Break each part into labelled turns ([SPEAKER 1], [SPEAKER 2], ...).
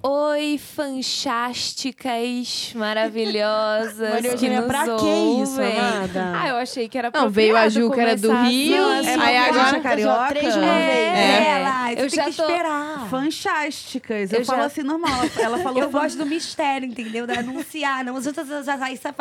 [SPEAKER 1] Oi, fantásticas, maravilhosas.
[SPEAKER 2] Mariolina,
[SPEAKER 1] que nos
[SPEAKER 2] pra que
[SPEAKER 1] ouvem.
[SPEAKER 2] isso, amada?
[SPEAKER 1] Ah, eu achei que era
[SPEAKER 3] Não, veio a
[SPEAKER 1] apropriado
[SPEAKER 3] Ju, que era do
[SPEAKER 1] começar
[SPEAKER 3] Rio,
[SPEAKER 1] assim.
[SPEAKER 3] aí agora...
[SPEAKER 4] carioca?
[SPEAKER 2] Três de uma
[SPEAKER 1] É,
[SPEAKER 2] vez. né?
[SPEAKER 1] é.
[SPEAKER 2] Ela,
[SPEAKER 1] Eu já tô-
[SPEAKER 2] esperar.
[SPEAKER 5] Fantásticas. Eu,
[SPEAKER 1] Eu
[SPEAKER 5] falo
[SPEAKER 1] já-
[SPEAKER 5] assim normal. Ela- Ela falou.
[SPEAKER 2] Eu gosto do mistério, entendeu? Da anunciar. Não, as outras já estão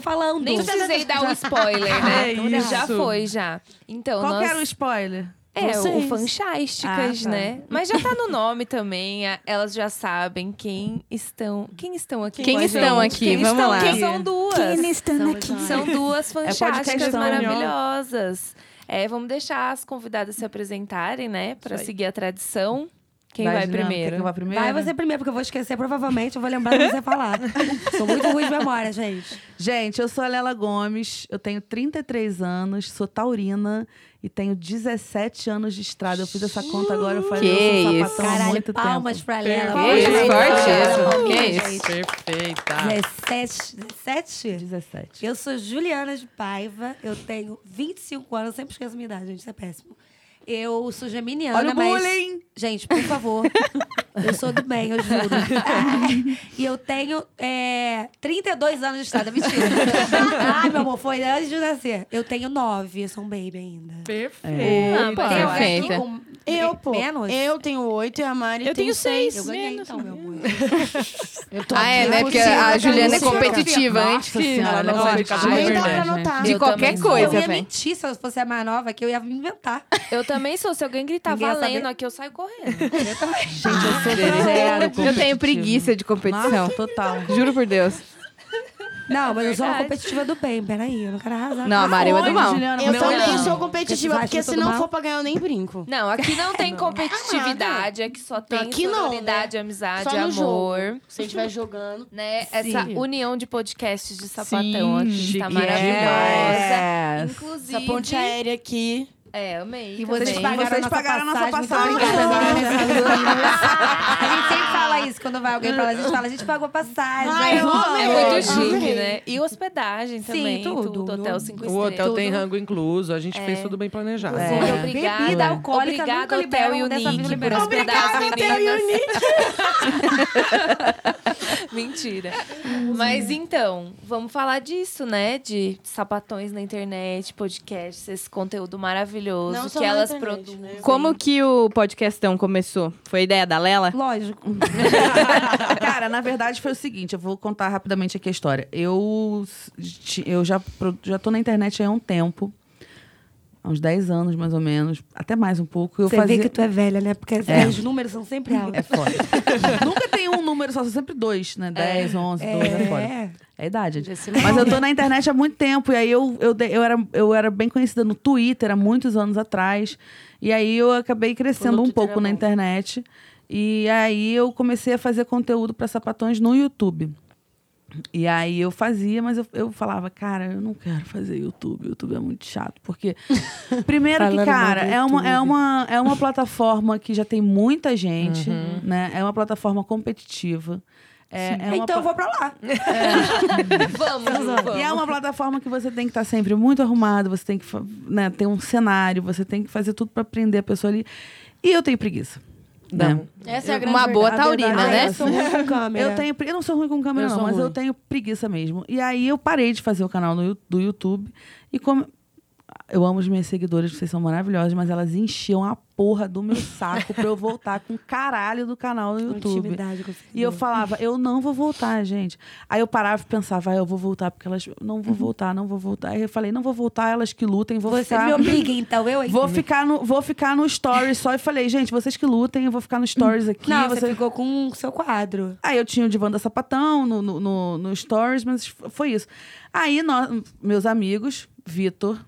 [SPEAKER 2] falando.
[SPEAKER 1] Nem precisei dar um spoiler, né?
[SPEAKER 5] É isso.
[SPEAKER 1] Já foi, já. Então,
[SPEAKER 5] Qual
[SPEAKER 1] nós...
[SPEAKER 5] que era o spoiler?
[SPEAKER 1] É,
[SPEAKER 2] Vocês.
[SPEAKER 1] o Fantásticas,
[SPEAKER 5] Ah, tá.
[SPEAKER 1] né? Mas já tá no nome também, a- elas já sabem quem estão, quem estão aqui
[SPEAKER 3] Quem
[SPEAKER 1] com a
[SPEAKER 3] estão
[SPEAKER 1] gente.
[SPEAKER 3] aqui?
[SPEAKER 1] Quem
[SPEAKER 3] Vamos
[SPEAKER 1] estão,
[SPEAKER 3] lá.
[SPEAKER 1] Quem são duas.
[SPEAKER 2] estão aqui?
[SPEAKER 1] São duas fantásticas
[SPEAKER 5] podcastão, né?
[SPEAKER 1] maravilhosas. É, vamos deixar as convidadas se apresentarem, né? Pra seguir a tradição. Quem vai,
[SPEAKER 5] Juliana,
[SPEAKER 1] primeiro?
[SPEAKER 5] Quem vai primeiro?
[SPEAKER 2] Vai você primeiro, porque eu vou esquecer, provavelmente, eu vou lembrar de você falar. Sou muito ruim de memória, gente.
[SPEAKER 5] Gente, eu sou a Lela Gomes, eu tenho 33 anos, sou taurina e tenho 17 anos de estrada. Eu fiz essa conta agora, eu falei,
[SPEAKER 3] Que
[SPEAKER 5] eu sou
[SPEAKER 3] isso.
[SPEAKER 5] sapatão há
[SPEAKER 2] Caralho,
[SPEAKER 5] muito
[SPEAKER 2] palmas
[SPEAKER 5] tempo.
[SPEAKER 2] pra Lela.
[SPEAKER 3] Que isso,
[SPEAKER 2] Palmas pra
[SPEAKER 3] fortíssimo.
[SPEAKER 2] Lela.
[SPEAKER 3] Que
[SPEAKER 2] Palmas,
[SPEAKER 3] isso.
[SPEAKER 2] gente.
[SPEAKER 3] Perfeita.
[SPEAKER 2] 17, 17?
[SPEAKER 5] 17.
[SPEAKER 2] Eu sou Juliana de Paiva, eu tenho 25 anos, eu sempre esqueço a minha idade, gente, isso é péssimo. Eu sou geminiana,
[SPEAKER 5] Olha o
[SPEAKER 2] mas...
[SPEAKER 5] bullying!
[SPEAKER 2] Gente, por favor, eu sou do bem, eu juro. e eu tenho é, 32 anos de estrada, mentira. ah, meu amor, foi antes de nascer. Eu tenho 9, eu sou um baby ainda. um,
[SPEAKER 3] Perfeita.
[SPEAKER 1] pô,
[SPEAKER 2] Tem alguém
[SPEAKER 3] Perfeita.
[SPEAKER 2] aqui com
[SPEAKER 6] Eu, pô.
[SPEAKER 2] Menos?
[SPEAKER 6] Eu tenho oito e a Mari
[SPEAKER 3] Eu
[SPEAKER 6] tem
[SPEAKER 3] tenho seis.
[SPEAKER 2] Eu ganhei, então, meu amor.
[SPEAKER 6] Eu tô
[SPEAKER 3] Ah, é, né? Porque a
[SPEAKER 6] abusiva,
[SPEAKER 3] Juliana é
[SPEAKER 6] abusiva.
[SPEAKER 3] competitiva.
[SPEAKER 5] Nossa
[SPEAKER 3] Antes que
[SPEAKER 5] senhora,
[SPEAKER 3] ela não
[SPEAKER 5] olha,
[SPEAKER 3] sabe
[SPEAKER 5] dá
[SPEAKER 3] de
[SPEAKER 6] Nem
[SPEAKER 3] verdade,
[SPEAKER 6] dá pra
[SPEAKER 5] tá
[SPEAKER 3] né?
[SPEAKER 6] anotar.
[SPEAKER 3] De
[SPEAKER 1] Eu
[SPEAKER 3] qualquer
[SPEAKER 1] também.
[SPEAKER 2] eu
[SPEAKER 3] coisa,
[SPEAKER 2] ia
[SPEAKER 3] velho.
[SPEAKER 2] mentir se eu fosse a mais nova, que eu ia me inventar.
[SPEAKER 1] Eu também sou. Se alguém gritar
[SPEAKER 2] Ninguém ia
[SPEAKER 1] valendo
[SPEAKER 2] saber.
[SPEAKER 1] aqui, eu saio correndo.
[SPEAKER 5] Gente, eu sou zero
[SPEAKER 3] Eu tenho
[SPEAKER 5] competitiva.
[SPEAKER 3] preguiça de competição.
[SPEAKER 5] Nossa, total.
[SPEAKER 3] Juro por Deus.
[SPEAKER 2] Não, mas eu sou uma
[SPEAKER 1] Verdade.
[SPEAKER 2] competitiva do bem, peraí, eu não quero arrasar.
[SPEAKER 3] Não, a Maria é do
[SPEAKER 5] Oi,
[SPEAKER 3] mal.
[SPEAKER 5] Juliana,
[SPEAKER 6] Eu
[SPEAKER 5] meu
[SPEAKER 6] também
[SPEAKER 5] não.
[SPEAKER 6] sou competitiva,
[SPEAKER 2] Vocês
[SPEAKER 6] porque
[SPEAKER 2] acham
[SPEAKER 6] se
[SPEAKER 2] tudo
[SPEAKER 6] não
[SPEAKER 2] mal?
[SPEAKER 6] for pra ganhar, eu nem brinco.
[SPEAKER 1] Não, aqui não tem competitividade. Aqui só tem
[SPEAKER 6] Aqui não,
[SPEAKER 1] sororidade, amizade,
[SPEAKER 6] Só no
[SPEAKER 1] amor.
[SPEAKER 6] jogo. Se a gente vai jogando.
[SPEAKER 1] Né? Essa união de podcasts de sapatão aqui
[SPEAKER 3] Sim,
[SPEAKER 5] é.
[SPEAKER 1] tá
[SPEAKER 3] chique
[SPEAKER 1] maravilhosa.
[SPEAKER 3] demais.
[SPEAKER 6] Essa
[SPEAKER 1] Inclusive.
[SPEAKER 6] ponte aérea aqui.
[SPEAKER 1] É, amei.
[SPEAKER 2] E vocês
[SPEAKER 1] também. É
[SPEAKER 2] pagaram
[SPEAKER 5] Vocês
[SPEAKER 2] a nossa
[SPEAKER 5] pagaram a nossa
[SPEAKER 2] passagem. muito
[SPEAKER 5] passagem.
[SPEAKER 2] obrigada, meus amigos. a gente sempre fala isso quando vai alguém pra lá. A gente fala, a gente pagou a passagem.
[SPEAKER 6] Ai, eu amo.
[SPEAKER 1] É muito
[SPEAKER 6] Amei.
[SPEAKER 1] chique, né? E hospedagem
[SPEAKER 2] Sim,
[SPEAKER 1] também.
[SPEAKER 2] tudo.
[SPEAKER 1] Hotel
[SPEAKER 2] No-
[SPEAKER 1] 5
[SPEAKER 7] O hotel
[SPEAKER 1] estrelas.
[SPEAKER 7] tem rango incluso, a gente
[SPEAKER 3] É.
[SPEAKER 7] fez tudo bem planejado. Né?
[SPEAKER 1] Inclusive, Obrigada.
[SPEAKER 2] Bebida alcoólica
[SPEAKER 1] Obrigada,
[SPEAKER 2] nunca
[SPEAKER 1] Hotel
[SPEAKER 2] liberam, dessa vida
[SPEAKER 1] Unique, por
[SPEAKER 2] liberam.
[SPEAKER 1] hospedar as meninas. Mentira. Mas então, vamos falar disso, né? De sapatões na internet, podcasts, esse conteúdo maravilhoso
[SPEAKER 6] Não só
[SPEAKER 1] que
[SPEAKER 6] na
[SPEAKER 1] elas
[SPEAKER 6] internet,
[SPEAKER 1] produzem.
[SPEAKER 6] né?
[SPEAKER 3] Como que o podcastão começou? Foi ideia da Lela?
[SPEAKER 2] Lógico.
[SPEAKER 5] Cara, na verdade foi o seguinte, eu vou contar rapidamente aqui a história. Eu, ti- eu já, pro- já tô na internet há um tempo. Há uns 10 anos, mais ou menos. Até mais um pouco. Eu
[SPEAKER 2] Você
[SPEAKER 5] fazia...
[SPEAKER 2] vê que tu é velha, né? Porque os números são sempre
[SPEAKER 5] É
[SPEAKER 2] altos.
[SPEAKER 5] foda. Nunca tem um número só, são sempre dois, né? 10, 11, 12, é foda. É a idade. gente. Mas eu tô na internet há muito tempo. E aí eu, eu, de- eu, era, eu era bem conhecida no Twitter há muitos anos atrás. E aí eu acabei crescendo um pouco na internet. E aí eu comecei a fazer conteúdo para sapatões no YouTube. E aí eu fazia, mas eu, eu falava, cara, eu não quero fazer YouTube, YouTube é muito chato. Porque, primeiro que,
[SPEAKER 2] Falando
[SPEAKER 5] cara,
[SPEAKER 2] mal do
[SPEAKER 5] é uma, é,
[SPEAKER 2] YouTube.
[SPEAKER 5] uma, é uma plataforma que já tem muita gente,
[SPEAKER 2] Uhum.
[SPEAKER 5] né? É uma plataforma competitiva. É, é uma
[SPEAKER 2] então eu vou pra lá.
[SPEAKER 1] Vamos,
[SPEAKER 5] e
[SPEAKER 1] vamos.
[SPEAKER 5] é uma plataforma que você tem que estar sempre muito arrumado, você tem que fa- né, ter um cenário, você tem que fazer tudo para prender a pessoa ali. E eu tenho preguiça. Né?
[SPEAKER 6] Essa é a grande
[SPEAKER 3] Uma boa
[SPEAKER 6] verdade.
[SPEAKER 3] taurina,
[SPEAKER 2] Ai,
[SPEAKER 3] né?
[SPEAKER 2] Ah, Eu sou ruim com câmera.
[SPEAKER 5] Eu, tenho, pre- eu não sou ruim com câmera,
[SPEAKER 6] Eu
[SPEAKER 5] não,
[SPEAKER 6] sou
[SPEAKER 5] mas eu
[SPEAKER 6] ruim.
[SPEAKER 5] tenho preguiça mesmo. E aí eu parei de fazer o canal no, Yu- do YouTube e como. Eu amo os meus seguidores, vocês são maravilhosos, mas elas enchiam a porra do meu saco pra eu voltar com o caralho do canal no YouTube.
[SPEAKER 2] Intimidade com
[SPEAKER 5] E eu falava, eu não vou voltar, gente. Aí eu parava e pensava, ah, eu vou voltar, porque elas. Não vou voltar, não vou voltar. Aí eu falei, não vou voltar, elas que lutem, vou
[SPEAKER 2] Uhum. Você é
[SPEAKER 5] ficar.
[SPEAKER 2] me obriga, então eu hein?
[SPEAKER 5] Vou ficar, no, vou ficar no stories só. E falei, gente, vocês que lutem, eu vou ficar no stories aqui.
[SPEAKER 2] Hum. Não,
[SPEAKER 5] vocês-
[SPEAKER 2] você ficou com o seu quadro.
[SPEAKER 5] Aí eu tinha o divã da sapatão no, no, no- no stories, mas f- foi isso. Aí nó- meus amigos, Vitor,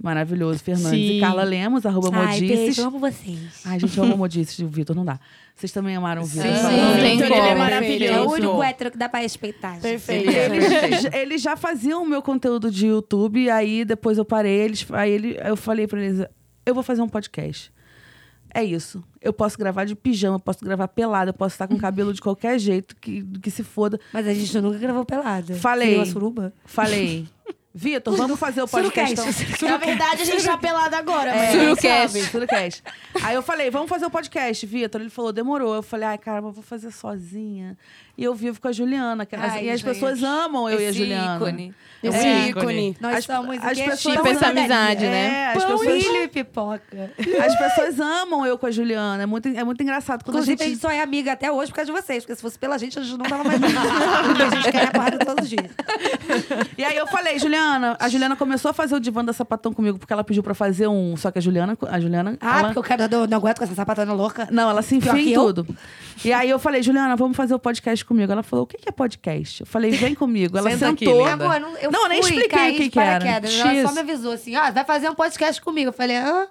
[SPEAKER 5] maravilhoso, Fernandes
[SPEAKER 3] Sim.
[SPEAKER 5] e Carla Lemos, arroba
[SPEAKER 2] Ai,
[SPEAKER 5] Modices.
[SPEAKER 2] beijo, amo vocês.
[SPEAKER 5] Ai, gente, eu amo Modices, o Vitor não dá. Vocês também amaram o Vitor.
[SPEAKER 1] Sim,
[SPEAKER 5] Fala,
[SPEAKER 1] sim.
[SPEAKER 5] não,
[SPEAKER 1] Não tem
[SPEAKER 6] Vitor, ele é
[SPEAKER 1] como.
[SPEAKER 2] É o
[SPEAKER 6] maravilhoso.
[SPEAKER 2] único hétero que dá pra respeitar. gente. é.
[SPEAKER 6] Perfeito.
[SPEAKER 5] Eles, eles já faziam o meu conteúdo de YouTube, aí depois eu parei, eles, aí ele, eu falei pra eles, eu vou fazer um podcast. É isso. Eu posso gravar de pijama, eu posso gravar pelada, eu posso estar com cabelo de qualquer jeito, que, que se foda.
[SPEAKER 2] Mas a gente nunca gravou pelada.
[SPEAKER 5] Falei.
[SPEAKER 2] Viu a suruba?
[SPEAKER 5] Falei, Vitor, vamos fazer o podcast. então."
[SPEAKER 2] Surucast.
[SPEAKER 6] Na verdade, a gente tá pelado agora, mas.
[SPEAKER 5] É, Surucast. Surucast. Aí eu falei, vamos fazer o podcast, Vitor. Ele falou, demorou. Eu falei, ai, cara, mas eu vou fazer sozinha. E eu vivo com a Juliana. que-
[SPEAKER 2] Ai,
[SPEAKER 5] e as
[SPEAKER 2] gente.
[SPEAKER 5] pessoas amam eu e a
[SPEAKER 1] Esse
[SPEAKER 5] Juliana.
[SPEAKER 1] ícone.
[SPEAKER 6] Esse
[SPEAKER 5] É.
[SPEAKER 6] ícone.
[SPEAKER 2] Nós
[SPEAKER 5] As-
[SPEAKER 2] somos o
[SPEAKER 5] as
[SPEAKER 2] quê?
[SPEAKER 5] pessoas-
[SPEAKER 2] Pão
[SPEAKER 3] Tipo essa
[SPEAKER 2] na padaria.
[SPEAKER 3] amizade,
[SPEAKER 5] É,
[SPEAKER 3] né?
[SPEAKER 5] as
[SPEAKER 2] Pão,
[SPEAKER 5] pessoas...
[SPEAKER 2] milho e pipoca.
[SPEAKER 5] As pessoas amam eu com a Juliana. É muito, é muito engraçado quando
[SPEAKER 2] Inclusive,
[SPEAKER 5] a
[SPEAKER 2] a
[SPEAKER 5] gente.
[SPEAKER 2] gente só é amiga até hoje por causa de vocês. Porque se fosse pela gente, a gente não tava mais amiga. Porque a gente quer a porrada todos os dias.
[SPEAKER 5] E aí eu falei, Juliana, a Juliana começou a fazer o divã da sapatão comigo, porque ela pediu pra fazer um. Só que a Juliana. A Juliana
[SPEAKER 2] Ah,
[SPEAKER 5] ela-
[SPEAKER 2] porque o cara não, não aguenta com essa sapatona louca.
[SPEAKER 5] Não, ela se
[SPEAKER 2] Pior
[SPEAKER 5] enfia
[SPEAKER 2] que
[SPEAKER 5] em
[SPEAKER 2] eu.
[SPEAKER 5] tudo. E aí eu falei, Juliana, vamos fazer o podcast comigo. Ela falou, o que que é podcast? Eu falei, vem comigo. Ela
[SPEAKER 7] Senta aqui,
[SPEAKER 5] sentou.
[SPEAKER 7] linda.
[SPEAKER 2] Agora, eu
[SPEAKER 5] Não, eu nem
[SPEAKER 2] fui,
[SPEAKER 5] expliquei
[SPEAKER 2] caí
[SPEAKER 5] o que
[SPEAKER 2] de
[SPEAKER 5] que era.
[SPEAKER 2] paraquedas. Ela só
[SPEAKER 5] X.
[SPEAKER 2] me avisou assim, ó, vai fazer um podcast comigo. Eu falei, hã?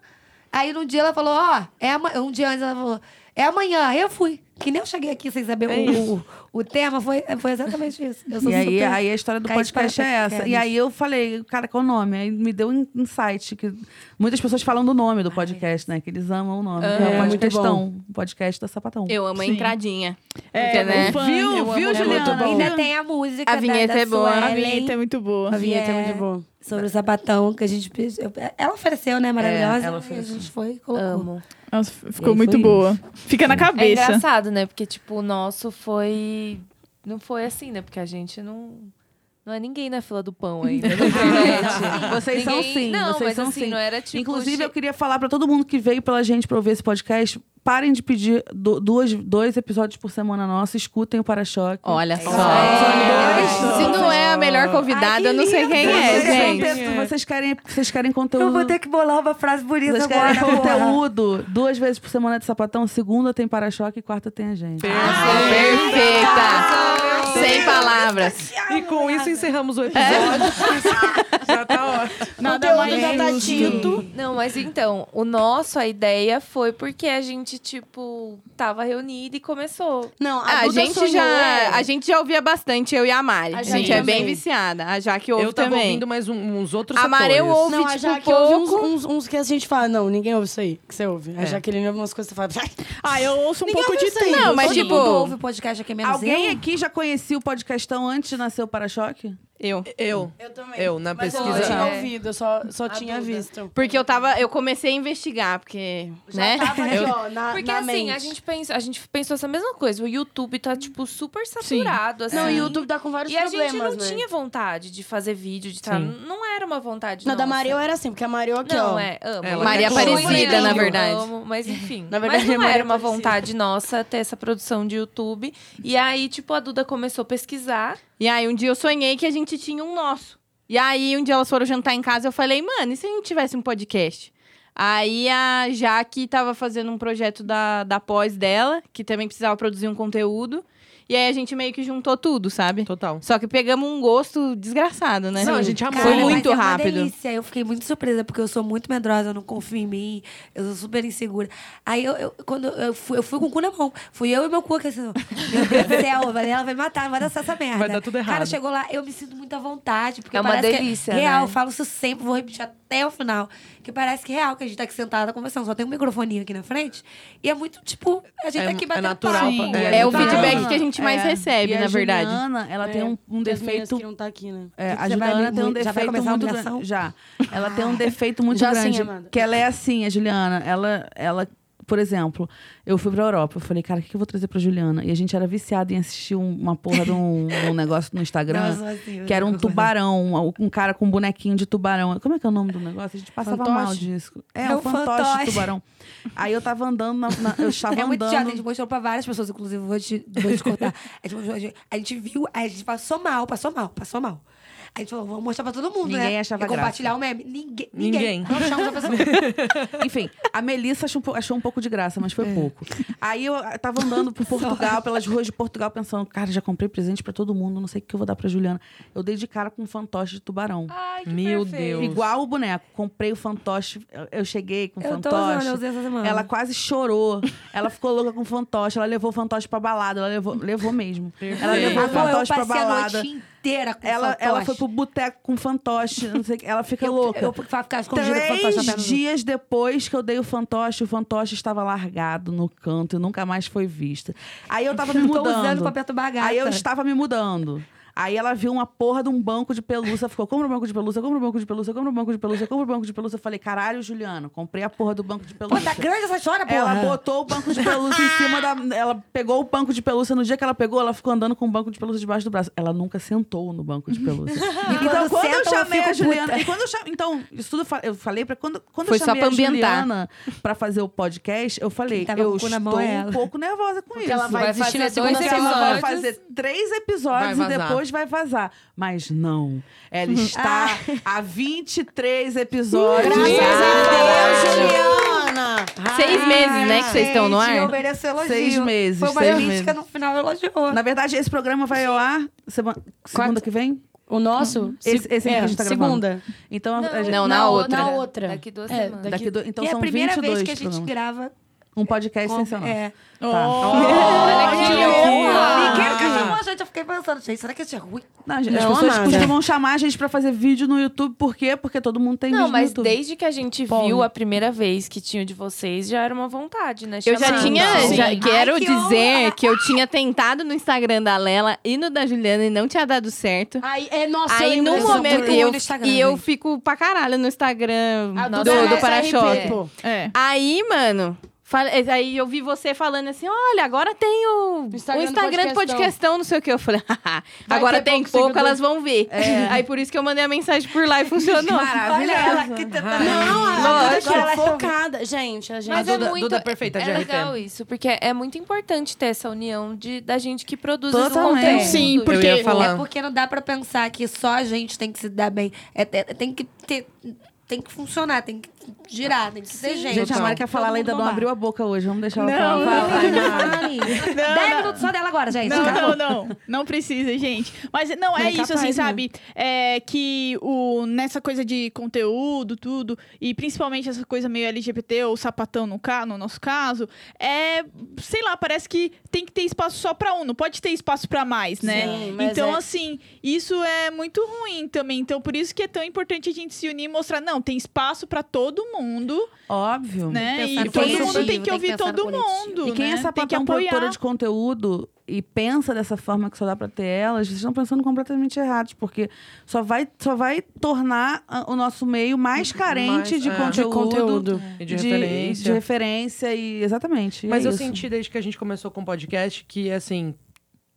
[SPEAKER 2] Aí num dia ela falou, ó, é ama- um dia antes ela falou, é amanhã. Aí Eu fui. Que nem eu cheguei aqui sem saber o, o, o tema, foi, foi exatamente isso. Eu sou
[SPEAKER 5] É E aí,
[SPEAKER 2] super
[SPEAKER 5] aí a história do
[SPEAKER 2] caí de
[SPEAKER 5] podcast é essa.
[SPEAKER 2] paraquedas.
[SPEAKER 5] E aí eu falei, cara, qual o nome? Aí me deu um insight que muitas pessoas falam do nome do podcast, né? Que eles amam o nome. É, é um
[SPEAKER 6] muito
[SPEAKER 5] podcastão. Um podcast da sapatão.
[SPEAKER 3] Eu amo a
[SPEAKER 5] Sim.
[SPEAKER 3] entradinha.
[SPEAKER 8] É,
[SPEAKER 3] Porque, né?
[SPEAKER 8] o fã,
[SPEAKER 5] Viu?
[SPEAKER 8] eu amo,
[SPEAKER 5] Viu,
[SPEAKER 8] é
[SPEAKER 5] Juliana?
[SPEAKER 8] Muito bom.
[SPEAKER 2] Ainda tem a música
[SPEAKER 3] A
[SPEAKER 2] da-
[SPEAKER 3] vinheta
[SPEAKER 2] da
[SPEAKER 3] é boa.
[SPEAKER 8] A
[SPEAKER 2] Suelen,
[SPEAKER 8] vinheta é muito boa.
[SPEAKER 6] A vinheta é
[SPEAKER 2] que
[SPEAKER 6] muito boa.
[SPEAKER 2] Sobre o sapatão que a gente pediu. Eu- Ela ofereceu, né? Maravilhosa.
[SPEAKER 5] ela
[SPEAKER 2] E a
[SPEAKER 5] ofereceu.
[SPEAKER 2] gente foi e colocou.
[SPEAKER 1] Amo.
[SPEAKER 8] Nossa, ficou
[SPEAKER 5] aí
[SPEAKER 8] muito
[SPEAKER 5] foi
[SPEAKER 8] boa. Fica na
[SPEAKER 1] É
[SPEAKER 8] cabeça.
[SPEAKER 1] engraçado, né? Porque, tipo, o nosso foi. Não foi assim, né? Porque a gente não. Não é ninguém na fila do pão ainda. na internet.
[SPEAKER 5] Vocês são
[SPEAKER 1] Ninguém-
[SPEAKER 5] sim,
[SPEAKER 1] Não,
[SPEAKER 5] vocês
[SPEAKER 1] mas
[SPEAKER 5] são
[SPEAKER 1] assim,
[SPEAKER 5] sim.
[SPEAKER 1] não era tipo.
[SPEAKER 5] Inclusive,
[SPEAKER 1] che-
[SPEAKER 5] eu queria falar pra todo mundo que veio pela gente pra ouvir esse podcast. Parem de pedir do- duas, dois episódios por semana nossa, escutem o para-choque.
[SPEAKER 1] É,
[SPEAKER 3] Olha só.
[SPEAKER 5] São é dois.
[SPEAKER 3] Se não é a melhor
[SPEAKER 2] Ai,
[SPEAKER 3] convidada,
[SPEAKER 2] que
[SPEAKER 3] eu não sei
[SPEAKER 2] lindo.
[SPEAKER 3] quem
[SPEAKER 5] Vocês vão
[SPEAKER 3] é, gente.
[SPEAKER 5] ter- Vocês querem, vocês querem conteúdo.
[SPEAKER 2] Eu vou ter que bolar uma frase bonita
[SPEAKER 5] vocês
[SPEAKER 2] agora.
[SPEAKER 6] é
[SPEAKER 5] querem
[SPEAKER 2] porra.
[SPEAKER 5] conteúdo. Duas vezes por semana de sapatão, segunda tem para-choque e quarta tem a gente. Ah,
[SPEAKER 3] Perfeita. Sem palavras.
[SPEAKER 7] E com isso encerramos o
[SPEAKER 3] É.
[SPEAKER 7] episódio. Já tá ótimo.
[SPEAKER 8] Nada
[SPEAKER 6] Conteúdo da Tatito.
[SPEAKER 1] Não, mas então, o nosso, a ideia foi porque a gente, tipo, tava reunida e começou.
[SPEAKER 6] Não, a,
[SPEAKER 3] A
[SPEAKER 6] Duda
[SPEAKER 3] gente
[SPEAKER 6] sonhou, é.
[SPEAKER 3] já, a gente já ouvia bastante, eu e a Mari.
[SPEAKER 6] A
[SPEAKER 3] A
[SPEAKER 6] Jaque
[SPEAKER 3] gente é bem
[SPEAKER 6] também.
[SPEAKER 3] viciada. A Jaque ouve
[SPEAKER 7] Eu tava
[SPEAKER 3] também.
[SPEAKER 7] ouvindo mais um- uns outros
[SPEAKER 3] A Maré
[SPEAKER 7] setores.
[SPEAKER 3] ouve.
[SPEAKER 6] Não, a
[SPEAKER 3] tipo,
[SPEAKER 6] Jaque
[SPEAKER 3] pouco.
[SPEAKER 6] ouve uns, uns, uns que a gente fala, não, ninguém ouve isso aí que você ouve.
[SPEAKER 5] É.
[SPEAKER 6] A Jaqueline ouve umas coisas que você fala,
[SPEAKER 8] Ah, eu ouço um
[SPEAKER 6] Ninguém
[SPEAKER 8] pouco de
[SPEAKER 6] ouve isso aí.
[SPEAKER 8] tudo.
[SPEAKER 3] Não, mas
[SPEAKER 2] Todo mundo ouve
[SPEAKER 3] tipo,
[SPEAKER 2] o podcast aqui é menos
[SPEAKER 5] Alguém
[SPEAKER 2] eu?
[SPEAKER 5] aqui já conhecia o podcastão antes de nascer o para-choque?
[SPEAKER 3] eu.
[SPEAKER 7] Eu.
[SPEAKER 6] Eu também.
[SPEAKER 7] Eu, na
[SPEAKER 6] Mas eu
[SPEAKER 7] pesquisa.
[SPEAKER 6] não tinha
[SPEAKER 3] É.
[SPEAKER 6] ouvido, eu só, só tinha
[SPEAKER 7] Duda.
[SPEAKER 6] visto.
[SPEAKER 3] Porque eu tava, eu comecei a investigar, porque,
[SPEAKER 6] Já
[SPEAKER 2] tá.
[SPEAKER 3] né?
[SPEAKER 6] tava aqui, ó, na,
[SPEAKER 1] Porque
[SPEAKER 6] na
[SPEAKER 1] assim,
[SPEAKER 6] mente.
[SPEAKER 1] a gente pensa, a gente pensou essa mesma coisa. O YouTube tá, tipo, super saturado, assim.
[SPEAKER 6] Não, o YouTube tá com vários
[SPEAKER 1] E a gente
[SPEAKER 6] problemas,
[SPEAKER 1] não
[SPEAKER 6] né?
[SPEAKER 1] tinha vontade de fazer vídeo, de tá. Não era uma vontade.
[SPEAKER 6] Não, da
[SPEAKER 1] nossa.
[SPEAKER 6] Mareu era assim, porque a Mareu aqui, ó.
[SPEAKER 1] Não, é, amo.
[SPEAKER 7] Ela
[SPEAKER 3] Maria
[SPEAKER 1] Continua
[SPEAKER 3] Aparecida, na
[SPEAKER 1] indo,
[SPEAKER 3] verdade.
[SPEAKER 1] amo, mas enfim.
[SPEAKER 6] Na verdade,
[SPEAKER 1] mas
[SPEAKER 6] é
[SPEAKER 1] não
[SPEAKER 6] Maria
[SPEAKER 1] era uma
[SPEAKER 6] Aparecida.
[SPEAKER 1] vontade nossa ter essa produção de YouTube. E aí, tipo, a Duda começou a pesquisar.
[SPEAKER 3] E aí um dia eu sonhei que a gente tinha um nosso. E aí um dia elas foram jantar em casa, eu falei, mano, e se a gente tivesse um podcast? Aí a Jaque tava fazendo um projeto da, da pós dela, que também precisava produzir um conteúdo. E aí a gente meio que juntou tudo, sabe?
[SPEAKER 7] Total.
[SPEAKER 3] Só que pegamos um gosto desgraçado, né?
[SPEAKER 7] Não, a gente amou.
[SPEAKER 3] Foi
[SPEAKER 2] mas
[SPEAKER 3] muito
[SPEAKER 2] é uma
[SPEAKER 3] rápido.
[SPEAKER 2] delícia. Eu fiquei muito surpresa, porque eu sou muito medrosa, eu não confio em mim, eu sou super insegura. Aí eu, eu- quando eu fui, eu fui com o cu na mão. Fui eu e meu cu aqui assim, ó. meu Deus do céu, eu falei, ela vai me matar, vai dançar essa merda.
[SPEAKER 7] Vai dar tudo errado.
[SPEAKER 2] Cara, chegou lá, eu me sinto muito à vontade, porque
[SPEAKER 1] É uma
[SPEAKER 2] parece
[SPEAKER 1] delícia,
[SPEAKER 2] que é real,
[SPEAKER 1] né?
[SPEAKER 2] eu falo isso sempre, vou repetir até o final. Que parece que é real, que a gente tá aqui sentada conversando, só tem um microfoninho aqui na frente. E é muito, tipo, a gente
[SPEAKER 7] É-
[SPEAKER 2] tá aqui
[SPEAKER 7] é
[SPEAKER 2] batendo
[SPEAKER 7] natural,
[SPEAKER 2] papo.
[SPEAKER 7] sim.
[SPEAKER 3] É o
[SPEAKER 5] Tá.
[SPEAKER 3] feedback que a gente mais
[SPEAKER 5] É.
[SPEAKER 3] recebe,
[SPEAKER 5] E a
[SPEAKER 3] na verdade.
[SPEAKER 5] Juliana, ela
[SPEAKER 2] É.
[SPEAKER 5] tem um, um
[SPEAKER 6] Porque as meninas
[SPEAKER 5] defeito
[SPEAKER 6] que não tá aqui, né?
[SPEAKER 5] É, a
[SPEAKER 2] Você vai
[SPEAKER 5] Juliana tem
[SPEAKER 2] me-
[SPEAKER 5] um
[SPEAKER 2] já vai
[SPEAKER 5] defeito
[SPEAKER 2] começar a
[SPEAKER 5] muito
[SPEAKER 2] humilhação? Ah.
[SPEAKER 5] grande. Já. Ela tem um defeito muito
[SPEAKER 6] Já sim,
[SPEAKER 5] grande.
[SPEAKER 6] Amanda.
[SPEAKER 5] que ela
[SPEAKER 2] tá.
[SPEAKER 5] é assim, a Juliana. Ela, ela, por exemplo, eu fui pra Europa. Eu falei, cara, o que que eu vou trazer pra Juliana? E a gente era viciado em assistir um- uma porra de um, de um negócio no Instagram.
[SPEAKER 2] Não, eu sou assim, eu
[SPEAKER 5] que era um
[SPEAKER 2] não concordo.
[SPEAKER 5] tubarão, um- um cara com um bonequinho de tubarão. Como é que é o nome do negócio? A gente passava
[SPEAKER 6] Fantoche?
[SPEAKER 5] mal disso. É,
[SPEAKER 2] É
[SPEAKER 5] um
[SPEAKER 2] um
[SPEAKER 5] fantoche,
[SPEAKER 2] fantoche.
[SPEAKER 5] de tubarão. Aí eu tava andando, na- na- eu estava
[SPEAKER 2] É muito chato, a gente
[SPEAKER 5] andando.
[SPEAKER 2] mostrou pra várias pessoas, inclusive, vou te, vou te contar. A gente, mostrou, a gente- a gente viu, a gente passou mal, passou mal, passou mal. A gente falou, vamos mostrar pra todo mundo, né?
[SPEAKER 5] Ninguém achava
[SPEAKER 2] e compartilhar o meme. Ninguém. Ninguém.
[SPEAKER 7] Ninguém.
[SPEAKER 2] Não achamos a pessoa.
[SPEAKER 5] Enfim, a Melissa achou, um po- achou um pouco caneco de graça, mas
[SPEAKER 2] É.
[SPEAKER 5] foi pouco. Aí eu ah, tava andando por Portugal, pelas ruas de Portugal, pensando, cara, já comprei presente pra todo mundo, não sei o que eu vou dar pra Juliana. Eu dei de cara com um fantoche de tubarão.
[SPEAKER 1] Ai, que
[SPEAKER 7] Meu
[SPEAKER 1] perfeito.
[SPEAKER 7] Deus.
[SPEAKER 5] Igual o boneco. Comprei o fantoche. eu- Eu cheguei com o
[SPEAKER 2] Eu tô
[SPEAKER 5] fantoche.
[SPEAKER 2] usando, eu usei essa semana.
[SPEAKER 5] Ela quase chorou. Ela ficou louca com o fantoche. Ela levou o fantoche pra balada. Ela levou, levou mesmo. Ela levou o
[SPEAKER 2] Amor, eu
[SPEAKER 5] fantoche pra
[SPEAKER 2] passei a
[SPEAKER 5] balada.
[SPEAKER 2] noite inteira com
[SPEAKER 5] Ela,
[SPEAKER 2] fantoche.
[SPEAKER 5] ela foi pro boteco com fantoche. Não sei o que. Ela fica louca.
[SPEAKER 2] Eu, "Tá, eu ficava escondida com o fantoche na perna
[SPEAKER 5] Três
[SPEAKER 2] dos
[SPEAKER 5] dias depois que eu dei o fantoche, o fantoche estava largado no canto e nunca mais foi visto. Aí eu tava me
[SPEAKER 2] Não tô
[SPEAKER 5] mudando.
[SPEAKER 2] usando Tá pra perturbar a gata.
[SPEAKER 5] Aí eu estava me mudando. Aí ela viu uma porra de um banco de pelúcia, ficou, compra um banco de pelúcia, compra um banco de pelúcia, compra um banco de pelúcia, compra um banco de pelúcia. Eu falei, caralho, Juliano, comprei a porra do banco de
[SPEAKER 2] Pô,
[SPEAKER 5] pelúcia.
[SPEAKER 2] tá grande essa história, porra.
[SPEAKER 5] Ela botou o banco de pelúcia em cima da. Ela pegou o banco de pelúcia. No dia que ela pegou, ela ficou andando com o banco de pelúcia debaixo do braço. Ela nunca sentou no banco de pelúcia. então,
[SPEAKER 2] quando
[SPEAKER 5] quando eu
[SPEAKER 2] senta, eu
[SPEAKER 5] chamei a
[SPEAKER 2] fico
[SPEAKER 5] Juliana.
[SPEAKER 2] puta.
[SPEAKER 5] E quando eu chamei, então, isso tudo eu fa- eu falei pra. Quando, quando
[SPEAKER 3] Foi
[SPEAKER 5] eu
[SPEAKER 3] só
[SPEAKER 5] chamei
[SPEAKER 3] pra
[SPEAKER 5] a
[SPEAKER 3] ambientar.
[SPEAKER 5] Juliana pra fazer o podcast, eu falei,
[SPEAKER 2] tava com
[SPEAKER 5] eu
[SPEAKER 2] o cu
[SPEAKER 5] estou
[SPEAKER 2] na mão é ela.
[SPEAKER 5] um pouco nervosa com isso.
[SPEAKER 7] ela vai
[SPEAKER 1] Vai
[SPEAKER 7] desistir
[SPEAKER 1] fazer
[SPEAKER 7] na segunda
[SPEAKER 1] dois
[SPEAKER 5] Porque ela vai
[SPEAKER 1] episódios.
[SPEAKER 5] fazer três episódios
[SPEAKER 7] Vai
[SPEAKER 5] e
[SPEAKER 7] vazar.
[SPEAKER 5] depois vai vazar. Mas não. Ela está
[SPEAKER 2] Ah.
[SPEAKER 5] há 23 episódios.
[SPEAKER 7] Graças a Deus,
[SPEAKER 6] Juliana!
[SPEAKER 3] Seis meses, né, que vocês estão no
[SPEAKER 2] Ah, Gente, Eu
[SPEAKER 3] ar?
[SPEAKER 2] mereço elogio.
[SPEAKER 5] Seis meses,
[SPEAKER 2] Foi uma
[SPEAKER 5] seis
[SPEAKER 2] crítica,
[SPEAKER 5] meses.
[SPEAKER 2] no final elogiou.
[SPEAKER 5] Na verdade, esse programa vai ao ar sema- segunda que vem?
[SPEAKER 6] O nosso?
[SPEAKER 5] Esse, esse aqui
[SPEAKER 6] é,
[SPEAKER 5] que a gente tá
[SPEAKER 6] segunda.
[SPEAKER 5] gravando. Então, a- a gente-
[SPEAKER 3] Não, na outra.
[SPEAKER 6] Na outra.
[SPEAKER 1] Daqui duas
[SPEAKER 6] É,
[SPEAKER 1] semanas.
[SPEAKER 5] daqui do- então
[SPEAKER 2] e é
[SPEAKER 5] são
[SPEAKER 2] a primeira
[SPEAKER 5] 22
[SPEAKER 2] vez que a gente
[SPEAKER 5] programas.
[SPEAKER 2] grava.
[SPEAKER 5] Um podcast
[SPEAKER 2] com-
[SPEAKER 5] sensacional.
[SPEAKER 2] é.
[SPEAKER 5] Tá.
[SPEAKER 1] Olha que loucura.
[SPEAKER 2] Ninguém que chamou a gente. Eu fiquei pensando, gente, será que isso é ruim?
[SPEAKER 5] Não, gente,
[SPEAKER 6] Não,
[SPEAKER 5] as pessoas
[SPEAKER 6] amada.
[SPEAKER 5] costumam chamar a gente pra fazer vídeo no YouTube. Por quê? Porque todo mundo tem
[SPEAKER 1] Não,
[SPEAKER 5] vídeo
[SPEAKER 1] mas
[SPEAKER 5] no YouTube.
[SPEAKER 1] desde que a gente viu a primeira vez que tinha o de vocês, já era uma vontade, né?
[SPEAKER 3] Eu já
[SPEAKER 1] Chamar.
[SPEAKER 3] tinha,
[SPEAKER 1] Então,
[SPEAKER 3] já
[SPEAKER 2] Sim.
[SPEAKER 3] quero
[SPEAKER 2] Ai, que
[SPEAKER 3] dizer
[SPEAKER 2] honra.
[SPEAKER 3] que eu tinha tentado no Instagram da Lela e no da Juliana e não tinha dado certo.
[SPEAKER 6] Aí, é, nossa,
[SPEAKER 3] Aí
[SPEAKER 6] eu
[SPEAKER 3] no
[SPEAKER 6] lembro dessa
[SPEAKER 3] momento
[SPEAKER 6] altura.
[SPEAKER 3] e eu,
[SPEAKER 2] no Instagram,
[SPEAKER 3] e eu
[SPEAKER 2] gente.
[SPEAKER 3] fico pra caralho no Instagram
[SPEAKER 6] A
[SPEAKER 3] do,
[SPEAKER 6] Duda
[SPEAKER 3] do,
[SPEAKER 6] Lessa
[SPEAKER 3] para-choque.
[SPEAKER 6] RP, pô.
[SPEAKER 8] É.
[SPEAKER 3] Aí, mano, fala- aí eu vi você falando assim: olha, agora tem o o Instagram,
[SPEAKER 6] Instagram do
[SPEAKER 3] do
[SPEAKER 6] podcastão.
[SPEAKER 3] podcastão, não sei o que. Eu falei, haha,
[SPEAKER 6] Vai
[SPEAKER 3] agora
[SPEAKER 6] ter
[SPEAKER 3] tem pouco,
[SPEAKER 6] pouco seguidor.
[SPEAKER 3] elas vão ver. Aí por isso que eu mandei a mensagem por lá e funcionou.
[SPEAKER 2] Olha ela que
[SPEAKER 6] Não,
[SPEAKER 2] Não,
[SPEAKER 6] a Duda
[SPEAKER 3] Lógico.
[SPEAKER 6] tá focada. Gente, a gente...
[SPEAKER 1] Mas
[SPEAKER 7] A
[SPEAKER 1] é
[SPEAKER 7] Duda-
[SPEAKER 1] muito,
[SPEAKER 7] Duda perfeita de
[SPEAKER 1] é
[SPEAKER 7] RP.
[SPEAKER 1] legal isso, porque é muito importante ter essa união de, da gente que produz esse
[SPEAKER 5] Totalmente.
[SPEAKER 1] conteúdo.
[SPEAKER 8] Sim,
[SPEAKER 1] porque...
[SPEAKER 8] porque-
[SPEAKER 7] Eu ia falar.
[SPEAKER 2] É porque não dá pra pensar que só a gente tem que se dar bem. É, te- tem que ter... Tem que funcionar, tem que girar, tem que ser gente.
[SPEAKER 5] Gente, a Mari quer falar, ela ainda não abriu a boca hoje. Vamos deixar ela falar.
[SPEAKER 2] Vai, vai, vai, Dez
[SPEAKER 8] não.
[SPEAKER 2] minutos só dela agora,
[SPEAKER 3] é
[SPEAKER 9] É
[SPEAKER 2] gente.
[SPEAKER 8] Não,
[SPEAKER 2] Acabou.
[SPEAKER 8] não, não. Não precisa, gente. Mas não, é,
[SPEAKER 6] Não é
[SPEAKER 8] isso,
[SPEAKER 6] capaz,
[SPEAKER 8] assim,
[SPEAKER 6] não.
[SPEAKER 8] sabe? É que o, nessa coisa de conteúdo, tudo, e principalmente essa coisa meio LGBT ou sapatão no, ca, no nosso caso, é, sei lá, parece que tem que ter espaço só pra um, não pode ter espaço pra mais, né?
[SPEAKER 6] Sim, mas
[SPEAKER 8] então,
[SPEAKER 6] é-
[SPEAKER 8] assim, isso é muito ruim também. Então, por isso que é tão importante a gente se unir e mostrar, não, tem espaço pra todo mundo,
[SPEAKER 5] Óbvio.
[SPEAKER 8] né?
[SPEAKER 2] pensar
[SPEAKER 8] E
[SPEAKER 2] no
[SPEAKER 8] todo
[SPEAKER 2] coletivo,
[SPEAKER 8] mundo tem
[SPEAKER 2] tem
[SPEAKER 8] que
[SPEAKER 2] que
[SPEAKER 8] ouvir
[SPEAKER 2] pensar no
[SPEAKER 8] todo
[SPEAKER 2] coletivo.
[SPEAKER 8] mundo,
[SPEAKER 5] E quem
[SPEAKER 8] né?
[SPEAKER 5] é
[SPEAKER 8] tem que
[SPEAKER 5] sapatão
[SPEAKER 8] apoiar.
[SPEAKER 5] produtora de conteúdo e pensa dessa forma que só dá pra ter elas, vocês estão pensando completamente errados, porque só vai, só vai tornar ah, o nosso meio mais carente
[SPEAKER 7] Mais,
[SPEAKER 5] de,
[SPEAKER 7] é. De
[SPEAKER 5] conteúdo,
[SPEAKER 6] conteúdo.
[SPEAKER 7] E de referência.
[SPEAKER 5] de referência e exatamente. e
[SPEAKER 7] Mas
[SPEAKER 5] é
[SPEAKER 7] eu
[SPEAKER 5] isso.
[SPEAKER 7] senti desde que a gente começou com o podcast que, assim,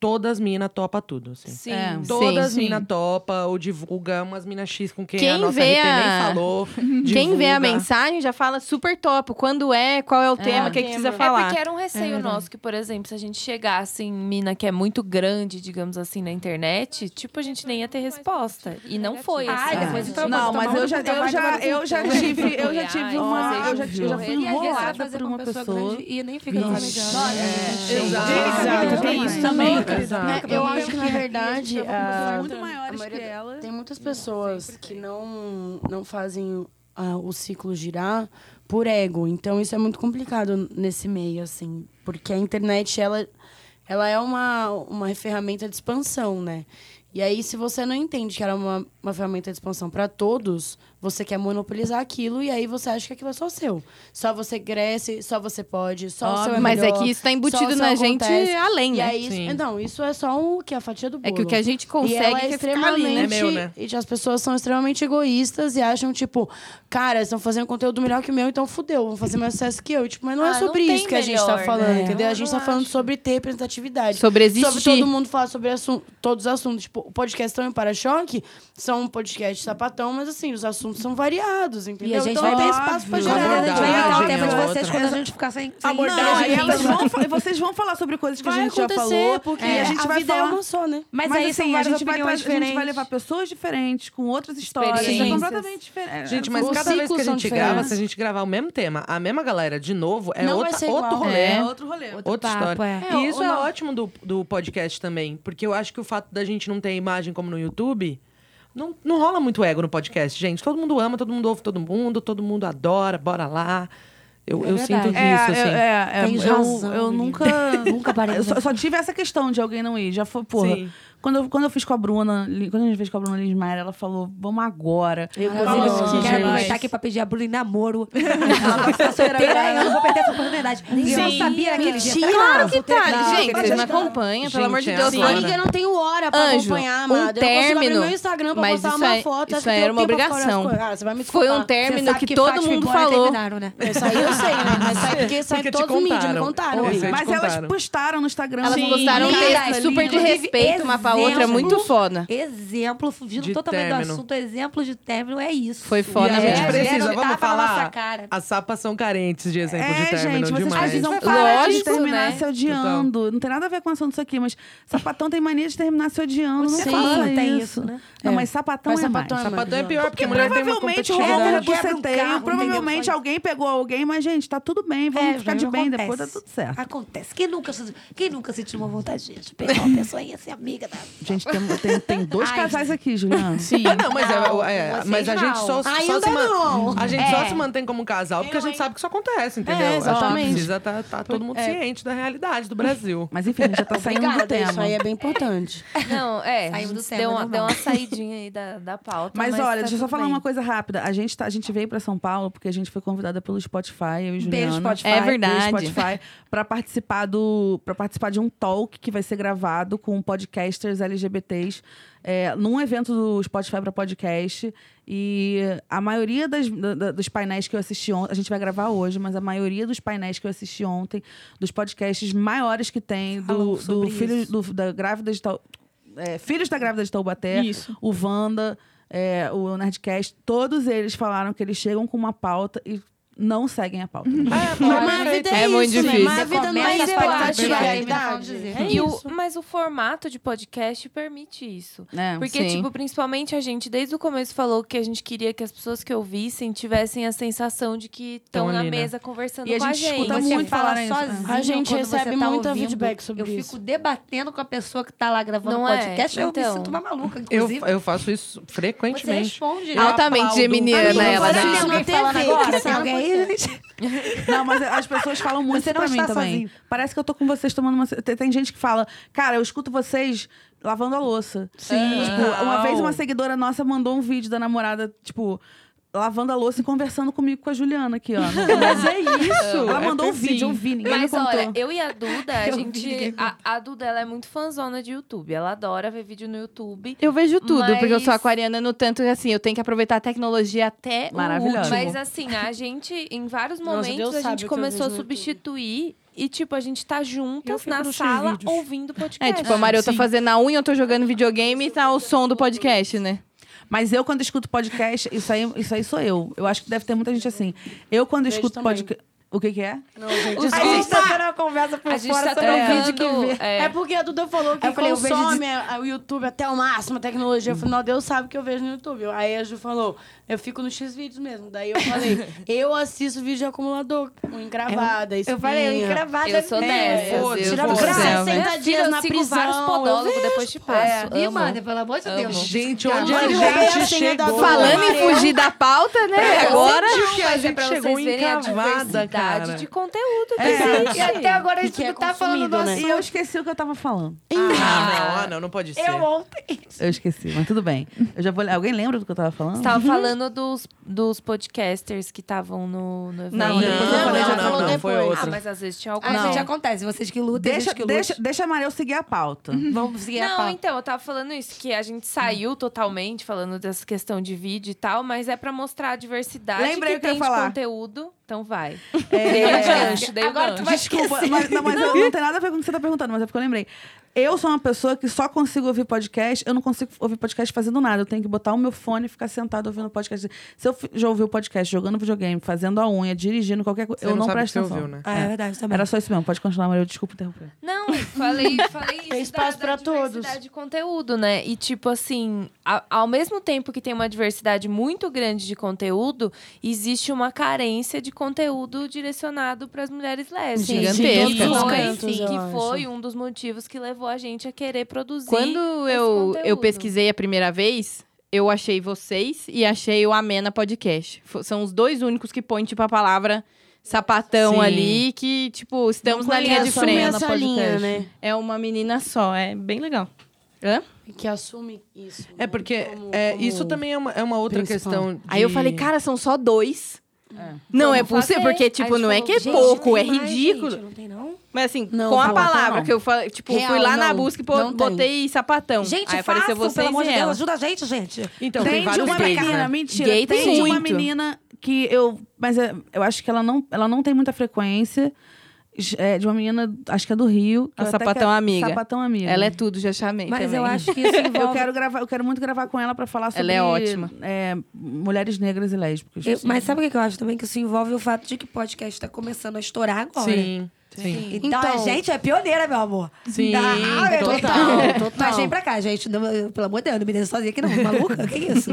[SPEAKER 7] todas as minas topa tudo, assim.
[SPEAKER 1] Sim.
[SPEAKER 5] É.
[SPEAKER 7] Todas as
[SPEAKER 8] sim.
[SPEAKER 7] minas topa ou divulga umas minas X com quem,
[SPEAKER 3] Quem
[SPEAKER 7] a nossa
[SPEAKER 3] vê
[SPEAKER 7] RP
[SPEAKER 3] a-
[SPEAKER 7] nem falou.
[SPEAKER 3] Quem vê a
[SPEAKER 7] divulga.
[SPEAKER 3] mensagem já fala super top. Quando é, qual é o tema, o que, que precisa
[SPEAKER 1] É
[SPEAKER 3] falar.
[SPEAKER 1] porque era um receio nosso que, por exemplo, se a gente chegasse em mina que é muito grande, digamos assim, na internet, tipo, a gente nem ia ter resposta. E não foi assim.
[SPEAKER 2] Ai, depois então eu
[SPEAKER 5] Ah,
[SPEAKER 2] vou
[SPEAKER 5] é. Não,
[SPEAKER 2] tomar
[SPEAKER 5] mas eu
[SPEAKER 2] no
[SPEAKER 5] já,
[SPEAKER 2] cu, então
[SPEAKER 5] eu
[SPEAKER 2] vai
[SPEAKER 5] já,
[SPEAKER 2] tomar no
[SPEAKER 5] eu
[SPEAKER 2] cu.
[SPEAKER 5] já tive, eu já
[SPEAKER 1] Ai,
[SPEAKER 5] tive
[SPEAKER 1] ó,
[SPEAKER 5] uma,
[SPEAKER 1] vocês
[SPEAKER 5] eu já, eu já fui
[SPEAKER 2] E às vezes ela vai
[SPEAKER 5] enrolada
[SPEAKER 2] fazer
[SPEAKER 5] por
[SPEAKER 2] com
[SPEAKER 5] uma pessoa. é,
[SPEAKER 2] grande e nem fica com
[SPEAKER 5] Vixe.
[SPEAKER 2] legal.
[SPEAKER 8] Exato, tem isso também.
[SPEAKER 7] Exato.
[SPEAKER 6] Eu acho que, na verdade, a-
[SPEAKER 5] Muito maiores que ela.
[SPEAKER 6] Tem muitas pessoas que não, não fazem ah, o ciclo girar por ego. Então isso é muito complicado nesse meio, assim. Porque a internet, ela, ela é uma, uma ferramenta de expansão, né? E aí, se você não entende que ela é uma, uma ferramenta de expansão para todos, você quer monopolizar aquilo e aí você acha que aquilo é só seu. Só você cresce, só você pode, só o seu é
[SPEAKER 3] Mas é
[SPEAKER 6] melhor,
[SPEAKER 3] que isso tá
[SPEAKER 6] só o
[SPEAKER 3] embutido
[SPEAKER 6] seu
[SPEAKER 3] na gente
[SPEAKER 6] acontece.
[SPEAKER 3] além,
[SPEAKER 6] E
[SPEAKER 3] né?
[SPEAKER 6] aí, isso,
[SPEAKER 7] Sim.
[SPEAKER 6] então, isso é só o que é a fatia do
[SPEAKER 3] É
[SPEAKER 6] bolo.
[SPEAKER 3] que o que a gente
[SPEAKER 6] E
[SPEAKER 3] consegue
[SPEAKER 6] ela
[SPEAKER 3] que
[SPEAKER 6] é
[SPEAKER 3] é ficar além.
[SPEAKER 6] extremamente.
[SPEAKER 7] né, meu, né?
[SPEAKER 6] E as pessoas são extremamente egoístas e acham, tipo, cara, estão fazendo conteúdo melhor que o meu, então fudeu, vão fazer mais sucesso que eu. E, Tipo, mas não
[SPEAKER 1] Ah,
[SPEAKER 6] é
[SPEAKER 1] não
[SPEAKER 6] sobre
[SPEAKER 1] tem
[SPEAKER 6] isso que a gente
[SPEAKER 1] melhor,
[SPEAKER 6] tá
[SPEAKER 1] né?
[SPEAKER 6] falando, entendeu?
[SPEAKER 1] Eu
[SPEAKER 6] A gente
[SPEAKER 1] não
[SPEAKER 6] tá falando
[SPEAKER 1] acho.
[SPEAKER 6] sobre ter representatividade.
[SPEAKER 3] Sobre existir.
[SPEAKER 6] Sobre todo mundo falar sobre assun- todos os assuntos. Tipo, po- o podcastão e o para-choque são um podcast sapatão, mas assim, os assuntos são variados, entendeu?
[SPEAKER 2] a gente
[SPEAKER 6] então
[SPEAKER 2] vai
[SPEAKER 6] tem
[SPEAKER 2] ter
[SPEAKER 6] espaço pra
[SPEAKER 2] Mas
[SPEAKER 7] Óbvio.
[SPEAKER 6] gerar.
[SPEAKER 2] a gente vai
[SPEAKER 7] Abordagem
[SPEAKER 2] entrar o tema
[SPEAKER 7] é
[SPEAKER 2] de vocês
[SPEAKER 7] outra.
[SPEAKER 2] quando a gente ficar sem. sem
[SPEAKER 5] Não,
[SPEAKER 2] a
[SPEAKER 5] e
[SPEAKER 2] gente-
[SPEAKER 5] elas vão, fa- vocês vão falar sobre coisas que a gente já falou.
[SPEAKER 6] porque
[SPEAKER 5] e a gente vai
[SPEAKER 6] vida é
[SPEAKER 5] falar.
[SPEAKER 6] uma só, né?
[SPEAKER 2] Mas,
[SPEAKER 5] Mas
[SPEAKER 2] aí
[SPEAKER 5] assim,
[SPEAKER 2] são
[SPEAKER 5] a
[SPEAKER 2] várias
[SPEAKER 5] gente, vai,
[SPEAKER 2] opiniões
[SPEAKER 5] trazer- a gente vai
[SPEAKER 2] diferentes.
[SPEAKER 5] levar pessoas diferentes, com outras histórias. É
[SPEAKER 1] Experiências.
[SPEAKER 5] completamente diferente.
[SPEAKER 7] Gente, mas
[SPEAKER 6] Os
[SPEAKER 7] cada vez que a
[SPEAKER 6] ciclos são
[SPEAKER 7] gente grava,
[SPEAKER 6] diferentes.
[SPEAKER 7] se a gente gravar o mesmo tema, a mesma galera de novo, é
[SPEAKER 6] Não vai
[SPEAKER 7] outra-
[SPEAKER 6] ser igual.
[SPEAKER 7] outro rolê.
[SPEAKER 5] É outro rolê.
[SPEAKER 2] Outro
[SPEAKER 7] Outra
[SPEAKER 2] papo,
[SPEAKER 7] história.
[SPEAKER 2] é.
[SPEAKER 7] E isso é ótimo do, do podcast também, porque eu acho que o fato da gente não ter imagem como no YouTube. Não, não rola muito ego no podcast, gente. Todo mundo ama, todo mundo ouve todo mundo, todo mundo adora, bora lá. Eu, eu sinto disso,
[SPEAKER 5] É,
[SPEAKER 7] assim.
[SPEAKER 5] eu- é, é,
[SPEAKER 6] Tem
[SPEAKER 5] eu,
[SPEAKER 6] razão,
[SPEAKER 5] eu
[SPEAKER 6] menina.
[SPEAKER 5] nunca.
[SPEAKER 2] Nunca parei
[SPEAKER 5] Eu
[SPEAKER 2] de
[SPEAKER 5] só, só tive essa questão de alguém não ir. Já foi, porra.
[SPEAKER 7] Sim.
[SPEAKER 5] Quando eu, quando eu fiz com a Bruna, Li- quando a gente fez com a Bruna Lismayer, ela falou, vamos agora. Eu,
[SPEAKER 2] Inclusive,
[SPEAKER 6] Maravilhoso,
[SPEAKER 2] quero
[SPEAKER 6] gente.
[SPEAKER 2] aproveitar aqui pra pedir a Bruna em namoro. Ela tá solteira, eu não vou perder essa oportunidade. E eu não sabia aquele dia.
[SPEAKER 3] Claro que tá.
[SPEAKER 2] Não,
[SPEAKER 3] gente,
[SPEAKER 2] não
[SPEAKER 3] vocês me
[SPEAKER 2] acredito.
[SPEAKER 3] acompanham, pelo
[SPEAKER 7] Gente,
[SPEAKER 3] amor de
[SPEAKER 7] é
[SPEAKER 3] Deus.
[SPEAKER 7] assim.
[SPEAKER 3] Olha,
[SPEAKER 6] Amiga, eu não tenho hora pra
[SPEAKER 3] Anjo,
[SPEAKER 6] acompanhar,
[SPEAKER 3] um
[SPEAKER 6] amada. eu não consigo abrir
[SPEAKER 3] término,
[SPEAKER 6] meu Instagram pra
[SPEAKER 3] mas
[SPEAKER 6] postar
[SPEAKER 3] isso
[SPEAKER 6] uma
[SPEAKER 3] é-
[SPEAKER 6] foto.
[SPEAKER 3] isso
[SPEAKER 6] eu
[SPEAKER 3] era
[SPEAKER 6] tenho
[SPEAKER 3] uma
[SPEAKER 6] tempo pra
[SPEAKER 3] obrigação.
[SPEAKER 6] ficar olhando as coisas. Ah, você vai me
[SPEAKER 3] Foi um
[SPEAKER 6] desculpar.
[SPEAKER 3] término que,
[SPEAKER 2] Sabe
[SPEAKER 3] todo
[SPEAKER 2] Fátima e
[SPEAKER 3] mundo
[SPEAKER 2] Bora
[SPEAKER 3] falou.
[SPEAKER 2] terminaram, né?
[SPEAKER 6] Isso aí eu sei, né? Mas sai porque sai
[SPEAKER 7] Porque te
[SPEAKER 6] todo mídia, me
[SPEAKER 7] contaram.
[SPEAKER 6] contaram.
[SPEAKER 7] Oi.
[SPEAKER 5] Mas
[SPEAKER 7] Eles
[SPEAKER 5] elas
[SPEAKER 7] é contaram.
[SPEAKER 5] postaram no Instagram.
[SPEAKER 3] Elas
[SPEAKER 5] assim,
[SPEAKER 3] postaram um
[SPEAKER 5] linda,
[SPEAKER 3] texto super de
[SPEAKER 5] linda.
[SPEAKER 3] respeito uma pra outra, é
[SPEAKER 2] exemplo.
[SPEAKER 3] muito foda.
[SPEAKER 2] Exemplo, fugindo
[SPEAKER 7] De
[SPEAKER 2] totalmente do
[SPEAKER 7] término.
[SPEAKER 2] assunto, exemplo de término é isso.
[SPEAKER 3] Foi foda
[SPEAKER 7] E a
[SPEAKER 5] né?
[SPEAKER 3] mesmo.
[SPEAKER 7] gente
[SPEAKER 2] É,
[SPEAKER 7] precisa,
[SPEAKER 2] deram
[SPEAKER 7] vamos
[SPEAKER 2] tapa na nossa
[SPEAKER 7] falar.
[SPEAKER 2] cara.
[SPEAKER 7] As sapas são carentes de exemplo
[SPEAKER 5] É,
[SPEAKER 7] de término
[SPEAKER 5] gente, vocês
[SPEAKER 7] demais.
[SPEAKER 5] precisam
[SPEAKER 1] Lógico,
[SPEAKER 5] parar de
[SPEAKER 1] né?
[SPEAKER 5] terminar se odiando. Não tem nada a ver com o assunto isso aqui, mas sapatão tem mania de terminar se odiando. Não
[SPEAKER 2] Sim,
[SPEAKER 5] fala
[SPEAKER 2] tem
[SPEAKER 5] isso.
[SPEAKER 2] isso, né?
[SPEAKER 5] Não,
[SPEAKER 6] É.
[SPEAKER 5] mas sapatão
[SPEAKER 6] Mas
[SPEAKER 5] é
[SPEAKER 6] sapatão
[SPEAKER 5] mais.
[SPEAKER 6] é mais.
[SPEAKER 7] Sapatão é pior, porque,
[SPEAKER 5] Porque
[SPEAKER 7] mulher tem uma
[SPEAKER 5] provavelmente rolou
[SPEAKER 7] competitividade.
[SPEAKER 5] um
[SPEAKER 2] competitividade. Quebra o carro,
[SPEAKER 5] buceteio, provavelmente
[SPEAKER 2] entendeu?
[SPEAKER 5] alguém pegou alguém, mas, gente, tá tudo bem, vamos
[SPEAKER 2] É,
[SPEAKER 5] ficar de bem
[SPEAKER 2] acontece.
[SPEAKER 5] depois, tá tudo certo.
[SPEAKER 2] Acontece. Quem nunca, se- quem nunca sentiu uma vontade gente, de pegar uma pessoa e ser amiga da...
[SPEAKER 5] Gente, tem, tem, tem dois
[SPEAKER 2] Ai,
[SPEAKER 5] casais aqui, Juliana. Sim.
[SPEAKER 3] Tá
[SPEAKER 7] Ah, não, mas, é-
[SPEAKER 2] Não,
[SPEAKER 7] é-
[SPEAKER 2] vocês
[SPEAKER 7] mas a gente só,
[SPEAKER 2] não.
[SPEAKER 7] só
[SPEAKER 6] Ainda
[SPEAKER 7] se ma-
[SPEAKER 6] não.
[SPEAKER 7] a gente só se mantém como um casal porque a gente sabe que isso acontece, entendeu?
[SPEAKER 3] É,
[SPEAKER 7] A gente
[SPEAKER 3] exatamente.
[SPEAKER 7] precisa estar todo mundo ciente da realidade do Brasil.
[SPEAKER 5] Mas enfim, a gente já tá saindo do
[SPEAKER 6] Obrigada,
[SPEAKER 5] tema.
[SPEAKER 6] isso aí é bem importante.
[SPEAKER 1] Não, é.
[SPEAKER 2] Saiu do
[SPEAKER 1] deu,
[SPEAKER 2] tema,
[SPEAKER 1] uma,
[SPEAKER 2] normal.
[SPEAKER 1] deu uma saidinha aí da, da pauta.
[SPEAKER 5] Mas,
[SPEAKER 1] Mas,
[SPEAKER 5] olha,
[SPEAKER 1] tá
[SPEAKER 5] deixa eu só
[SPEAKER 1] tudo
[SPEAKER 5] falar
[SPEAKER 1] bem.
[SPEAKER 5] uma coisa rápida. A gente, tá, a gente veio pra São Paulo porque a gente foi convidada pelo Spotify, eu e Juliana.
[SPEAKER 2] Beijo, Spotify.
[SPEAKER 3] É verdade.
[SPEAKER 5] Beijo, Spotify, pra participar do para participar de um talk que vai ser gravado com podcasters LGBTs é, num evento do Spotify pra podcast. E a maioria das- da- da- dos painéis que eu assisti ontem, a gente vai gravar hoje, mas a maioria dos painéis que eu assisti ontem, dos podcasts maiores que tem, do, do filho do- da grávida de Tau- é, Filhos da Grávida de Taubaté,
[SPEAKER 8] Isso.
[SPEAKER 5] o Wanda, é, o Nerdcast, todos eles falaram que eles chegam com uma pauta e não seguem a pauta.
[SPEAKER 6] Mas a vida é,
[SPEAKER 3] É
[SPEAKER 6] isso,
[SPEAKER 3] muito
[SPEAKER 6] Né?
[SPEAKER 3] difícil.
[SPEAKER 6] Mas a vida não
[SPEAKER 2] Começa
[SPEAKER 6] é
[SPEAKER 2] a
[SPEAKER 6] expectativa
[SPEAKER 2] expectativa,
[SPEAKER 6] e
[SPEAKER 2] aí me dá pra
[SPEAKER 6] realidade.
[SPEAKER 2] dizer.
[SPEAKER 6] É
[SPEAKER 1] E o,
[SPEAKER 6] isso.
[SPEAKER 1] mas o formato de podcast permite isso.
[SPEAKER 5] É,
[SPEAKER 1] Porque,
[SPEAKER 3] sim.
[SPEAKER 1] tipo, principalmente a gente, desde o começo, falou que a gente queria que as pessoas que ouvissem tivessem a sensação de que
[SPEAKER 7] Tão
[SPEAKER 1] estão na
[SPEAKER 7] ali, né?
[SPEAKER 1] mesa conversando
[SPEAKER 5] E a
[SPEAKER 1] com
[SPEAKER 5] gente escuta
[SPEAKER 1] gente.
[SPEAKER 2] Você
[SPEAKER 5] muito
[SPEAKER 2] fala
[SPEAKER 5] falarem isso, né?
[SPEAKER 2] sozinho.
[SPEAKER 6] A gente
[SPEAKER 2] quando você
[SPEAKER 6] recebe
[SPEAKER 2] tá
[SPEAKER 6] muito
[SPEAKER 2] ouvindo.
[SPEAKER 6] feedback sobre
[SPEAKER 2] Eu
[SPEAKER 6] isso.
[SPEAKER 2] fico debatendo com a pessoa que tá lá gravando o
[SPEAKER 1] Não é?
[SPEAKER 2] podcast. Eu me
[SPEAKER 1] Então.
[SPEAKER 2] sinto uma maluca,
[SPEAKER 7] Eu,
[SPEAKER 2] inclusive.
[SPEAKER 7] eu faço isso
[SPEAKER 2] você
[SPEAKER 7] frequentemente.
[SPEAKER 2] responde. né?
[SPEAKER 3] Altamente
[SPEAKER 7] aplaudo.
[SPEAKER 3] geminiana
[SPEAKER 7] Amiga,
[SPEAKER 3] ela,
[SPEAKER 6] agora
[SPEAKER 3] né?
[SPEAKER 6] mesmo.
[SPEAKER 2] assim, alguém
[SPEAKER 6] na
[SPEAKER 2] falando
[SPEAKER 6] TV,
[SPEAKER 2] agora?
[SPEAKER 6] que
[SPEAKER 2] Tem
[SPEAKER 6] sabe?
[SPEAKER 2] alguém aí, gente?
[SPEAKER 5] Não, mas as pessoas falam muito
[SPEAKER 2] Você
[SPEAKER 5] isso
[SPEAKER 2] não
[SPEAKER 5] pra mim
[SPEAKER 2] está
[SPEAKER 5] também.
[SPEAKER 2] sozinho.
[SPEAKER 5] Parece que eu tô com vocês tomando uma. Tem, tem gente que fala, cara, eu escuto vocês lavando a louça. Sim. Tipo, uma vez uma seguidora nossa mandou um vídeo da namorada, tipo. Lavando a louça e conversando comigo com a Juliana aqui, ó. Mas é isso! Ela
[SPEAKER 7] É
[SPEAKER 5] mandou um
[SPEAKER 7] assim.
[SPEAKER 5] vídeo, eu vi, ninguém
[SPEAKER 1] Mas
[SPEAKER 5] me contou.
[SPEAKER 1] olha, eu e a Duda, a
[SPEAKER 2] Eu
[SPEAKER 1] gente.
[SPEAKER 2] vi.
[SPEAKER 1] A, a Duda ela é muito fanzona de YouTube. Ela adora ver vídeo no YouTube.
[SPEAKER 3] Eu vejo tudo, porque eu sou
[SPEAKER 1] Mas-
[SPEAKER 3] aquariana no tanto que assim, eu tenho que aproveitar a tecnologia até
[SPEAKER 5] Maravilhosa.
[SPEAKER 3] o último.
[SPEAKER 1] Mas assim, a gente, em vários
[SPEAKER 6] Nossa,
[SPEAKER 1] momentos,
[SPEAKER 6] Deus
[SPEAKER 1] a
[SPEAKER 6] sabe o que
[SPEAKER 1] gente
[SPEAKER 6] eu
[SPEAKER 1] começou a
[SPEAKER 6] vejo no YouTube.
[SPEAKER 1] substituir. E, tipo, a gente tá
[SPEAKER 5] Eu
[SPEAKER 1] juntas
[SPEAKER 5] fico
[SPEAKER 1] na
[SPEAKER 5] nos
[SPEAKER 1] sala
[SPEAKER 5] vídeos.
[SPEAKER 1] ouvindo
[SPEAKER 3] É,
[SPEAKER 1] podcast.
[SPEAKER 3] tipo, a Maria tá
[SPEAKER 5] sim.
[SPEAKER 3] fazendo a unha, eu tô jogando videogame e tá o som do podcast, né?
[SPEAKER 5] Mas eu, quando escuto podcast, isso aí, isso aí sou eu. Eu acho que deve ter muita gente assim. Eu, quando
[SPEAKER 6] Vejo
[SPEAKER 5] escuto
[SPEAKER 6] também.
[SPEAKER 5] podcast. O que, que é?
[SPEAKER 6] Não, gente,
[SPEAKER 1] Os
[SPEAKER 6] desculpa.
[SPEAKER 2] A gente tá tendo uma conversa por
[SPEAKER 1] a gente tá
[SPEAKER 2] fora sobre um vídeo que
[SPEAKER 1] trocando,
[SPEAKER 2] vê.
[SPEAKER 1] é,
[SPEAKER 6] É porque a Duda falou que
[SPEAKER 2] Eu falei, eu vejo
[SPEAKER 6] consome a- o YouTube até o máximo, a tecnologia. Eu falei, não, Deus sabe o que eu vejo no YouTube. Aí a Ju falou, eu fico no X-Vídeos mesmo. Daí eu falei, eu assisto vídeo de acumulador, com encravada, espinha.
[SPEAKER 2] Eu falei, eu encravada.
[SPEAKER 1] Eu sou dessa.
[SPEAKER 7] Meu Deus
[SPEAKER 6] Tira
[SPEAKER 7] do
[SPEAKER 6] graça, 60
[SPEAKER 7] céu,
[SPEAKER 1] Minha filha,
[SPEAKER 6] dias
[SPEAKER 1] eu
[SPEAKER 6] na
[SPEAKER 1] sigo
[SPEAKER 6] prisão.
[SPEAKER 1] vários podólogos,
[SPEAKER 6] eu
[SPEAKER 1] depois te
[SPEAKER 6] É,
[SPEAKER 1] passo.
[SPEAKER 2] Me
[SPEAKER 1] Amo.
[SPEAKER 2] manda, pelo amor de Deus.
[SPEAKER 7] Gente, onde a
[SPEAKER 6] Caralho,
[SPEAKER 7] gente
[SPEAKER 6] essa ainda
[SPEAKER 7] chegou?
[SPEAKER 6] dá
[SPEAKER 3] Falando em fugir da pauta, né? Agora.
[SPEAKER 7] Onde que a
[SPEAKER 1] Mas é
[SPEAKER 7] gente
[SPEAKER 1] pra vocês
[SPEAKER 7] chegou
[SPEAKER 1] verem a
[SPEAKER 7] encravada,
[SPEAKER 1] diversidade
[SPEAKER 7] cara?
[SPEAKER 1] de conteúdo que
[SPEAKER 5] É.
[SPEAKER 1] existe.
[SPEAKER 2] E até agora a gente
[SPEAKER 6] que é
[SPEAKER 2] não tá falando do
[SPEAKER 6] consumido, né?
[SPEAKER 2] assunto.
[SPEAKER 5] E eu esqueci o que eu tava falando.
[SPEAKER 7] Ah, não, ah, não, não pode ser.
[SPEAKER 2] Eu ontem.
[SPEAKER 5] Eu esqueci, mas tudo bem. Eu já vou. Alguém lembra do que eu tava falando?
[SPEAKER 1] Você tava falando dos, dos podcasters que estavam no, no evento.
[SPEAKER 3] Não,
[SPEAKER 7] Depois eu
[SPEAKER 6] Não,
[SPEAKER 7] falei,
[SPEAKER 6] ela
[SPEAKER 7] não,
[SPEAKER 6] falou
[SPEAKER 7] não, não, foi
[SPEAKER 6] depois.
[SPEAKER 1] Ah,
[SPEAKER 7] outra.
[SPEAKER 1] mas às vezes tinha algum.
[SPEAKER 2] A gente acontece, vocês que lutam,
[SPEAKER 5] Deixa,
[SPEAKER 2] vocês que
[SPEAKER 5] deixa,
[SPEAKER 2] lutam.
[SPEAKER 5] deixa a Mariel seguir a pauta.
[SPEAKER 2] Vamos seguir a
[SPEAKER 1] Não,
[SPEAKER 2] pauta.
[SPEAKER 1] então, eu tava falando isso, que a gente saiu totalmente falando dessa questão de vídeo e tal, mas é pra mostrar a diversidade
[SPEAKER 5] Lembrei o
[SPEAKER 1] que
[SPEAKER 5] que eu
[SPEAKER 1] tem
[SPEAKER 5] ia
[SPEAKER 1] de
[SPEAKER 5] falar.
[SPEAKER 1] conteúdo. Então vai.
[SPEAKER 6] É,
[SPEAKER 5] É.
[SPEAKER 1] Dei o gancho, dei o
[SPEAKER 2] Agora tu
[SPEAKER 1] gancho.
[SPEAKER 2] vai
[SPEAKER 5] Tipo, Desculpa, mas, não, mas eu- não tem nada a ver com o que você tá perguntando, mas é porque eu lembrei. Eu sou uma pessoa que só consigo ouvir podcast, eu não consigo ouvir podcast fazendo nada. Eu tenho que botar o meu fone e ficar sentado ouvindo podcast. Se eu fi- já ouvi o podcast jogando videogame, fazendo a unha, dirigindo, qualquer coisa,
[SPEAKER 7] Você
[SPEAKER 5] eu
[SPEAKER 7] não
[SPEAKER 5] não,
[SPEAKER 7] sabe o
[SPEAKER 5] presto
[SPEAKER 7] que você
[SPEAKER 5] atenção.
[SPEAKER 7] ouviu, né?
[SPEAKER 2] Ah, é verdade, também.
[SPEAKER 5] Era só isso mesmo, pode continuar, Maria. Desculpa interromper.
[SPEAKER 1] Não, falei, falei isso.
[SPEAKER 6] Tem espaço
[SPEAKER 1] da- da
[SPEAKER 6] pra
[SPEAKER 1] diversidade
[SPEAKER 6] todos.
[SPEAKER 1] de conteúdo, né? E tipo assim, a- ao mesmo tempo que tem uma diversidade muito grande de conteúdo, existe uma carência de conteúdo direcionado para as mulheres lésbicas.
[SPEAKER 6] Sim, em
[SPEAKER 1] Que
[SPEAKER 6] todos os
[SPEAKER 1] foi,
[SPEAKER 6] cantos, eu
[SPEAKER 1] que
[SPEAKER 6] acho.
[SPEAKER 1] foi um dos motivos que levou a gente a querer produzir.
[SPEAKER 3] Quando
[SPEAKER 1] esse
[SPEAKER 3] eu, eu
[SPEAKER 1] conteúdo.
[SPEAKER 3] pesquisei a primeira vez, eu achei vocês e achei o Amena Podcast. Fo- são os dois únicos que põem, tipo, a palavra sapatão
[SPEAKER 7] Sim.
[SPEAKER 3] ali, que, tipo, estamos na linha
[SPEAKER 6] Que
[SPEAKER 3] de
[SPEAKER 6] assume
[SPEAKER 3] frente.
[SPEAKER 6] essa linha, né?
[SPEAKER 3] É uma menina só, é bem legal. Hã?
[SPEAKER 6] Que assume isso.
[SPEAKER 7] É
[SPEAKER 6] né?
[SPEAKER 7] porque
[SPEAKER 6] Como-
[SPEAKER 7] é,
[SPEAKER 6] como-
[SPEAKER 7] isso também é uma, é uma outra
[SPEAKER 6] principal.
[SPEAKER 7] questão. de-
[SPEAKER 3] Aí eu falei, cara, são só dois. Não é
[SPEAKER 1] Vamos
[SPEAKER 3] possível,
[SPEAKER 1] fazer.
[SPEAKER 3] porque,
[SPEAKER 1] Aí
[SPEAKER 3] tipo,
[SPEAKER 1] a
[SPEAKER 3] não é
[SPEAKER 1] gente
[SPEAKER 3] que é
[SPEAKER 1] falou,
[SPEAKER 2] Gente,
[SPEAKER 3] pouco,
[SPEAKER 2] não
[SPEAKER 3] é
[SPEAKER 2] tem mais,
[SPEAKER 3] ridículo.
[SPEAKER 2] Gente, não tem, não?
[SPEAKER 3] Mas assim,
[SPEAKER 6] Não,
[SPEAKER 3] com a
[SPEAKER 6] pô, tá
[SPEAKER 3] palavra
[SPEAKER 6] não.
[SPEAKER 3] que eu falei, tipo,
[SPEAKER 6] Real,
[SPEAKER 3] fui lá na
[SPEAKER 6] não.
[SPEAKER 3] busca e pô,
[SPEAKER 6] Não tem.
[SPEAKER 3] botei sapatão.
[SPEAKER 2] Gente,
[SPEAKER 3] Aí
[SPEAKER 2] façam,
[SPEAKER 3] apareceu vocês
[SPEAKER 2] pelo amor
[SPEAKER 3] e
[SPEAKER 2] de Deus,
[SPEAKER 3] ela.
[SPEAKER 2] ajuda a gente, gente.
[SPEAKER 7] Então,
[SPEAKER 3] tem
[SPEAKER 5] tem de
[SPEAKER 3] vários
[SPEAKER 5] uma
[SPEAKER 3] gays,
[SPEAKER 5] menina,
[SPEAKER 3] né?
[SPEAKER 5] mentira.
[SPEAKER 3] Gay
[SPEAKER 5] tem
[SPEAKER 3] tem
[SPEAKER 5] de uma
[SPEAKER 3] muito.
[SPEAKER 5] menina que eu. Mas é- eu acho que ela não, ela não tem muita frequência. É, de uma menina, acho que é do Rio. que
[SPEAKER 3] A
[SPEAKER 5] eu até
[SPEAKER 3] Sapatão
[SPEAKER 5] quero-
[SPEAKER 3] Amiga.
[SPEAKER 5] Sapatão amiga.
[SPEAKER 3] Ela é tudo, já chamei
[SPEAKER 2] Mas
[SPEAKER 3] também.
[SPEAKER 2] eu acho que isso envolve...
[SPEAKER 5] Eu quero gravar, eu quero muito gravar com ela pra falar sobre
[SPEAKER 3] Ela é ótima.
[SPEAKER 5] é, mulheres negras e lésbicas.
[SPEAKER 2] Eu- mas sabe o que que eu acho também? Que isso envolve o fato de que podcast tá começando a estourar agora.
[SPEAKER 7] Sim, sim.
[SPEAKER 2] Então,
[SPEAKER 6] Então-
[SPEAKER 2] a gente é pioneira, meu amor.
[SPEAKER 7] Sim,
[SPEAKER 2] Ah, meu Deus.
[SPEAKER 6] total, total.
[SPEAKER 2] Mas vem pra cá, gente. Não, pelo amor de Deus, não me deixa sozinha aqui não. Maluca, que isso?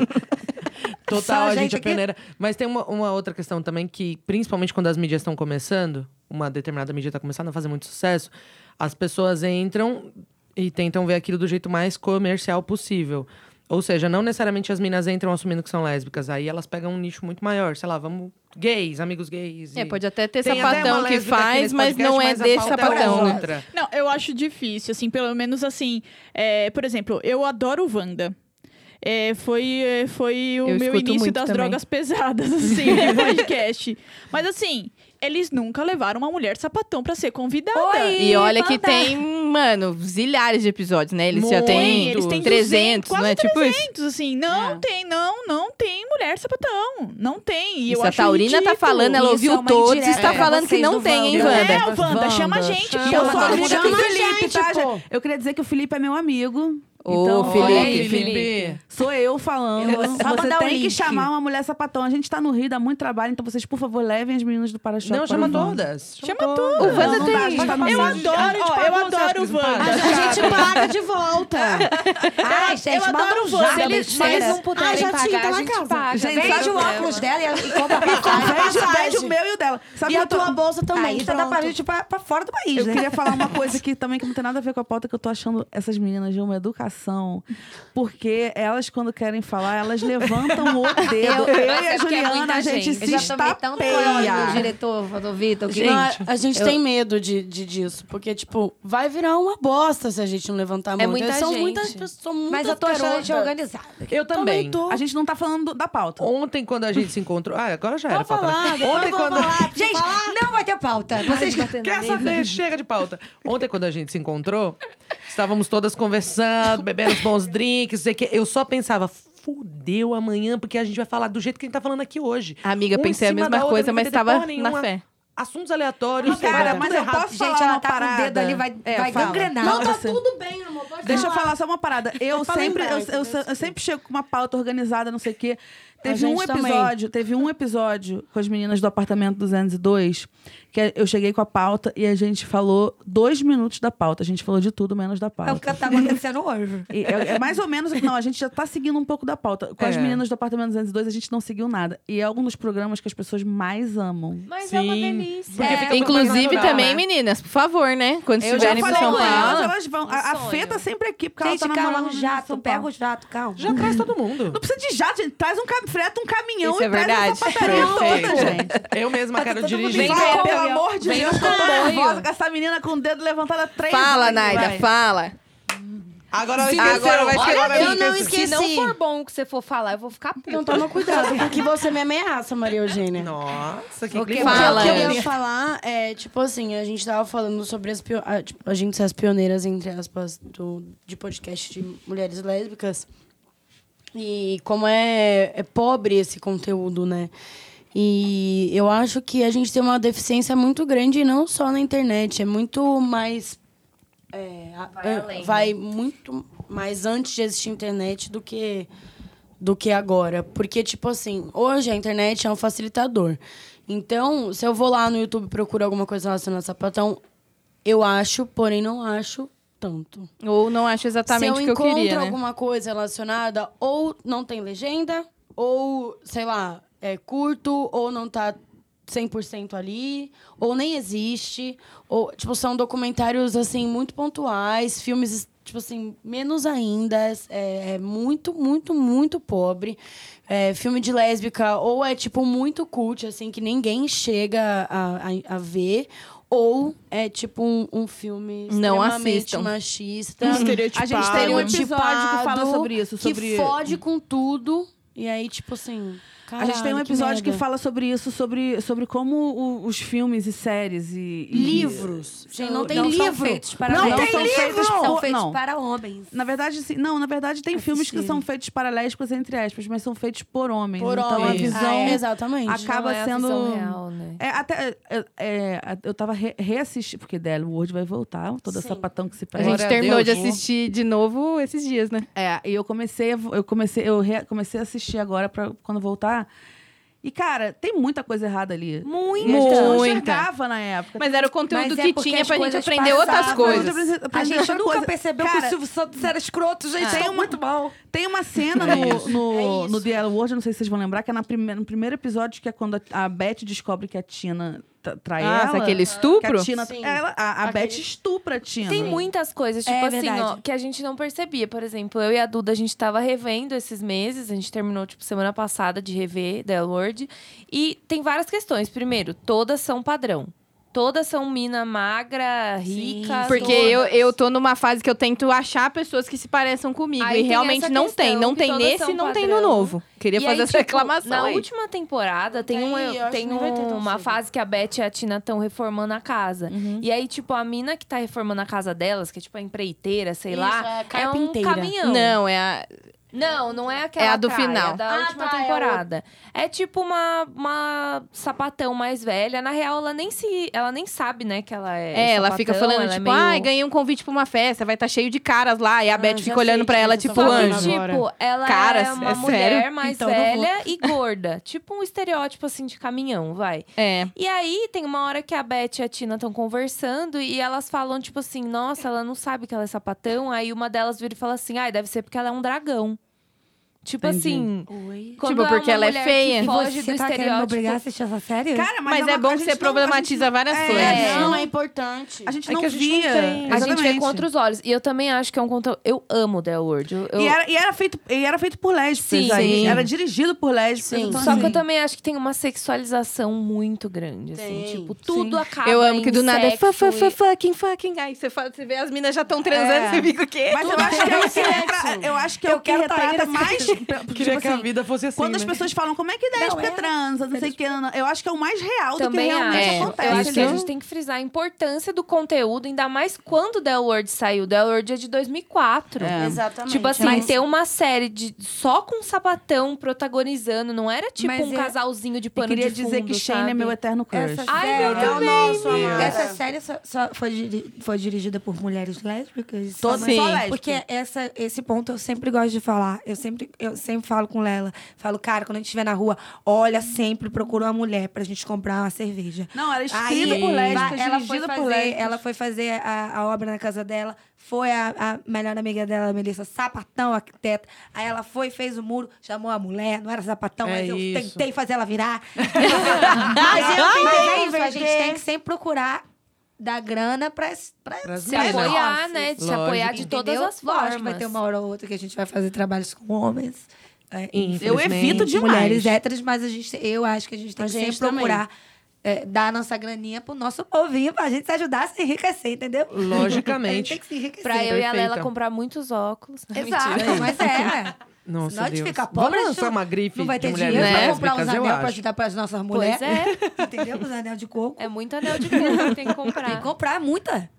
[SPEAKER 7] Total,
[SPEAKER 2] Só
[SPEAKER 7] a
[SPEAKER 2] a
[SPEAKER 7] gente,
[SPEAKER 2] gente
[SPEAKER 7] é
[SPEAKER 2] aqui.
[SPEAKER 7] pioneira. Mas tem uma, uma outra questão também que, principalmente quando as mídias estão começando, uma determinada mídia está começando a fazer muito sucesso, as pessoas entram e tentam ver aquilo do jeito mais comercial possível. Ou seja, não necessariamente as minas entram assumindo que são lésbicas. Aí elas pegam um nicho muito maior. Sei lá, vamos... Gays, amigos gays.
[SPEAKER 3] É,
[SPEAKER 7] e-
[SPEAKER 3] pode até ter
[SPEAKER 7] Tem até
[SPEAKER 3] sapatão
[SPEAKER 7] uma
[SPEAKER 3] que
[SPEAKER 7] lésbica aqui
[SPEAKER 3] faz,
[SPEAKER 7] nesse
[SPEAKER 3] mas
[SPEAKER 7] podcast,
[SPEAKER 3] não é
[SPEAKER 7] mas a
[SPEAKER 3] desse
[SPEAKER 7] pauta
[SPEAKER 3] sapatão, né?
[SPEAKER 7] outra.
[SPEAKER 8] Não, eu acho difícil, assim, pelo menos assim. é, por exemplo, eu adoro Wanda. É, foi, é, foi o
[SPEAKER 3] Eu
[SPEAKER 8] meu
[SPEAKER 3] escuto
[SPEAKER 8] início
[SPEAKER 3] muito
[SPEAKER 8] das
[SPEAKER 3] também.
[SPEAKER 8] drogas pesadas, assim, de podcast. Mas assim, eles nunca levaram uma mulher sapatão pra ser convidada.
[SPEAKER 2] Oi!
[SPEAKER 3] E olha que
[SPEAKER 2] Wanda.
[SPEAKER 3] tem, mano, zilhares de episódios, né? Eles já
[SPEAKER 7] Muito.
[SPEAKER 3] têm
[SPEAKER 8] Eles têm
[SPEAKER 3] 300,
[SPEAKER 8] 200,
[SPEAKER 3] né?
[SPEAKER 8] quase
[SPEAKER 3] Tipo é. isso.
[SPEAKER 8] 300, assim, não tem, não, não tem mulher sapatão. Não tem. E eu
[SPEAKER 3] Isso, a
[SPEAKER 8] acho
[SPEAKER 3] Taurina tá
[SPEAKER 8] ridículo.
[SPEAKER 3] falando, ela
[SPEAKER 2] Isso
[SPEAKER 3] ouviu
[SPEAKER 2] é uma
[SPEAKER 3] todos e
[SPEAKER 2] indireta
[SPEAKER 3] está
[SPEAKER 2] pra
[SPEAKER 3] falando que
[SPEAKER 2] vocês
[SPEAKER 3] não
[SPEAKER 2] do
[SPEAKER 3] tem, hein,
[SPEAKER 2] Wanda.
[SPEAKER 3] Wanda?
[SPEAKER 8] É, o Wanda, chama a gente.
[SPEAKER 5] E
[SPEAKER 8] chama
[SPEAKER 5] eu sou
[SPEAKER 8] todo
[SPEAKER 5] amiga
[SPEAKER 8] mundo
[SPEAKER 5] do
[SPEAKER 8] aqui.
[SPEAKER 5] Felipe, tá? gente? Eu queria dizer que o Felipe é meu amigo. Então,
[SPEAKER 3] Ô,
[SPEAKER 5] olha
[SPEAKER 3] Então, Felipe.
[SPEAKER 5] aí, Sou eu falando.
[SPEAKER 2] Eu amo.
[SPEAKER 5] Só
[SPEAKER 2] Você
[SPEAKER 5] mandar o
[SPEAKER 2] tem
[SPEAKER 5] link.
[SPEAKER 2] que
[SPEAKER 5] que chamar uma mulher sapatão. A gente tá no Rio, dá muito trabalho. Então vocês, por favor, levem as meninas do para-choque.
[SPEAKER 7] Não,
[SPEAKER 5] para
[SPEAKER 7] chama
[SPEAKER 5] o Wanda.
[SPEAKER 7] todas.
[SPEAKER 8] Chama tudo.
[SPEAKER 5] O Wanda
[SPEAKER 7] Não, não
[SPEAKER 5] tem...
[SPEAKER 7] dá, a gente tá
[SPEAKER 8] Eu
[SPEAKER 7] passando de-
[SPEAKER 8] adoro,
[SPEAKER 7] Ó,
[SPEAKER 8] tipo, eu adoro o
[SPEAKER 6] A
[SPEAKER 8] Wanda.
[SPEAKER 6] gente paga de volta.
[SPEAKER 2] Ai, gente,
[SPEAKER 8] eu
[SPEAKER 2] manda
[SPEAKER 8] adoro
[SPEAKER 2] um
[SPEAKER 8] você,
[SPEAKER 2] jato,
[SPEAKER 8] ele-
[SPEAKER 2] besteira.
[SPEAKER 1] Mas não puderem
[SPEAKER 6] já tinha,
[SPEAKER 1] pagar,
[SPEAKER 6] tá
[SPEAKER 1] a
[SPEAKER 6] na
[SPEAKER 1] gente
[SPEAKER 6] casa.
[SPEAKER 1] paga.
[SPEAKER 5] Gente,
[SPEAKER 1] Vem
[SPEAKER 2] Vende
[SPEAKER 5] sabe
[SPEAKER 1] com
[SPEAKER 2] o
[SPEAKER 1] ela.
[SPEAKER 2] óculos dela e e compra pra casa.
[SPEAKER 5] Pede, pede o meu e o dela. Sabe
[SPEAKER 6] E a
[SPEAKER 5] uma coisa-
[SPEAKER 6] tua bolsa também.
[SPEAKER 2] Aí tá dá pra
[SPEAKER 6] pronto.
[SPEAKER 2] gente ir pra, pra fora do país,
[SPEAKER 5] Eu
[SPEAKER 2] né?
[SPEAKER 5] queria falar uma coisa aqui também que não tem nada a ver com a pauta, que eu tô achando essas meninas de uma educação. Porque elas, quando querem falar, elas levantam o dedo. Eu, e
[SPEAKER 1] é
[SPEAKER 5] a
[SPEAKER 1] porque é
[SPEAKER 5] Juliana, a
[SPEAKER 1] muita
[SPEAKER 5] gente,
[SPEAKER 1] gente.
[SPEAKER 5] se
[SPEAKER 2] Eu já tomei tanto ódio do
[SPEAKER 5] estapeia.
[SPEAKER 2] diretor, do Vitor. que-
[SPEAKER 6] Não, a- a gente tem medo de, de- disso, porque, tipo, vai virar uma bosta se a gente não levantar a mão.
[SPEAKER 1] É muita
[SPEAKER 6] São
[SPEAKER 1] gente.
[SPEAKER 6] muitas pessoas, muitas
[SPEAKER 2] Mas eu tô achando a gente
[SPEAKER 6] carotas.
[SPEAKER 2] organizada.
[SPEAKER 7] Eu também.
[SPEAKER 6] tô.
[SPEAKER 5] A gente não tá falando da pauta.
[SPEAKER 7] Ontem, quando a gente se encontrou... Ah, agora já era.
[SPEAKER 3] Tá
[SPEAKER 6] Vou
[SPEAKER 7] pauta, né?
[SPEAKER 6] falar, depois
[SPEAKER 7] Ontem,
[SPEAKER 6] vou
[SPEAKER 7] quando...
[SPEAKER 6] falar.
[SPEAKER 2] Gente, não vai ter pauta. Vocês...
[SPEAKER 7] Quer saber? Chega de pauta. Ontem, quando a gente se encontrou, estávamos todas conversando, bebendo uns bons drinks, não sei o quê. Eu só pensava, fudeu amanhã, porque a gente vai falar do jeito que a gente tá falando aqui hoje.
[SPEAKER 3] Amiga,
[SPEAKER 7] Um em
[SPEAKER 3] pensei a
[SPEAKER 7] cima da
[SPEAKER 3] mesma
[SPEAKER 7] outra,
[SPEAKER 3] coisa,
[SPEAKER 7] não vai
[SPEAKER 3] mas
[SPEAKER 7] ter porra
[SPEAKER 3] tava na
[SPEAKER 7] nenhuma.
[SPEAKER 3] fé.
[SPEAKER 7] Assuntos aleatórios,
[SPEAKER 5] Cara,
[SPEAKER 7] tudo
[SPEAKER 5] mas eu
[SPEAKER 7] errado.
[SPEAKER 5] posso falar
[SPEAKER 2] Gente, ela
[SPEAKER 5] uma
[SPEAKER 2] tá com o
[SPEAKER 5] parada?
[SPEAKER 2] dedo ali, vai,
[SPEAKER 5] É,
[SPEAKER 2] vai
[SPEAKER 5] fala.
[SPEAKER 2] gangrenar.
[SPEAKER 6] Não, tá
[SPEAKER 5] Você-
[SPEAKER 6] tudo bem, amor. Pode
[SPEAKER 5] Deixa eu
[SPEAKER 6] falar.
[SPEAKER 5] falar só uma parada. Eu
[SPEAKER 6] Fala
[SPEAKER 5] sempre, eu,
[SPEAKER 6] embaixo,
[SPEAKER 5] eu-
[SPEAKER 6] né?
[SPEAKER 5] eu sempre chego com uma pauta organizada, não sei o quê. Teve
[SPEAKER 6] gente
[SPEAKER 5] um
[SPEAKER 6] também.
[SPEAKER 5] episódio, teve um episódio com as meninas do apartamento 202, que é, eu cheguei com a pauta e a gente falou dois minutos da pauta. A gente falou de tudo menos da pauta.
[SPEAKER 2] É o que tá acontecendo hoje.
[SPEAKER 5] E É, é mais ou menos. Não, a gente já tá seguindo um pouco da pauta. Com as
[SPEAKER 7] É.
[SPEAKER 5] meninas do Apartamento 202, a gente não seguiu nada. E é um dos programas que as pessoas mais amam.
[SPEAKER 1] Mas é uma
[SPEAKER 7] Sim.
[SPEAKER 1] delícia.
[SPEAKER 7] Porque
[SPEAKER 1] É.
[SPEAKER 7] fica muito mais
[SPEAKER 3] Inclusive
[SPEAKER 7] natural,
[SPEAKER 3] também,
[SPEAKER 7] né?
[SPEAKER 3] meninas, por favor, né? Quando
[SPEAKER 1] Eu
[SPEAKER 3] estiverem
[SPEAKER 1] já
[SPEAKER 3] em
[SPEAKER 5] falei
[SPEAKER 3] São
[SPEAKER 5] com elas,
[SPEAKER 3] Paulo.
[SPEAKER 5] elas vão. A, a
[SPEAKER 1] Um
[SPEAKER 5] Fê
[SPEAKER 1] sonho.
[SPEAKER 5] tá sempre aqui, porque
[SPEAKER 2] Gente,
[SPEAKER 5] ela tá
[SPEAKER 2] calma,
[SPEAKER 5] namorando
[SPEAKER 2] um
[SPEAKER 5] de
[SPEAKER 2] jato.
[SPEAKER 5] São
[SPEAKER 2] Pega
[SPEAKER 5] Paulo.
[SPEAKER 2] o jato, calma.
[SPEAKER 7] Já traz todo mundo.
[SPEAKER 5] Não precisa de jato, gente. Traz um, cam- freta um caminhão
[SPEAKER 3] Isso
[SPEAKER 5] e
[SPEAKER 3] é
[SPEAKER 5] traz
[SPEAKER 3] verdade.
[SPEAKER 5] essa padaria
[SPEAKER 7] Perfeito.
[SPEAKER 5] toda, gente.
[SPEAKER 7] Eu mesma quero dirigir.
[SPEAKER 1] Vem
[SPEAKER 5] Fala,
[SPEAKER 1] cá,
[SPEAKER 5] pelo
[SPEAKER 1] Gabriel.
[SPEAKER 5] amor de
[SPEAKER 1] Vem
[SPEAKER 5] Deus, que eu tô
[SPEAKER 1] cá.
[SPEAKER 5] nervosa com essa menina com o dedo levantado há três
[SPEAKER 3] Fala,
[SPEAKER 5] vezes,
[SPEAKER 3] Naida,
[SPEAKER 5] vai.
[SPEAKER 3] fala.
[SPEAKER 7] Agora ela
[SPEAKER 3] Agora
[SPEAKER 7] esqueceu.
[SPEAKER 3] vai esquecer.
[SPEAKER 7] Agora ela
[SPEAKER 6] Eu não
[SPEAKER 7] esqueceu.
[SPEAKER 6] esqueci.
[SPEAKER 1] Se não for bom o que você for falar, eu vou ficar puta.
[SPEAKER 6] Então toma cuidado, porque você me ameaça, Maria Eugênia.
[SPEAKER 7] Nossa, que
[SPEAKER 3] que
[SPEAKER 7] clima.
[SPEAKER 3] fala?
[SPEAKER 6] O que eu
[SPEAKER 3] Eugênia.
[SPEAKER 6] ia falar é, tipo assim, a gente tava falando sobre as pio- a, tipo, a gente ser as pioneiras, entre aspas, do, de podcast de mulheres lésbicas. E como é, é pobre esse conteúdo, né? E eu acho que a gente tem uma deficiência muito grande, não só na internet, é muito mais é, a-
[SPEAKER 9] Vai
[SPEAKER 6] an-
[SPEAKER 9] além, né?
[SPEAKER 6] vai muito mais antes de existir internet do que do que agora, porque tipo assim, hoje a internet é um facilitador. Então, se eu vou lá no YouTube e procuro alguma coisa relacionada a sapatão, eu acho, porém não acho tanto.
[SPEAKER 3] Ou não acho exatamente
[SPEAKER 6] se
[SPEAKER 3] o
[SPEAKER 6] eu
[SPEAKER 3] que eu
[SPEAKER 6] encontro
[SPEAKER 3] queria, né?
[SPEAKER 6] alguma coisa relacionada, ou não tem legenda, ou, sei lá, é curto, ou não tá 100% ali, ou nem existe. Ou, tipo, são documentários, assim, muito pontuais, filmes, tipo assim, menos ainda. É, é muito, muito, muito pobre. É, filme de lésbica, ou é, tipo, muito cult, assim, que ninguém chega a, a, a ver. Ou é tipo um, um filme
[SPEAKER 3] Não
[SPEAKER 6] extremamente
[SPEAKER 3] assistam.
[SPEAKER 6] machista.
[SPEAKER 8] Estereotipado.
[SPEAKER 5] A gente tem um episódio que
[SPEAKER 6] Estereotipado,
[SPEAKER 5] fala sobre isso, sobre...
[SPEAKER 6] Que fode com tudo. E aí, tipo assim.
[SPEAKER 5] a gente tem um
[SPEAKER 6] caralho,
[SPEAKER 5] episódio que,
[SPEAKER 6] merda.
[SPEAKER 5] fala sobre isso, sobre, sobre como o- os filmes e séries e... e-
[SPEAKER 6] Livros. Gente, não tem
[SPEAKER 2] não São
[SPEAKER 6] livro.
[SPEAKER 2] feitos para
[SPEAKER 5] Não
[SPEAKER 2] homens.
[SPEAKER 5] tem
[SPEAKER 2] são
[SPEAKER 5] livro!
[SPEAKER 2] Feitos, são feitos
[SPEAKER 5] Não.
[SPEAKER 2] para homens.
[SPEAKER 5] Na verdade, sim. Não, na verdade tem filmes que
[SPEAKER 2] Assistir.
[SPEAKER 5] são feitos para lésbicas, entre aspas, mas são feitos por homens.
[SPEAKER 6] Por
[SPEAKER 5] então a
[SPEAKER 6] homens.
[SPEAKER 5] visão...
[SPEAKER 6] Ah, é. Exatamente.
[SPEAKER 5] acaba
[SPEAKER 1] não é
[SPEAKER 5] sendo-
[SPEAKER 1] A visão real, né?
[SPEAKER 5] É, até, é, é, a- eu tava re reassistindo, porque Dell World vai voltar, toda
[SPEAKER 6] Sim.
[SPEAKER 5] sapatão que se
[SPEAKER 3] A
[SPEAKER 5] perde.
[SPEAKER 3] gente
[SPEAKER 5] Glória
[SPEAKER 3] terminou de
[SPEAKER 5] Deus.
[SPEAKER 3] assistir de novo esses dias, né?
[SPEAKER 5] É, e eu comecei, a vo- eu comecei, eu re- comecei a assistir agora pra quando voltar. E, cara, tem muita coisa errada ali.
[SPEAKER 1] Muito.
[SPEAKER 5] E a gente não
[SPEAKER 3] Muita.
[SPEAKER 5] enxergava na época.
[SPEAKER 3] Mas era o conteúdo
[SPEAKER 2] Mas é
[SPEAKER 3] que
[SPEAKER 2] porque
[SPEAKER 3] tinha
[SPEAKER 2] as
[SPEAKER 3] pra gente
[SPEAKER 2] coisas
[SPEAKER 3] aprender outras
[SPEAKER 2] passavam,
[SPEAKER 3] coisas.
[SPEAKER 2] A gente nunca
[SPEAKER 5] coisa.
[SPEAKER 2] percebeu que
[SPEAKER 5] Cara, É,
[SPEAKER 2] o Silvio Santos era escroto, gente.
[SPEAKER 5] tem
[SPEAKER 2] Tem
[SPEAKER 5] uma-
[SPEAKER 2] muito mal.
[SPEAKER 5] Tem uma cena
[SPEAKER 3] É
[SPEAKER 5] no,
[SPEAKER 3] isso.
[SPEAKER 5] no,
[SPEAKER 6] É isso.
[SPEAKER 5] no The L World, não sei se vocês vão lembrar, que é na prime- no primeiro episódio, que é quando a, a Beth descobre que a Tina tra- trai
[SPEAKER 3] Ah,
[SPEAKER 5] ela.
[SPEAKER 3] aquele
[SPEAKER 5] que a
[SPEAKER 3] estupro?
[SPEAKER 5] Tina, tá-
[SPEAKER 6] Sim.
[SPEAKER 5] ela, a, a
[SPEAKER 6] Aquele-
[SPEAKER 5] Beth estupra a Tina.
[SPEAKER 1] Tem muitas coisas, tipo
[SPEAKER 2] É
[SPEAKER 1] assim, ó,
[SPEAKER 2] verdade.
[SPEAKER 1] que a gente não percebia. Por exemplo, eu e a Duda, a gente tava revendo esses meses, a gente terminou, tipo, semana passada de rever The Word. E tem várias questões. Primeiro, todas são padrão. Todas são mina magra,
[SPEAKER 2] Sim,
[SPEAKER 1] rica.
[SPEAKER 3] Porque
[SPEAKER 1] todas.
[SPEAKER 3] eu, eu tô numa fase que eu tento achar pessoas que se pareçam comigo.
[SPEAKER 1] Aí
[SPEAKER 3] e
[SPEAKER 1] tem
[SPEAKER 3] realmente
[SPEAKER 1] essa
[SPEAKER 3] não tem.
[SPEAKER 1] questão
[SPEAKER 3] Não
[SPEAKER 1] que
[SPEAKER 3] tem
[SPEAKER 1] todas
[SPEAKER 3] nesse
[SPEAKER 1] são
[SPEAKER 3] e não tem no
[SPEAKER 1] padrão.
[SPEAKER 3] novo. Queria
[SPEAKER 1] E
[SPEAKER 3] fazer
[SPEAKER 1] aí,
[SPEAKER 3] essa
[SPEAKER 1] tipo,
[SPEAKER 3] reclamação
[SPEAKER 1] Na
[SPEAKER 3] aí.
[SPEAKER 1] última temporada tem,
[SPEAKER 6] Tem,
[SPEAKER 1] um,
[SPEAKER 6] eu acho
[SPEAKER 1] tem
[SPEAKER 6] que nem vai ter tão
[SPEAKER 1] uma
[SPEAKER 6] cedo.
[SPEAKER 1] fase que a Beth e a Tina estão reformando a casa.
[SPEAKER 3] Uhum.
[SPEAKER 1] E aí, tipo, a mina que tá reformando a casa delas, que é tipo a empreiteira, sei
[SPEAKER 6] Isso,
[SPEAKER 1] lá,
[SPEAKER 6] é
[SPEAKER 1] é, um
[SPEAKER 6] carpinteira.
[SPEAKER 1] caminhão.
[SPEAKER 3] Não, é a...
[SPEAKER 1] Não, não é aquela.
[SPEAKER 3] É a do
[SPEAKER 1] praia,
[SPEAKER 3] final.
[SPEAKER 1] Da
[SPEAKER 6] Ah,
[SPEAKER 1] última
[SPEAKER 6] tá, é
[SPEAKER 1] temporada. É, tipo uma, uma sapatão mais velha. Na real, ela nem se. Ela nem sabe, né, que ela é.
[SPEAKER 3] É, ela
[SPEAKER 1] sapatão,
[SPEAKER 3] fica falando,
[SPEAKER 1] ela é
[SPEAKER 3] tipo,
[SPEAKER 1] meio-
[SPEAKER 3] ai, ganhei um convite pra uma festa, vai estar tá cheio de caras lá. E a
[SPEAKER 6] Ah,
[SPEAKER 3] Beth
[SPEAKER 6] já
[SPEAKER 3] fica
[SPEAKER 6] sei
[SPEAKER 3] olhando
[SPEAKER 6] de
[SPEAKER 3] pra
[SPEAKER 6] quem
[SPEAKER 3] ela,
[SPEAKER 6] você tá
[SPEAKER 3] tipo,
[SPEAKER 1] Só que,
[SPEAKER 6] falando
[SPEAKER 3] anjo.
[SPEAKER 1] tipo, ela
[SPEAKER 3] Caras,
[SPEAKER 1] é
[SPEAKER 3] é
[SPEAKER 1] uma
[SPEAKER 3] sério?
[SPEAKER 1] mulher mais
[SPEAKER 2] Então, não vou.
[SPEAKER 1] velha e gorda. Tipo um estereótipo, assim, de caminhão, vai.
[SPEAKER 3] É.
[SPEAKER 1] E aí, tem uma hora que a Beth e a Tina estão conversando e elas falam, tipo assim, nossa, ela não sabe que ela é sapatão. Aí uma delas vira e fala assim, ai, deve ser porque ela é um dragão. Tipo assim.
[SPEAKER 2] Oi.
[SPEAKER 1] quando
[SPEAKER 3] Tipo,
[SPEAKER 1] é
[SPEAKER 3] porque
[SPEAKER 1] uma
[SPEAKER 3] ela é
[SPEAKER 1] mulher
[SPEAKER 3] feia.
[SPEAKER 1] Que
[SPEAKER 2] E
[SPEAKER 1] foge
[SPEAKER 2] você
[SPEAKER 1] do
[SPEAKER 2] tá querendo me
[SPEAKER 1] estereótipo.
[SPEAKER 2] obrigar a assistir essa série?
[SPEAKER 5] Cara,
[SPEAKER 3] Mas, é
[SPEAKER 5] uma-
[SPEAKER 3] bom
[SPEAKER 5] a
[SPEAKER 3] que
[SPEAKER 5] gente
[SPEAKER 3] você
[SPEAKER 5] não-
[SPEAKER 3] problematiza várias
[SPEAKER 5] É,
[SPEAKER 3] coisas.
[SPEAKER 5] não,
[SPEAKER 6] Não é importante.
[SPEAKER 5] A gente
[SPEAKER 3] É
[SPEAKER 5] não
[SPEAKER 3] que a gente não
[SPEAKER 5] via.
[SPEAKER 3] tem.
[SPEAKER 1] A gente vê
[SPEAKER 5] Exatamente.
[SPEAKER 1] é contra os olhos. E eu também acho que é um conteúdo. Eu amo The World. Eu,
[SPEAKER 2] é
[SPEAKER 1] eu-
[SPEAKER 5] E era, e era feito, e era feito por lésbicas.
[SPEAKER 1] Sim.
[SPEAKER 5] aí.
[SPEAKER 3] Sim.
[SPEAKER 5] Era dirigido por lésbicas.
[SPEAKER 6] Sim.
[SPEAKER 5] então,
[SPEAKER 1] Só
[SPEAKER 5] assim,
[SPEAKER 1] que eu também acho que tem uma sexualização muito grande, assim.
[SPEAKER 6] Tem.
[SPEAKER 1] Tipo, tudo acaba.
[SPEAKER 3] Eu amo que
[SPEAKER 1] em
[SPEAKER 3] do nada é
[SPEAKER 1] sexo
[SPEAKER 3] fa, fa, fa,
[SPEAKER 1] e-
[SPEAKER 3] fucking, fucking. Aí você, fala, você vê as minas já estão transando,
[SPEAKER 5] É.
[SPEAKER 3] você fica o quê?
[SPEAKER 5] Mas eu acho que é o que retra- eu acho que é
[SPEAKER 2] Eu
[SPEAKER 5] o que
[SPEAKER 2] quero tá
[SPEAKER 5] retrata
[SPEAKER 2] aí nesse
[SPEAKER 5] mais. tipo
[SPEAKER 7] Queria que a
[SPEAKER 5] assim,
[SPEAKER 7] vida fosse assim.
[SPEAKER 5] Quando as
[SPEAKER 7] né?
[SPEAKER 5] pessoas falam como é que lésbica
[SPEAKER 2] é.
[SPEAKER 5] transa, não sei o que, não, não. eu acho que é o mais real do que
[SPEAKER 1] Também acho.
[SPEAKER 5] realmente
[SPEAKER 3] É,
[SPEAKER 5] acontece.
[SPEAKER 1] Eu acho que um a
[SPEAKER 3] Isso-
[SPEAKER 1] gente tem que frisar a importância do conteúdo, ainda mais quando The World saiu. The World é de 2004.
[SPEAKER 6] É. Exatamente.
[SPEAKER 1] Tipo assim,
[SPEAKER 6] Mas-
[SPEAKER 1] ter uma série de só com um sapatão protagonizando, não era tipo
[SPEAKER 2] Mas
[SPEAKER 1] um
[SPEAKER 2] é-
[SPEAKER 1] casalzinho de
[SPEAKER 5] Eu
[SPEAKER 1] pano
[SPEAKER 5] queria
[SPEAKER 1] de
[SPEAKER 5] dizer
[SPEAKER 1] fundo,
[SPEAKER 5] que Shane é
[SPEAKER 1] sabe?
[SPEAKER 5] meu eterno crush.
[SPEAKER 2] Essa
[SPEAKER 1] Ai,
[SPEAKER 2] série,
[SPEAKER 1] meu
[SPEAKER 6] é o nosso, é amada.
[SPEAKER 2] essa série só, só foi, diri- foi dirigida por mulheres lésbicas?
[SPEAKER 5] Todas
[SPEAKER 2] Sim.
[SPEAKER 5] só lésbicas.
[SPEAKER 2] Porque essa, esse ponto eu sempre gosto de falar. Eu sempre, eu sempre falo com Lela. Falo, cara, quando a gente estiver na rua, olha sempre, procura uma mulher pra gente comprar uma cerveja.
[SPEAKER 5] Não,
[SPEAKER 8] é
[SPEAKER 5] era escrita
[SPEAKER 2] Aí,
[SPEAKER 5] por lésbicas,
[SPEAKER 2] vai- ela foi
[SPEAKER 5] dirigida
[SPEAKER 2] fazer,
[SPEAKER 5] por lésbicas.
[SPEAKER 2] Ela foi fazer a, a obra na casa dela, foi a, a melhor amiga dela, a Melissa, sapatão, arquiteta. Aí ela foi, fez o muro, chamou a mulher, não era sapatão,
[SPEAKER 7] É
[SPEAKER 2] mas eu
[SPEAKER 7] isso.
[SPEAKER 2] tentei fazer ela virar. mas eu tentei é isso, a gente
[SPEAKER 6] inverter.
[SPEAKER 2] tem que sempre procurar dar grana pra, es- pra,
[SPEAKER 7] Pras
[SPEAKER 1] Se
[SPEAKER 7] mulheres.
[SPEAKER 1] apoiar, né? De se
[SPEAKER 7] Lógico.
[SPEAKER 1] apoiar de todas
[SPEAKER 2] Entendeu?
[SPEAKER 1] as
[SPEAKER 2] Lógico,
[SPEAKER 1] formas.
[SPEAKER 2] vai ter uma hora ou outra que a gente vai fazer trabalhos com homens. é,
[SPEAKER 5] Eu evito
[SPEAKER 2] de
[SPEAKER 5] demais.
[SPEAKER 2] Mulheres héteras, mas a gente, eu acho que a gente tem
[SPEAKER 6] A
[SPEAKER 2] que
[SPEAKER 6] gente
[SPEAKER 2] sempre procurar é, dar a nossa graninha pro nosso povinho, pra gente se ajudar a se enriquecer, entendeu?
[SPEAKER 7] Logicamente.
[SPEAKER 2] A gente tem que se enriquecer.
[SPEAKER 1] Pra eu e a
[SPEAKER 7] Perfeita.
[SPEAKER 1] Lela comprar muitos óculos. né?
[SPEAKER 2] Exato,
[SPEAKER 1] Mentira.
[SPEAKER 2] mas é.
[SPEAKER 7] Nossa,
[SPEAKER 2] Senão a gente
[SPEAKER 7] Deus.
[SPEAKER 2] fica pobre,
[SPEAKER 7] Vamos
[SPEAKER 2] a gente
[SPEAKER 7] lançar uma grife
[SPEAKER 2] Não vai ter
[SPEAKER 7] de mulheres
[SPEAKER 2] dinheiro pra comprar
[SPEAKER 7] lésbicas,
[SPEAKER 2] uns anel
[SPEAKER 7] eu
[SPEAKER 2] pra
[SPEAKER 7] acho.
[SPEAKER 2] ajudar pras nossas mulheres.
[SPEAKER 1] Pois é.
[SPEAKER 2] Entendeu? Os anel de coco.
[SPEAKER 1] É muito anel de couro que tem que comprar.
[SPEAKER 2] Tem que comprar muita.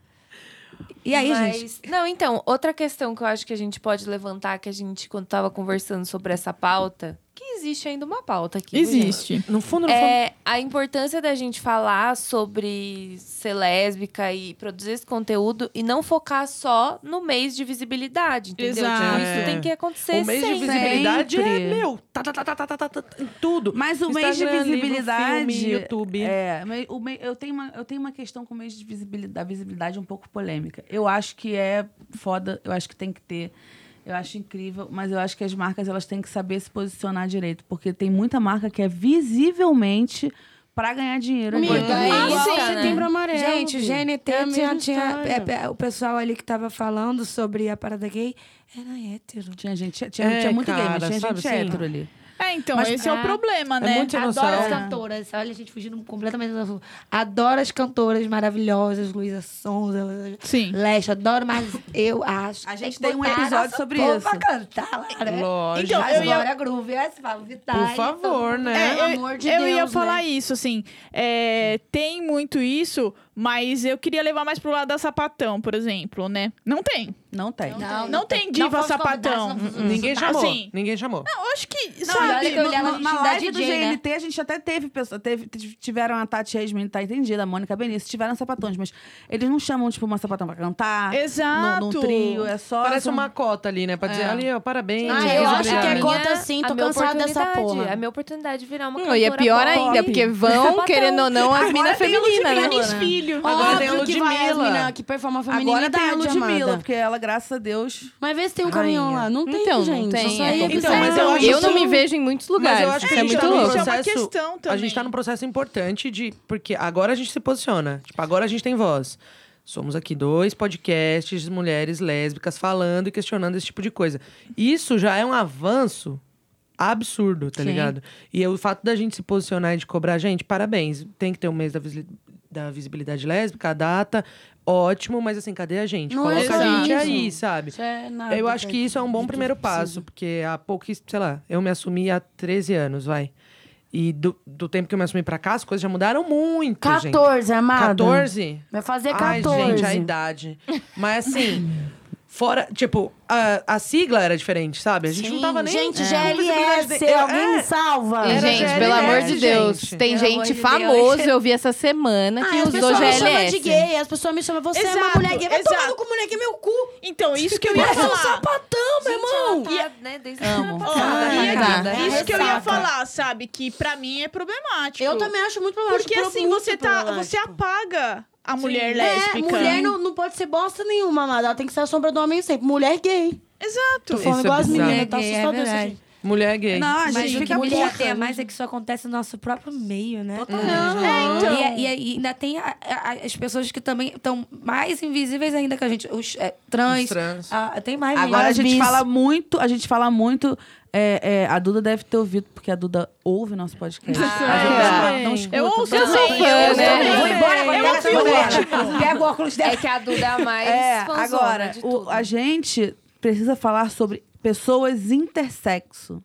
[SPEAKER 2] E aí,
[SPEAKER 1] Mas-
[SPEAKER 2] gente?
[SPEAKER 1] Não, então, outra questão que eu acho que a gente pode levantar, que a gente, quando tava conversando sobre essa pauta, que existe ainda uma pauta aqui. viu, gente?
[SPEAKER 8] Existe.
[SPEAKER 7] No fundo, no fundo.
[SPEAKER 1] É a importância da gente falar sobre ser lésbica e produzir esse conteúdo e não focar só no mês de visibilidade, entendeu? Tipo,
[SPEAKER 8] Exato.
[SPEAKER 1] isso tem que acontecer
[SPEAKER 7] O um mês de
[SPEAKER 1] sempre.
[SPEAKER 7] visibilidade é
[SPEAKER 5] Sempre.
[SPEAKER 7] meu. Tá, tá, tá, tá, tá, tá, tá, tá, em tudo.
[SPEAKER 5] Mas o mês de
[SPEAKER 7] Instagram, livro,
[SPEAKER 5] visibilidade.
[SPEAKER 7] filme, YouTube.
[SPEAKER 5] É, mas o mei- eu, tenho uma, eu tenho uma questão com o mês de visibilidade, da visibilidade um pouco polêmica. Eu acho que é foda, eu acho que tem que ter. Eu acho incrível, mas eu acho que as marcas elas têm que saber se posicionar direito, porque tem muita marca que é visivelmente pra ganhar dinheiro. Então, ali.
[SPEAKER 6] Amiga, é
[SPEAKER 1] Ah,
[SPEAKER 6] igual
[SPEAKER 1] sim,
[SPEAKER 6] setembro amarelo.
[SPEAKER 2] Gente, o
[SPEAKER 6] filho.
[SPEAKER 2] GNT
[SPEAKER 6] É a mesma
[SPEAKER 2] tinha, tinha
[SPEAKER 6] história.
[SPEAKER 2] é, é, o pessoal ali que tava falando sobre a parada gay era hétero.
[SPEAKER 5] Tinha gente, tinha,
[SPEAKER 7] É,
[SPEAKER 5] tinha muito gay,
[SPEAKER 7] cara,
[SPEAKER 5] mas tinha
[SPEAKER 7] sabe
[SPEAKER 5] gente
[SPEAKER 7] assim?
[SPEAKER 5] hétero ali.
[SPEAKER 8] É, então,
[SPEAKER 5] Mas-
[SPEAKER 8] esse é, o
[SPEAKER 2] Ah,
[SPEAKER 8] problema,
[SPEAKER 7] é
[SPEAKER 8] né?
[SPEAKER 7] muito- Tinha noção.
[SPEAKER 2] Adoro as
[SPEAKER 7] É.
[SPEAKER 2] cantoras. Olha, a gente fugindo completamente do assunto. Adoro as cantoras maravilhosas, Luísa Sonza,
[SPEAKER 8] Sim.
[SPEAKER 2] Leste, adoro, mas eu acho.
[SPEAKER 5] A gente
[SPEAKER 2] que é
[SPEAKER 5] tem um
[SPEAKER 2] botar
[SPEAKER 5] episódio
[SPEAKER 2] essa
[SPEAKER 5] sobre
[SPEAKER 2] porra
[SPEAKER 5] isso. é,
[SPEAKER 2] Pra cantar, lá, né?
[SPEAKER 7] É. Lógico.
[SPEAKER 8] Então,
[SPEAKER 2] As
[SPEAKER 8] eu ia-
[SPEAKER 2] Glória Groove, as Paulo Vittar.
[SPEAKER 7] Por favor, né?
[SPEAKER 8] É,
[SPEAKER 6] Pelo
[SPEAKER 8] eu,
[SPEAKER 6] amor de
[SPEAKER 8] eu ia
[SPEAKER 6] Deus,
[SPEAKER 8] falar
[SPEAKER 6] né?
[SPEAKER 8] isso, assim. é, tem muito isso, mas eu queria levar mais pro lado da sapatão, por exemplo, né? Não tem.
[SPEAKER 5] Não tem.
[SPEAKER 2] Então,
[SPEAKER 8] Não tem diva sapatão.
[SPEAKER 6] Ah,
[SPEAKER 7] Ninguém chamou.
[SPEAKER 8] Assim.
[SPEAKER 7] Ninguém chamou.
[SPEAKER 8] Eu acho que,
[SPEAKER 5] Não,
[SPEAKER 8] sabe?
[SPEAKER 5] olha que eu
[SPEAKER 8] não-
[SPEAKER 5] olhava
[SPEAKER 3] no-
[SPEAKER 5] na
[SPEAKER 3] na
[SPEAKER 5] live do
[SPEAKER 3] DJ, né?
[SPEAKER 5] GNT, a gente até teve pessoa, teve, t- tiveram a Tati Resmin, tá entendida, a Mônica Benício, tiveram sapatões, mas eles não chamam, tipo, uma sapatão pra cantar.
[SPEAKER 8] Exato.
[SPEAKER 5] Num, num trio, é só.
[SPEAKER 7] Parece
[SPEAKER 5] são-
[SPEAKER 7] uma cota ali, né? Pra dizer,
[SPEAKER 5] É.
[SPEAKER 7] ali, ó, parabéns.
[SPEAKER 6] Ah,
[SPEAKER 7] muito
[SPEAKER 6] eu acho que é
[SPEAKER 7] obrigada.
[SPEAKER 6] agora- cota sim, tô
[SPEAKER 1] A minha
[SPEAKER 6] cansada dessa
[SPEAKER 1] oportunidade,
[SPEAKER 6] porra.
[SPEAKER 1] A minha oportunidade de virar uma
[SPEAKER 3] Não,
[SPEAKER 1] cantora
[SPEAKER 3] e é pior
[SPEAKER 1] pop.
[SPEAKER 3] ainda, porque vão,
[SPEAKER 1] Sapatão.
[SPEAKER 3] querendo ou não, as
[SPEAKER 5] Agora
[SPEAKER 3] minas
[SPEAKER 5] tem
[SPEAKER 3] femininas, né?
[SPEAKER 5] Ludmilla.
[SPEAKER 3] Luana?
[SPEAKER 8] filho.
[SPEAKER 7] Agora
[SPEAKER 6] Óbvio
[SPEAKER 7] tem a
[SPEAKER 6] que vai as
[SPEAKER 7] Ludmilla.
[SPEAKER 6] mina que performa a
[SPEAKER 5] Agora
[SPEAKER 6] feminilidade,
[SPEAKER 5] tem a Ludmilla,
[SPEAKER 6] amada.
[SPEAKER 5] porque ela, graças a Deus.
[SPEAKER 6] Mas vê se tem um caminhão
[SPEAKER 5] Rainha.
[SPEAKER 6] lá. Não tem,
[SPEAKER 3] Então,
[SPEAKER 6] gente.
[SPEAKER 3] não tem.
[SPEAKER 6] Isso aí é
[SPEAKER 3] é.
[SPEAKER 7] Então,
[SPEAKER 6] bizarro.
[SPEAKER 7] mas eu acho
[SPEAKER 3] Eu não
[SPEAKER 7] isso-
[SPEAKER 3] me vejo em muitos lugares.
[SPEAKER 7] Mas eu acho que
[SPEAKER 3] isso
[SPEAKER 7] a
[SPEAKER 3] é
[SPEAKER 7] gente
[SPEAKER 3] muito
[SPEAKER 7] tá num
[SPEAKER 3] louco.
[SPEAKER 8] Isso é uma
[SPEAKER 7] processo-
[SPEAKER 8] questão também.
[SPEAKER 7] A gente tá num processo importante de. Porque agora a gente se posiciona. Tipo, agora a gente tem voz. Somos aqui dois podcasts de mulheres lésbicas falando e questionando esse tipo de coisa. Isso já é um avanço absurdo, tá
[SPEAKER 5] Sim.
[SPEAKER 7] ligado? E o fato da gente se posicionar e de cobrar, gente, parabéns. Tem que ter um mês da, visi- da visibilidade lésbica, a data, ótimo, mas assim, cadê a gente?
[SPEAKER 6] Não
[SPEAKER 7] Coloca
[SPEAKER 6] é
[SPEAKER 7] a
[SPEAKER 6] só
[SPEAKER 7] gente
[SPEAKER 6] isso.
[SPEAKER 7] aí, sabe?
[SPEAKER 6] Isso é nada,
[SPEAKER 5] Ah,
[SPEAKER 7] Eu acho
[SPEAKER 6] velho.
[SPEAKER 7] que isso é um bom primeiro passo, porque há pouquíssimo, sei lá, eu me assumi há 13 anos, vai. E do, do tempo que eu me assumi pra cá, as coisas já mudaram muito. gente.
[SPEAKER 6] 14, amada.
[SPEAKER 7] 14?
[SPEAKER 6] Vai fazer
[SPEAKER 7] Ai,
[SPEAKER 6] 14.
[SPEAKER 7] gente, a idade. Mas assim, fora. Tipo, a, a sigla era diferente, sabe? A gente não tava nem.
[SPEAKER 6] Gente,
[SPEAKER 7] com
[SPEAKER 6] GLS,
[SPEAKER 7] visibilidade de-
[SPEAKER 6] alguém
[SPEAKER 7] é.
[SPEAKER 6] salva.
[SPEAKER 7] Era
[SPEAKER 3] gente,
[SPEAKER 7] GLS,
[SPEAKER 3] pelo amor de
[SPEAKER 7] gente.
[SPEAKER 3] Deus. Tem
[SPEAKER 2] Pelo amor
[SPEAKER 3] gente
[SPEAKER 2] de
[SPEAKER 3] famosa,
[SPEAKER 2] Deus.
[SPEAKER 3] eu vi essa semana,
[SPEAKER 2] é
[SPEAKER 3] que
[SPEAKER 6] Ah, as
[SPEAKER 3] usou
[SPEAKER 6] pessoas me chamam de
[SPEAKER 3] GLS.
[SPEAKER 6] gay, as pessoas me chamam, você é uma
[SPEAKER 8] Exato,
[SPEAKER 6] mulher gay. Vai tomar
[SPEAKER 8] exato.
[SPEAKER 6] no cu, mulher gay, meu cu.
[SPEAKER 8] Então, isso que eu ia
[SPEAKER 6] Mas é um
[SPEAKER 8] falar.
[SPEAKER 6] sapatão, meu irmão.
[SPEAKER 1] Gente, ela tá, né, desde
[SPEAKER 5] Amo.
[SPEAKER 8] Ó,
[SPEAKER 3] Tá,
[SPEAKER 8] e
[SPEAKER 3] tá,
[SPEAKER 8] aqui-
[SPEAKER 3] tá.
[SPEAKER 8] Isso que eu ia
[SPEAKER 6] Ressaca.
[SPEAKER 8] falar, sabe? Que pra mim é problemático.
[SPEAKER 6] Eu também acho muito problemático.
[SPEAKER 8] Porque
[SPEAKER 6] pro-
[SPEAKER 8] assim,
[SPEAKER 6] muito
[SPEAKER 8] você, tá, você
[SPEAKER 6] problemático.
[SPEAKER 8] apaga a mulher
[SPEAKER 6] É,
[SPEAKER 8] lésbica.
[SPEAKER 6] mulher não, não pode ser bosta nenhuma, amada. Ela tem que ser a sombra do homem sempre. Mulher gay.
[SPEAKER 8] Exato.
[SPEAKER 6] Tô falando
[SPEAKER 7] Isso é
[SPEAKER 6] igual as
[SPEAKER 7] bizarro.
[SPEAKER 6] meninas, tá
[SPEAKER 2] Mulher gay, é
[SPEAKER 6] assustador isso
[SPEAKER 2] verdade.
[SPEAKER 6] aqui.
[SPEAKER 7] Mulher gay.
[SPEAKER 5] Não, a
[SPEAKER 2] Mas
[SPEAKER 5] gente
[SPEAKER 2] o que
[SPEAKER 5] fica
[SPEAKER 2] mulher
[SPEAKER 5] porra.
[SPEAKER 2] tem a mais é que isso acontece no nosso próprio meio, né?
[SPEAKER 8] então.
[SPEAKER 2] E, é, e- e ainda tem a- a- as pessoas que também estão mais invisíveis ainda que a gente. Os é, trans.
[SPEAKER 7] Os trans.
[SPEAKER 5] é
[SPEAKER 2] Ah, tem mais
[SPEAKER 5] Agora a
[SPEAKER 2] mulheres.
[SPEAKER 5] gente
[SPEAKER 2] Bis.
[SPEAKER 5] fala muito, a gente fala muito. é, é, a Duda deve ter ouvido, porque a Duda ouve nosso podcast. a
[SPEAKER 8] é.
[SPEAKER 5] Duda não escuta.
[SPEAKER 8] Eu ouço
[SPEAKER 5] não
[SPEAKER 8] também,
[SPEAKER 5] escuta.
[SPEAKER 3] eu ouço
[SPEAKER 5] né? Eu
[SPEAKER 3] também.
[SPEAKER 5] vou embora, vou embora, vou embora.
[SPEAKER 2] Pega o óculos dela.
[SPEAKER 1] É que a Duda é a mais
[SPEAKER 5] É,
[SPEAKER 1] fanzona
[SPEAKER 5] agora,
[SPEAKER 1] de
[SPEAKER 5] o-
[SPEAKER 1] tudo.
[SPEAKER 5] a gente precisa falar sobre pessoas intersexo.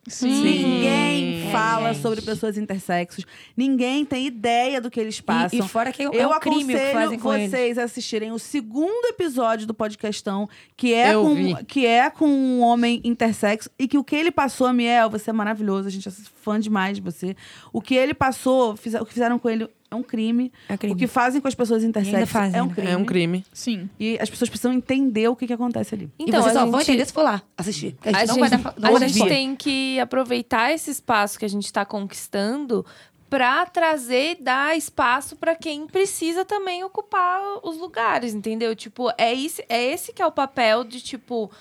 [SPEAKER 5] Ninguém fala sobre pessoas intersexos. Ninguém tem ideia do que eles passam.
[SPEAKER 2] E, e fora que é,
[SPEAKER 5] eu
[SPEAKER 2] um crime o que
[SPEAKER 5] aconselho
[SPEAKER 2] fazem com eles.
[SPEAKER 5] vocês a assistirem o segundo episódio do podcastão, que é,
[SPEAKER 7] Eu
[SPEAKER 5] com,
[SPEAKER 7] vi.
[SPEAKER 5] que é com um homem intersexo, e que o que ele passou, Miel, você é maravilhoso, a gente é fã demais de você. O que ele passou, fiz- o que fizeram com ele é um crime.
[SPEAKER 2] É crime.
[SPEAKER 5] O que fazem com as pessoas intersexas
[SPEAKER 2] fazem,
[SPEAKER 5] é um
[SPEAKER 2] né?
[SPEAKER 5] crime.
[SPEAKER 7] É um crime.
[SPEAKER 8] Sim.
[SPEAKER 5] E as pessoas precisam entender o que, que acontece ali.
[SPEAKER 2] Então,
[SPEAKER 1] a
[SPEAKER 2] e você só
[SPEAKER 1] gente-
[SPEAKER 2] vão entender se for lá assistir. A gente
[SPEAKER 1] A
[SPEAKER 2] não vai dar
[SPEAKER 1] gente,
[SPEAKER 2] não
[SPEAKER 1] a
[SPEAKER 2] vai dar
[SPEAKER 1] gente
[SPEAKER 2] spoiler.
[SPEAKER 1] tem que aproveitar esse espaço que a gente está conquistando para trazer e dar espaço para quem precisa também ocupar os lugares, entendeu? Tipo, é esse, é esse que é o papel de tipo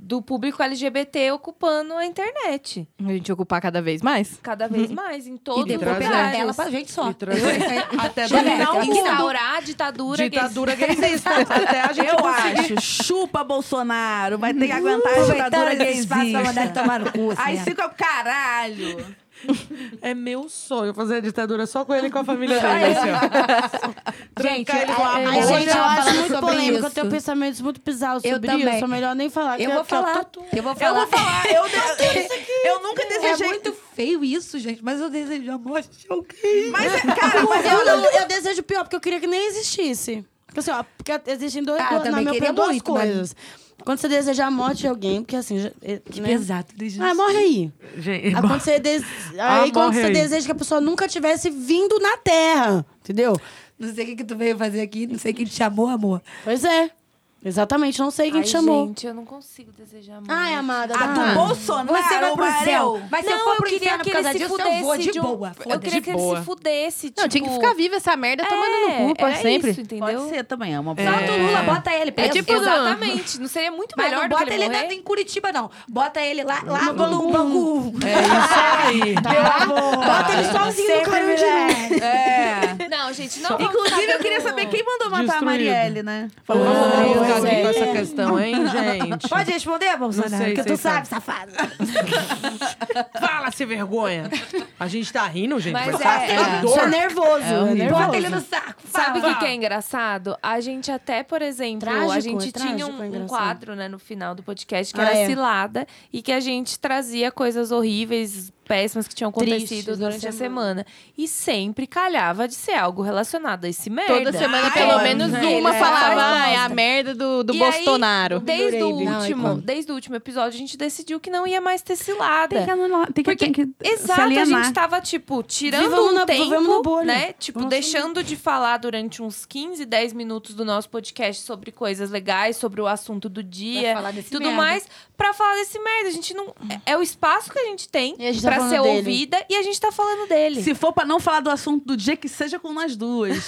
[SPEAKER 1] do público LGBT ocupando a internet
[SPEAKER 3] A gente ocupar cada vez mais.
[SPEAKER 1] cada vez mais em todo
[SPEAKER 2] Uhum. E depois
[SPEAKER 7] Traz-
[SPEAKER 2] pegar
[SPEAKER 1] lugar.
[SPEAKER 2] a tela pra gente só.
[SPEAKER 7] E trazer- Até
[SPEAKER 2] Chega,
[SPEAKER 7] dominar
[SPEAKER 2] é
[SPEAKER 7] o
[SPEAKER 2] o que
[SPEAKER 7] mundo.
[SPEAKER 2] dá.
[SPEAKER 1] Tipo, instaurar a ditadura, gay.
[SPEAKER 7] Ditadura gaysista. Até a gente
[SPEAKER 5] Eu
[SPEAKER 7] conseguir.
[SPEAKER 5] acho, chupa Bolsonaro, vai ter que aguentar a ditadura
[SPEAKER 2] Aproveitar esse espaço pra mandar ele
[SPEAKER 5] gaysista.
[SPEAKER 2] tomar no cu. assim,
[SPEAKER 5] Aí
[SPEAKER 2] né?
[SPEAKER 5] fica o caralho.
[SPEAKER 7] É meu sonho fazer a ditadura só com ele e com a família dele, assim, ó. Gente, ele com a
[SPEAKER 6] Ai,
[SPEAKER 7] bolsa.
[SPEAKER 6] gente, eu acho muito
[SPEAKER 2] sobre
[SPEAKER 6] polêmico. Eu
[SPEAKER 2] isso.
[SPEAKER 6] tenho pensamentos muito pisados
[SPEAKER 2] Eu
[SPEAKER 6] sobre
[SPEAKER 2] também.
[SPEAKER 6] isso. É melhor nem falar.
[SPEAKER 2] Eu
[SPEAKER 6] que
[SPEAKER 2] vou
[SPEAKER 6] que tá eu
[SPEAKER 2] falar.
[SPEAKER 6] tô-
[SPEAKER 2] Eu vou falar. Tá
[SPEAKER 5] eu, eu, nunca
[SPEAKER 2] É
[SPEAKER 5] desejei.
[SPEAKER 2] muito feio isso, gente. Mas eu desejo a é um morte de alguém. Ah.
[SPEAKER 5] Mas, cara, mas
[SPEAKER 6] Eu, não- eu desejo pior, porque eu queria que nem existisse. Tipo assim, ó, porque existem dois,
[SPEAKER 2] Ah,
[SPEAKER 6] duas- na
[SPEAKER 2] também
[SPEAKER 6] minha
[SPEAKER 2] queria
[SPEAKER 6] opinião, duas
[SPEAKER 2] muito, mas-
[SPEAKER 6] coisas. Quando você deseja a morte de alguém, porque assim. já- é,
[SPEAKER 2] Que
[SPEAKER 6] né?
[SPEAKER 2] pesado, né, gente?
[SPEAKER 6] Ah, morre aí.
[SPEAKER 5] Gente,
[SPEAKER 6] Aí quando você, des...
[SPEAKER 5] Ah,
[SPEAKER 6] aí, quando
[SPEAKER 5] morre
[SPEAKER 6] você
[SPEAKER 5] aí.
[SPEAKER 6] deseja que a pessoa nunca tivesse vindo na Terra, entendeu?
[SPEAKER 2] Não sei o que, que tu veio fazer aqui, não sei quem te chamou, amor.
[SPEAKER 6] Pois é. Exatamente, não sei quem
[SPEAKER 1] Ai,
[SPEAKER 6] te chamou.
[SPEAKER 1] Gente, eu não consigo desejar mais.
[SPEAKER 6] Ai, amada. tá.
[SPEAKER 2] A
[SPEAKER 6] dá.
[SPEAKER 2] do Bolsonaro,
[SPEAKER 5] Você vai pro
[SPEAKER 2] Marel.
[SPEAKER 5] céu.
[SPEAKER 2] Mas se eu
[SPEAKER 1] Não,
[SPEAKER 2] for pro
[SPEAKER 1] queria
[SPEAKER 2] inferno
[SPEAKER 1] que
[SPEAKER 2] por
[SPEAKER 1] ele
[SPEAKER 2] causa
[SPEAKER 1] se
[SPEAKER 2] disso, eu
[SPEAKER 1] fudesse
[SPEAKER 2] vou de
[SPEAKER 1] um-
[SPEAKER 2] boa.
[SPEAKER 1] Eu
[SPEAKER 2] Foda-se.
[SPEAKER 1] queria que ele se fudesse. Tipo...
[SPEAKER 3] Não, tinha que ficar viva essa merda tomando
[SPEAKER 1] É,
[SPEAKER 3] no cu pra
[SPEAKER 1] era
[SPEAKER 3] sempre.
[SPEAKER 1] Isso, entendeu?
[SPEAKER 5] Pode ser também, é uma
[SPEAKER 2] Solta o Lula, bota ele
[SPEAKER 1] É
[SPEAKER 2] preso.
[SPEAKER 1] tipo, exatamente. Não seria muito
[SPEAKER 2] Mas
[SPEAKER 1] melhor
[SPEAKER 2] não bota
[SPEAKER 1] do que
[SPEAKER 2] ele
[SPEAKER 1] ele morrer?
[SPEAKER 2] ainda em Curitiba, não. Bota ele lá, um lá no banco.
[SPEAKER 7] É isso aí.
[SPEAKER 2] Bota ele sozinho no caminho de
[SPEAKER 5] É.
[SPEAKER 1] Não, gente, não vamos
[SPEAKER 5] Inclusive,
[SPEAKER 1] ficar
[SPEAKER 5] eu queria
[SPEAKER 1] dando-
[SPEAKER 5] saber quem mandou matar
[SPEAKER 7] Destruído.
[SPEAKER 5] a Marielle, né?
[SPEAKER 7] Vamos
[SPEAKER 6] pois
[SPEAKER 7] ficar aqui
[SPEAKER 6] é.
[SPEAKER 7] com essa questão, hein, gente?
[SPEAKER 2] Pode responder, Bolsonaro?
[SPEAKER 7] Não sei,
[SPEAKER 2] porque
[SPEAKER 7] sei
[SPEAKER 2] tu
[SPEAKER 7] só.
[SPEAKER 2] sabe, safado.
[SPEAKER 7] Fala, sem vergonha. A gente tá rindo, gente.
[SPEAKER 1] Mas
[SPEAKER 7] Mas
[SPEAKER 1] é-
[SPEAKER 7] tá
[SPEAKER 1] é.
[SPEAKER 7] dor.
[SPEAKER 6] Isso é nervoso.
[SPEAKER 3] É
[SPEAKER 6] É,
[SPEAKER 3] horrível.
[SPEAKER 6] nervoso.
[SPEAKER 2] Bota ele no saco.
[SPEAKER 1] Sabe o
[SPEAKER 2] fala.
[SPEAKER 1] que, que é engraçado? A gente até, por exemplo,
[SPEAKER 6] Trágico,
[SPEAKER 1] a gente
[SPEAKER 6] é
[SPEAKER 1] tinha
[SPEAKER 6] trágico, é
[SPEAKER 1] um- um,
[SPEAKER 6] engraçado.
[SPEAKER 1] quadro, né, no final do podcast que
[SPEAKER 6] Ah,
[SPEAKER 1] era
[SPEAKER 6] é.
[SPEAKER 1] cilada e que a gente trazia coisas horríveis, péssimas que tinham
[SPEAKER 6] Tristes
[SPEAKER 1] acontecido
[SPEAKER 6] da
[SPEAKER 1] durante a
[SPEAKER 6] semana.
[SPEAKER 1] semana. E sempre calhava de ser algo relacionado a esse merda.
[SPEAKER 3] Toda semana,
[SPEAKER 2] Ah,
[SPEAKER 3] pelo
[SPEAKER 2] é.
[SPEAKER 3] menos
[SPEAKER 2] É,
[SPEAKER 3] uma
[SPEAKER 2] é.
[SPEAKER 3] falava,
[SPEAKER 2] Faz
[SPEAKER 3] ah, é a merda do, do
[SPEAKER 1] E aí,
[SPEAKER 3] Bolsonaro.
[SPEAKER 1] Desde o,
[SPEAKER 6] Adorei, Bia.
[SPEAKER 1] último,
[SPEAKER 6] Ai, como.
[SPEAKER 1] desde o último episódio, a gente decidiu que não ia mais ter cilada.
[SPEAKER 5] Tem que anular, tem que,
[SPEAKER 1] Porque-
[SPEAKER 5] tem que se
[SPEAKER 1] Exato, a
[SPEAKER 5] alienar.
[SPEAKER 1] gente tava, tipo, tirando
[SPEAKER 6] Vivamos
[SPEAKER 1] um
[SPEAKER 6] na- vivemos na
[SPEAKER 1] tempo,
[SPEAKER 6] bolha.
[SPEAKER 1] né? Tipo,
[SPEAKER 6] Vamos
[SPEAKER 1] deixando de falar durante uns 15, 10 minutos do nosso podcast sobre coisas legais, sobre o assunto do dia,
[SPEAKER 2] falar desse
[SPEAKER 1] tudo
[SPEAKER 2] merda.
[SPEAKER 1] mais, pra falar desse merda. A gente não... é- É o espaço que a gente tem
[SPEAKER 6] E a gente tá
[SPEAKER 1] pra
[SPEAKER 6] falando
[SPEAKER 1] ser
[SPEAKER 6] dele.
[SPEAKER 1] ouvida e a gente tá falando dele.
[SPEAKER 5] Se for pra não falar do assunto do dia, que seja com nós duas.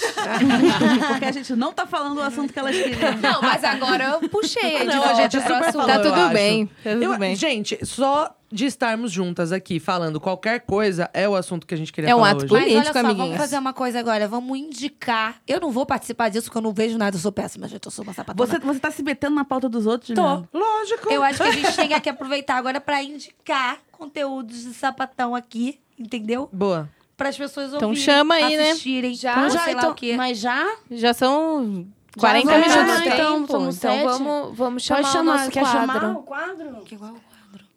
[SPEAKER 5] Porque a gente não tá falando do assunto que elas queriam.
[SPEAKER 1] Não, mas agora eu puxei aí de
[SPEAKER 7] Não, a
[SPEAKER 1] volta
[SPEAKER 7] gente
[SPEAKER 1] pro
[SPEAKER 7] super
[SPEAKER 1] assunto.
[SPEAKER 7] falou,
[SPEAKER 3] Tá
[SPEAKER 7] eu
[SPEAKER 3] tudo
[SPEAKER 7] acho.
[SPEAKER 3] bem, tá tudo
[SPEAKER 7] Eu-
[SPEAKER 3] bem.
[SPEAKER 7] Gente, só de estarmos juntas aqui falando qualquer coisa é o assunto que a gente queria
[SPEAKER 3] É um
[SPEAKER 7] falar
[SPEAKER 3] ato
[SPEAKER 7] hoje.
[SPEAKER 3] político.
[SPEAKER 2] Mas olha
[SPEAKER 3] Político,
[SPEAKER 2] só, vamos
[SPEAKER 3] amiguinhos.
[SPEAKER 2] fazer uma coisa agora. Vamos indicar. Eu não vou participar disso, porque eu não vejo nada. Eu sou péssima, gente. Eu sou uma sapatona.
[SPEAKER 5] Você, você tá se metendo na pauta dos outros,
[SPEAKER 2] Tô.
[SPEAKER 5] Juliana?
[SPEAKER 7] Lógico.
[SPEAKER 2] Eu acho que a gente tem que aproveitar agora pra indicar conteúdos de sapatão aqui, enteu?
[SPEAKER 7] Boa.
[SPEAKER 2] Para as pessoas
[SPEAKER 3] Então
[SPEAKER 2] ouvirem,
[SPEAKER 3] chama aí, né?
[SPEAKER 2] assistirem, já, já
[SPEAKER 6] Então já,
[SPEAKER 2] sei lá
[SPEAKER 6] então-
[SPEAKER 2] o quê.
[SPEAKER 6] Mas já?
[SPEAKER 3] Já são
[SPEAKER 6] Já
[SPEAKER 3] 40
[SPEAKER 6] vamos
[SPEAKER 1] Já
[SPEAKER 3] minutos.
[SPEAKER 1] não
[SPEAKER 6] chamar,
[SPEAKER 1] tem
[SPEAKER 6] então,
[SPEAKER 1] tempo,
[SPEAKER 6] somos
[SPEAKER 1] então
[SPEAKER 6] sete.
[SPEAKER 1] vamos, vamos chamar,
[SPEAKER 6] Pode
[SPEAKER 1] o
[SPEAKER 6] chamar,
[SPEAKER 1] nosso
[SPEAKER 6] quer
[SPEAKER 1] quadro.
[SPEAKER 6] chamar o quadro?
[SPEAKER 2] Que igual o quadro.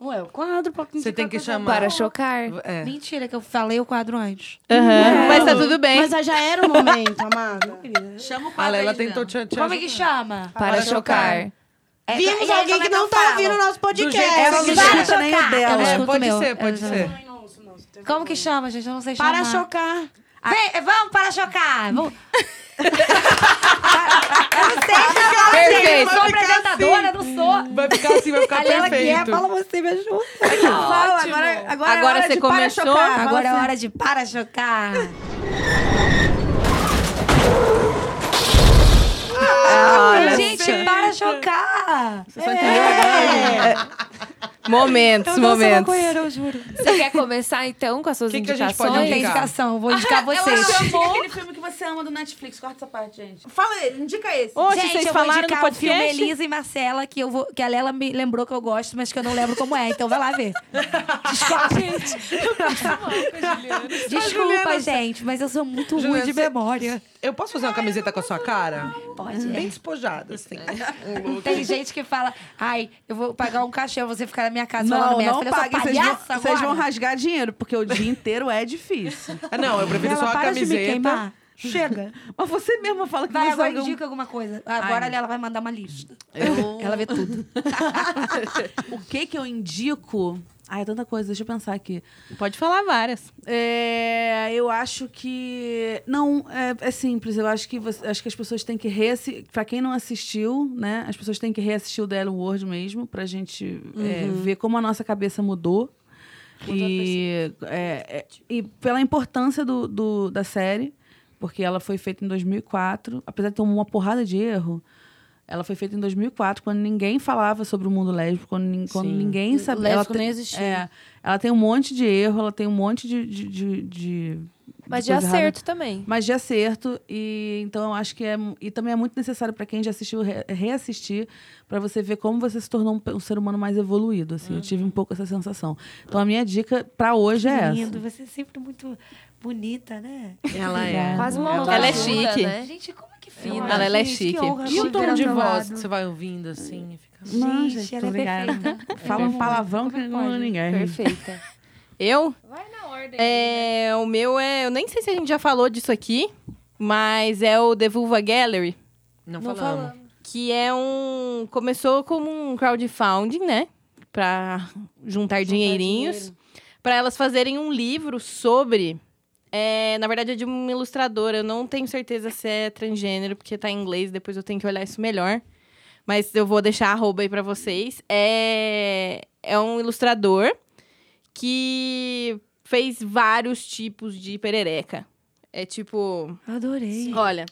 [SPEAKER 6] Ué, o quadro pra
[SPEAKER 7] Você tem que chamar.
[SPEAKER 1] Para chocar.
[SPEAKER 7] É.
[SPEAKER 2] Mentira, que eu falei o quadro antes.
[SPEAKER 3] Aham. Mas tá tudo bem.
[SPEAKER 6] Mas aí já era o momento, amada.
[SPEAKER 5] Chama o
[SPEAKER 7] A
[SPEAKER 5] quadro
[SPEAKER 7] Leila
[SPEAKER 5] aí, Juliana.
[SPEAKER 7] tentou te, te
[SPEAKER 2] Como é que
[SPEAKER 7] ajudar.
[SPEAKER 2] chama?
[SPEAKER 1] Para chocar.
[SPEAKER 2] É,
[SPEAKER 6] Vimos
[SPEAKER 2] e aí,
[SPEAKER 6] alguém
[SPEAKER 2] como é
[SPEAKER 6] que
[SPEAKER 2] eu
[SPEAKER 6] não tá
[SPEAKER 2] falo?
[SPEAKER 6] ouvindo o nosso podcast.
[SPEAKER 5] Ela não
[SPEAKER 2] que para
[SPEAKER 5] escuta nem o
[SPEAKER 2] chocar.
[SPEAKER 5] dela.
[SPEAKER 2] Eu não escuto o
[SPEAKER 7] É, Pode
[SPEAKER 2] meu.
[SPEAKER 7] ser, pode
[SPEAKER 2] Eu-
[SPEAKER 7] ser.
[SPEAKER 2] Como que chama, gente? Eu não sei
[SPEAKER 6] Para
[SPEAKER 2] chamar.
[SPEAKER 6] chocar.
[SPEAKER 2] Vem, é, vamos para chocar. Vamos. eu não sei chamar, gente. Eu
[SPEAKER 3] Perfeito.
[SPEAKER 2] sou
[SPEAKER 6] assim.
[SPEAKER 2] apresentadora, não sou.
[SPEAKER 7] Vai ficar assim, vai ficar
[SPEAKER 2] A Leila que é,
[SPEAKER 7] perfeito.
[SPEAKER 2] fala você, me ajuda.
[SPEAKER 5] Fala, agora, agora, é
[SPEAKER 3] Agora
[SPEAKER 5] hora
[SPEAKER 3] você
[SPEAKER 5] de para
[SPEAKER 3] começou.
[SPEAKER 5] chocar. Fala
[SPEAKER 2] Agora é
[SPEAKER 5] assim.
[SPEAKER 2] hora de para chocar.
[SPEAKER 6] Ah,
[SPEAKER 2] gente, para chocar.
[SPEAKER 5] Você só
[SPEAKER 7] tá
[SPEAKER 5] entendeu agora?
[SPEAKER 3] Momentos, momentos.
[SPEAKER 2] eu juro.
[SPEAKER 1] Você quer começar, então, com as suas
[SPEAKER 7] Que que a gente
[SPEAKER 1] indicações?
[SPEAKER 7] pode
[SPEAKER 2] Não tem
[SPEAKER 7] indicar?
[SPEAKER 2] indicação, vou indicar vocês.
[SPEAKER 5] Aquele filme que você ama do Netflix. Corta essa parte, gente. Fala, indica esse.
[SPEAKER 3] Hoje
[SPEAKER 2] gente,
[SPEAKER 3] vocês
[SPEAKER 2] eu vou
[SPEAKER 3] falaram no
[SPEAKER 2] indicar o
[SPEAKER 3] podcast.
[SPEAKER 2] filme Elisa e Marcela, que, eu vou, que a Lela me lembrou que eu gosto, mas que eu não lembro como é. Então vai lá ver. Desculpa, gente. Desculpa, gente, mas eu sou muito ruim
[SPEAKER 7] Juliana,
[SPEAKER 2] de
[SPEAKER 7] você-
[SPEAKER 2] memória.
[SPEAKER 7] Eu posso fazer uma camiseta com a sua cara? Pode.
[SPEAKER 3] é.
[SPEAKER 7] Bem despojada, assim.
[SPEAKER 2] Tem gente que fala, ai, eu vou pagar um cachê, você ficar na minha casa lá
[SPEAKER 5] Não,
[SPEAKER 2] no
[SPEAKER 5] não
[SPEAKER 2] eu sou
[SPEAKER 5] paguem. Vocês vão,
[SPEAKER 2] palhaça
[SPEAKER 5] vocês vão
[SPEAKER 2] agora.
[SPEAKER 5] rasgar dinheiro, porque o dia inteiro é difícil.
[SPEAKER 7] Ah, Não, eu prefiro só
[SPEAKER 5] Ela
[SPEAKER 7] a
[SPEAKER 5] para de me
[SPEAKER 7] camiseta.
[SPEAKER 5] queimar.
[SPEAKER 2] Chega.
[SPEAKER 5] Mas você mesma fala que
[SPEAKER 2] Ah. Vai,
[SPEAKER 5] você
[SPEAKER 2] agora
[SPEAKER 5] é um-
[SPEAKER 2] indica alguma coisa. Agora
[SPEAKER 5] Ai.
[SPEAKER 2] ela vai mandar uma lista.
[SPEAKER 5] Eu-
[SPEAKER 2] Ela vê tudo.
[SPEAKER 5] O que que eu indico? Ai, é tanta coisa, deixa eu pensar aqui.
[SPEAKER 3] Pode falar várias.
[SPEAKER 5] É, eu acho que. Não, é, é simples. Eu acho que, você- acho que as pessoas têm que reassistir. Pra quem não assistiu, né? As pessoas têm que reassistir o The Ellen World mesmo, pra gente é,
[SPEAKER 6] Uhum.
[SPEAKER 5] ver como a nossa cabeça mudou. E, é, é, e pela importância do, do- da série, porque ela foi feita em 2004, apesar de ter uma porrada de erro. Ela foi feita em 2004, quando ninguém falava sobre o mundo lésbico, quando, nin- quando
[SPEAKER 7] Sim.
[SPEAKER 5] ninguém sabia.
[SPEAKER 6] lésbico
[SPEAKER 5] ela tem-
[SPEAKER 6] nem existia.
[SPEAKER 5] é, ela tem um monte de erro, ela tem um monte de. de, de, de-
[SPEAKER 1] Mas de
[SPEAKER 5] coisa errada.
[SPEAKER 1] acerto também.
[SPEAKER 5] Mas de acerto. E então eu acho que é. E também é muito necessário para quem já assistiu re- reassistir para você ver como você se tornou um, pe- um ser humano mais evoluído. Assim, eu tive
[SPEAKER 2] Uhum.
[SPEAKER 5] um pouco essa sensação. Então a minha dica para hoje é
[SPEAKER 2] Lindo,
[SPEAKER 5] essa.
[SPEAKER 2] você é sempre muito bonita, né?
[SPEAKER 7] Ela é.
[SPEAKER 1] Quase uma
[SPEAKER 3] Ela é
[SPEAKER 1] autoajuda,
[SPEAKER 3] chique.
[SPEAKER 1] né?
[SPEAKER 2] Gente, como é que
[SPEAKER 1] Ela-
[SPEAKER 2] fina?
[SPEAKER 3] ela é
[SPEAKER 2] gente,
[SPEAKER 3] chique.
[SPEAKER 2] Que honra,
[SPEAKER 7] E o tom
[SPEAKER 2] virar
[SPEAKER 7] de
[SPEAKER 2] pro
[SPEAKER 7] voz que
[SPEAKER 2] lado.
[SPEAKER 7] é você vai ouvindo, assim, e fica...
[SPEAKER 5] Não,
[SPEAKER 2] Gente,
[SPEAKER 5] gente,
[SPEAKER 2] ela
[SPEAKER 5] tô
[SPEAKER 2] é
[SPEAKER 5] ligada. Fala um palavrão que não engana ninguém.
[SPEAKER 1] Perfeita.
[SPEAKER 3] Eu?
[SPEAKER 1] Vai na ordem.
[SPEAKER 3] É, o meu é. Eu nem sei se a gente já falou disso aqui, mas é o The Vulva Gallery.
[SPEAKER 7] Não,
[SPEAKER 1] Não
[SPEAKER 7] falamos.
[SPEAKER 1] falamos.
[SPEAKER 3] que é um. Começou como um crowdfunding, né? Pra juntar dinheirinhos.
[SPEAKER 6] dinheiro.
[SPEAKER 3] Pra elas fazerem um livro sobre. é, na verdade, é de uma ilustradora. Eu não tenho certeza se é transgênero, porque tá em inglês, depois eu tenho que olhar isso melhor. Mas eu vou deixar a arroba aí pra vocês. É, é um ilustrador que fez vários tipos de perereca. É tipo.
[SPEAKER 2] Adorei.
[SPEAKER 3] Olha,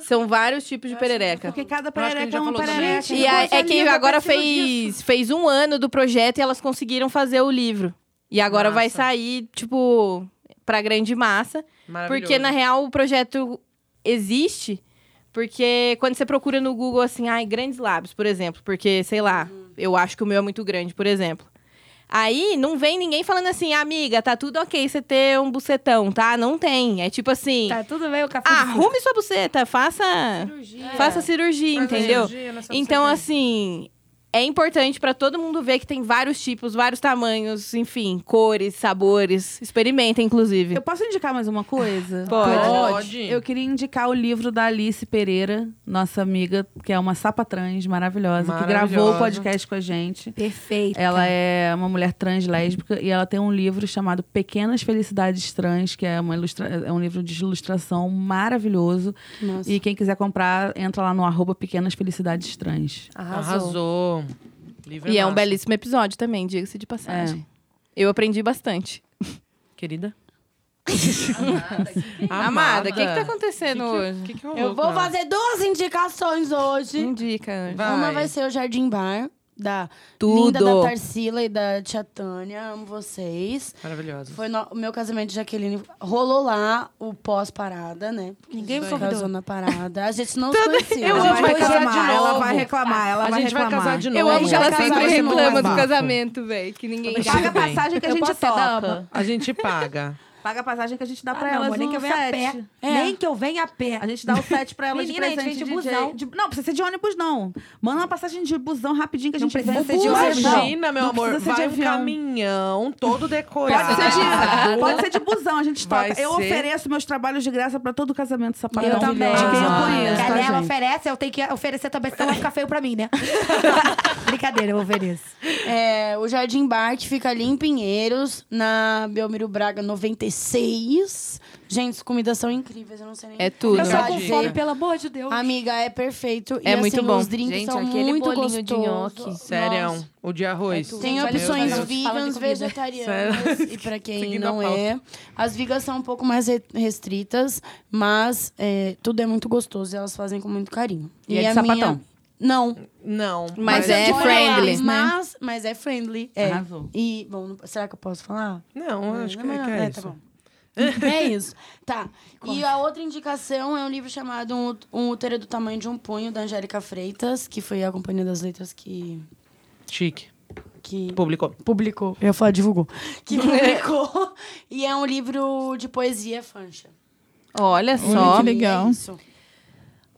[SPEAKER 3] são vários tipos de perereca.
[SPEAKER 5] Porque cada
[SPEAKER 7] Eu acho que
[SPEAKER 5] perereca
[SPEAKER 7] a gente já
[SPEAKER 5] é um
[SPEAKER 7] falou disso.
[SPEAKER 5] perereca.
[SPEAKER 3] E a- é que agora fez, fez um ano do projeto e elas conseguiram fazer o livro. E agora vai
[SPEAKER 7] Massa.
[SPEAKER 3] sair, tipo, pra grande massa.
[SPEAKER 7] Maravilhoso.
[SPEAKER 3] Porque, na real, o projeto existe. Porque quando você procura no Google, assim, ai, grandes lábios, por exemplo. Porque, sei lá,
[SPEAKER 2] Uhum.
[SPEAKER 3] eu acho que o meu é muito grande, por exemplo. Aí não vem ninguém falando assim, amiga, tá tudo ok você ter um bucetão, tá? Não tem. É tipo assim,
[SPEAKER 2] Tá tudo bem o café?
[SPEAKER 3] ah,
[SPEAKER 2] de-
[SPEAKER 3] arrume sua buceta, tá? faça
[SPEAKER 1] Cirurgia.
[SPEAKER 3] faça cirurgia,
[SPEAKER 7] Faz
[SPEAKER 3] entendeu?
[SPEAKER 7] energia nessa
[SPEAKER 3] Então,
[SPEAKER 7] buceta
[SPEAKER 3] assim, é importante pra todo mundo ver que tem vários tipos, vários tamanhos, enfim, cores, sabores. Experimenta, inclusive.
[SPEAKER 5] Eu posso indicar mais uma coisa?
[SPEAKER 3] Pode.
[SPEAKER 7] Pode.
[SPEAKER 5] Eu queria indicar o livro da Alice Pereira, nossa amiga, que é uma sapa trans maravilhosa, que gravou
[SPEAKER 7] Maravilhosa.
[SPEAKER 5] o podcast com a gente.
[SPEAKER 2] Perfeito.
[SPEAKER 5] Ela é uma mulher trans lésbica e ela tem um livro chamado Pequenas Felicidades Trans, que é, uma ilustra... é um livro de ilustração maravilhoso.
[SPEAKER 6] Nossa.
[SPEAKER 5] E quem quiser comprar, entra lá no arroba Pequenas Felicidades Trans.
[SPEAKER 7] Arrasou. Livro
[SPEAKER 3] E é um
[SPEAKER 7] massa.
[SPEAKER 3] belíssimo episódio também, diga-se de passagem. Eu aprendi bastante.
[SPEAKER 7] Querida.
[SPEAKER 3] Amada, o que, que tá acontecendo hoje?
[SPEAKER 7] O que, que rolou?
[SPEAKER 6] Eu vou
[SPEAKER 7] com ela?
[SPEAKER 6] fazer duas indicações hoje.
[SPEAKER 3] Indica, Anjo.
[SPEAKER 7] Vai.
[SPEAKER 6] Uma vai ser o Jardim Bar, da
[SPEAKER 3] Tudo.
[SPEAKER 6] linda da Tarsila e da Tia Tânia. Amo vocês.
[SPEAKER 7] Maravilhosa.
[SPEAKER 6] Foi no- o meu casamento de Jaqueline. Rolou lá o pós-parada, né?
[SPEAKER 2] Ninguém me
[SPEAKER 6] Casou
[SPEAKER 2] convidou.
[SPEAKER 6] na parada. A gente não se conhecia.
[SPEAKER 7] Eu
[SPEAKER 5] Ela
[SPEAKER 7] A gente
[SPEAKER 5] vai
[SPEAKER 7] vai casar
[SPEAKER 5] reclamar,
[SPEAKER 7] de
[SPEAKER 5] ela
[SPEAKER 7] novo.
[SPEAKER 5] vai reclamar, ela
[SPEAKER 7] A
[SPEAKER 5] vai
[SPEAKER 7] gente vai
[SPEAKER 5] reclamar.
[SPEAKER 7] casar de novo. né?
[SPEAKER 3] Eu amo que ela
[SPEAKER 6] Casar
[SPEAKER 3] sempre
[SPEAKER 6] de novo é
[SPEAKER 3] reclama do
[SPEAKER 6] bafo.
[SPEAKER 3] casamento, velho. Que ninguém
[SPEAKER 5] Paga a
[SPEAKER 7] bem.
[SPEAKER 5] passagem que a
[SPEAKER 2] Eu
[SPEAKER 5] gente
[SPEAKER 2] posso ser
[SPEAKER 5] toca.
[SPEAKER 2] dama?
[SPEAKER 7] A gente paga.
[SPEAKER 5] Paga a passagem que a gente dá
[SPEAKER 2] Ah,
[SPEAKER 5] pra
[SPEAKER 2] não,
[SPEAKER 5] elas
[SPEAKER 2] amor, nem
[SPEAKER 5] um
[SPEAKER 2] que eu venha a
[SPEAKER 5] set.
[SPEAKER 2] pé. Nem que eu venha a pé.
[SPEAKER 5] A gente dá o set pra elas
[SPEAKER 2] Menina, a
[SPEAKER 5] de
[SPEAKER 2] gente
[SPEAKER 5] presente
[SPEAKER 2] vem de busão.
[SPEAKER 5] de- não, precisa ser de ônibus, não. Manda uma passagem de busão rapidinho que a
[SPEAKER 2] Não
[SPEAKER 5] gente vem.
[SPEAKER 2] precisa ser de
[SPEAKER 5] Não,
[SPEAKER 2] ônibus, não.
[SPEAKER 7] Imagina, meu
[SPEAKER 5] Não
[SPEAKER 7] amor,
[SPEAKER 5] precisa ser de
[SPEAKER 7] vai um
[SPEAKER 5] avião.
[SPEAKER 7] caminhão todo decorado.
[SPEAKER 5] Pode ser, de, pode ser de busão, a gente
[SPEAKER 7] Vai
[SPEAKER 5] toca. Eu
[SPEAKER 7] ser-
[SPEAKER 5] ofereço meus trabalhos de graça pra todo casamento sapatão.
[SPEAKER 2] Eu também.
[SPEAKER 5] De quem eu
[SPEAKER 7] Ah,
[SPEAKER 5] conheço, tá,
[SPEAKER 2] Cadê ela
[SPEAKER 5] gente?
[SPEAKER 2] oferece, eu tenho que oferecer também, senão vai ficar feio pra mim, né? Brincadeira, eu ofereço.
[SPEAKER 6] É, o Jardim Bar, que fica ali em Pinheiros, na Belmiro Braga 96. Gente, as comidas são incríveis, eu não sei nem...
[SPEAKER 3] É tudo.
[SPEAKER 2] Eu
[SPEAKER 7] Não,
[SPEAKER 2] tô
[SPEAKER 7] não,
[SPEAKER 2] com
[SPEAKER 7] diga.
[SPEAKER 2] fome, pelo amor de Deus.
[SPEAKER 6] Amiga, é perfeito.
[SPEAKER 3] É
[SPEAKER 6] e,
[SPEAKER 3] muito
[SPEAKER 6] assim,
[SPEAKER 3] bom.
[SPEAKER 6] Os drinks
[SPEAKER 1] Gente,
[SPEAKER 6] são
[SPEAKER 1] aquele
[SPEAKER 6] muito
[SPEAKER 1] bolinho de
[SPEAKER 6] gostosos.
[SPEAKER 1] nhoque.
[SPEAKER 7] Sério,
[SPEAKER 6] Nossa.
[SPEAKER 7] o de
[SPEAKER 1] É
[SPEAKER 7] arroz.
[SPEAKER 1] tudo.
[SPEAKER 6] Tem
[SPEAKER 1] Meu
[SPEAKER 6] opções
[SPEAKER 1] Deus. Fala de
[SPEAKER 6] vegans,
[SPEAKER 1] comida.
[SPEAKER 6] vegetarianas e pra quem
[SPEAKER 7] Seguindo
[SPEAKER 6] não
[SPEAKER 7] a pauta.
[SPEAKER 6] é. As vigas são um pouco mais re- restritas, mas é, tudo é muito gostoso e elas fazem com muito carinho.
[SPEAKER 5] E é de
[SPEAKER 6] a
[SPEAKER 5] sapatão?
[SPEAKER 6] Não.
[SPEAKER 7] Não.
[SPEAKER 3] Mas é
[SPEAKER 6] eu-
[SPEAKER 3] friendly, né?
[SPEAKER 6] Mas, mas é friendly. É.
[SPEAKER 5] Arrasou.
[SPEAKER 6] E, bom, não- será que eu posso falar?
[SPEAKER 7] Não, acho que
[SPEAKER 6] Não,
[SPEAKER 7] é,
[SPEAKER 6] não,
[SPEAKER 7] que é
[SPEAKER 6] é,
[SPEAKER 7] isso.
[SPEAKER 6] tá bom. É isso. Tá. E a outra indicação é um livro chamado Um, Ú- um Útero do Tamanho de um Punho, da Angélica Freitas, que foi a Companhia das Letras que.
[SPEAKER 7] Chique.
[SPEAKER 6] que
[SPEAKER 7] Publicou.
[SPEAKER 6] publicou. Eu ia falar, divulgou. Que publicou. e é um livro de poesia fancha.
[SPEAKER 3] Olha só.
[SPEAKER 8] que legal.
[SPEAKER 6] É isso.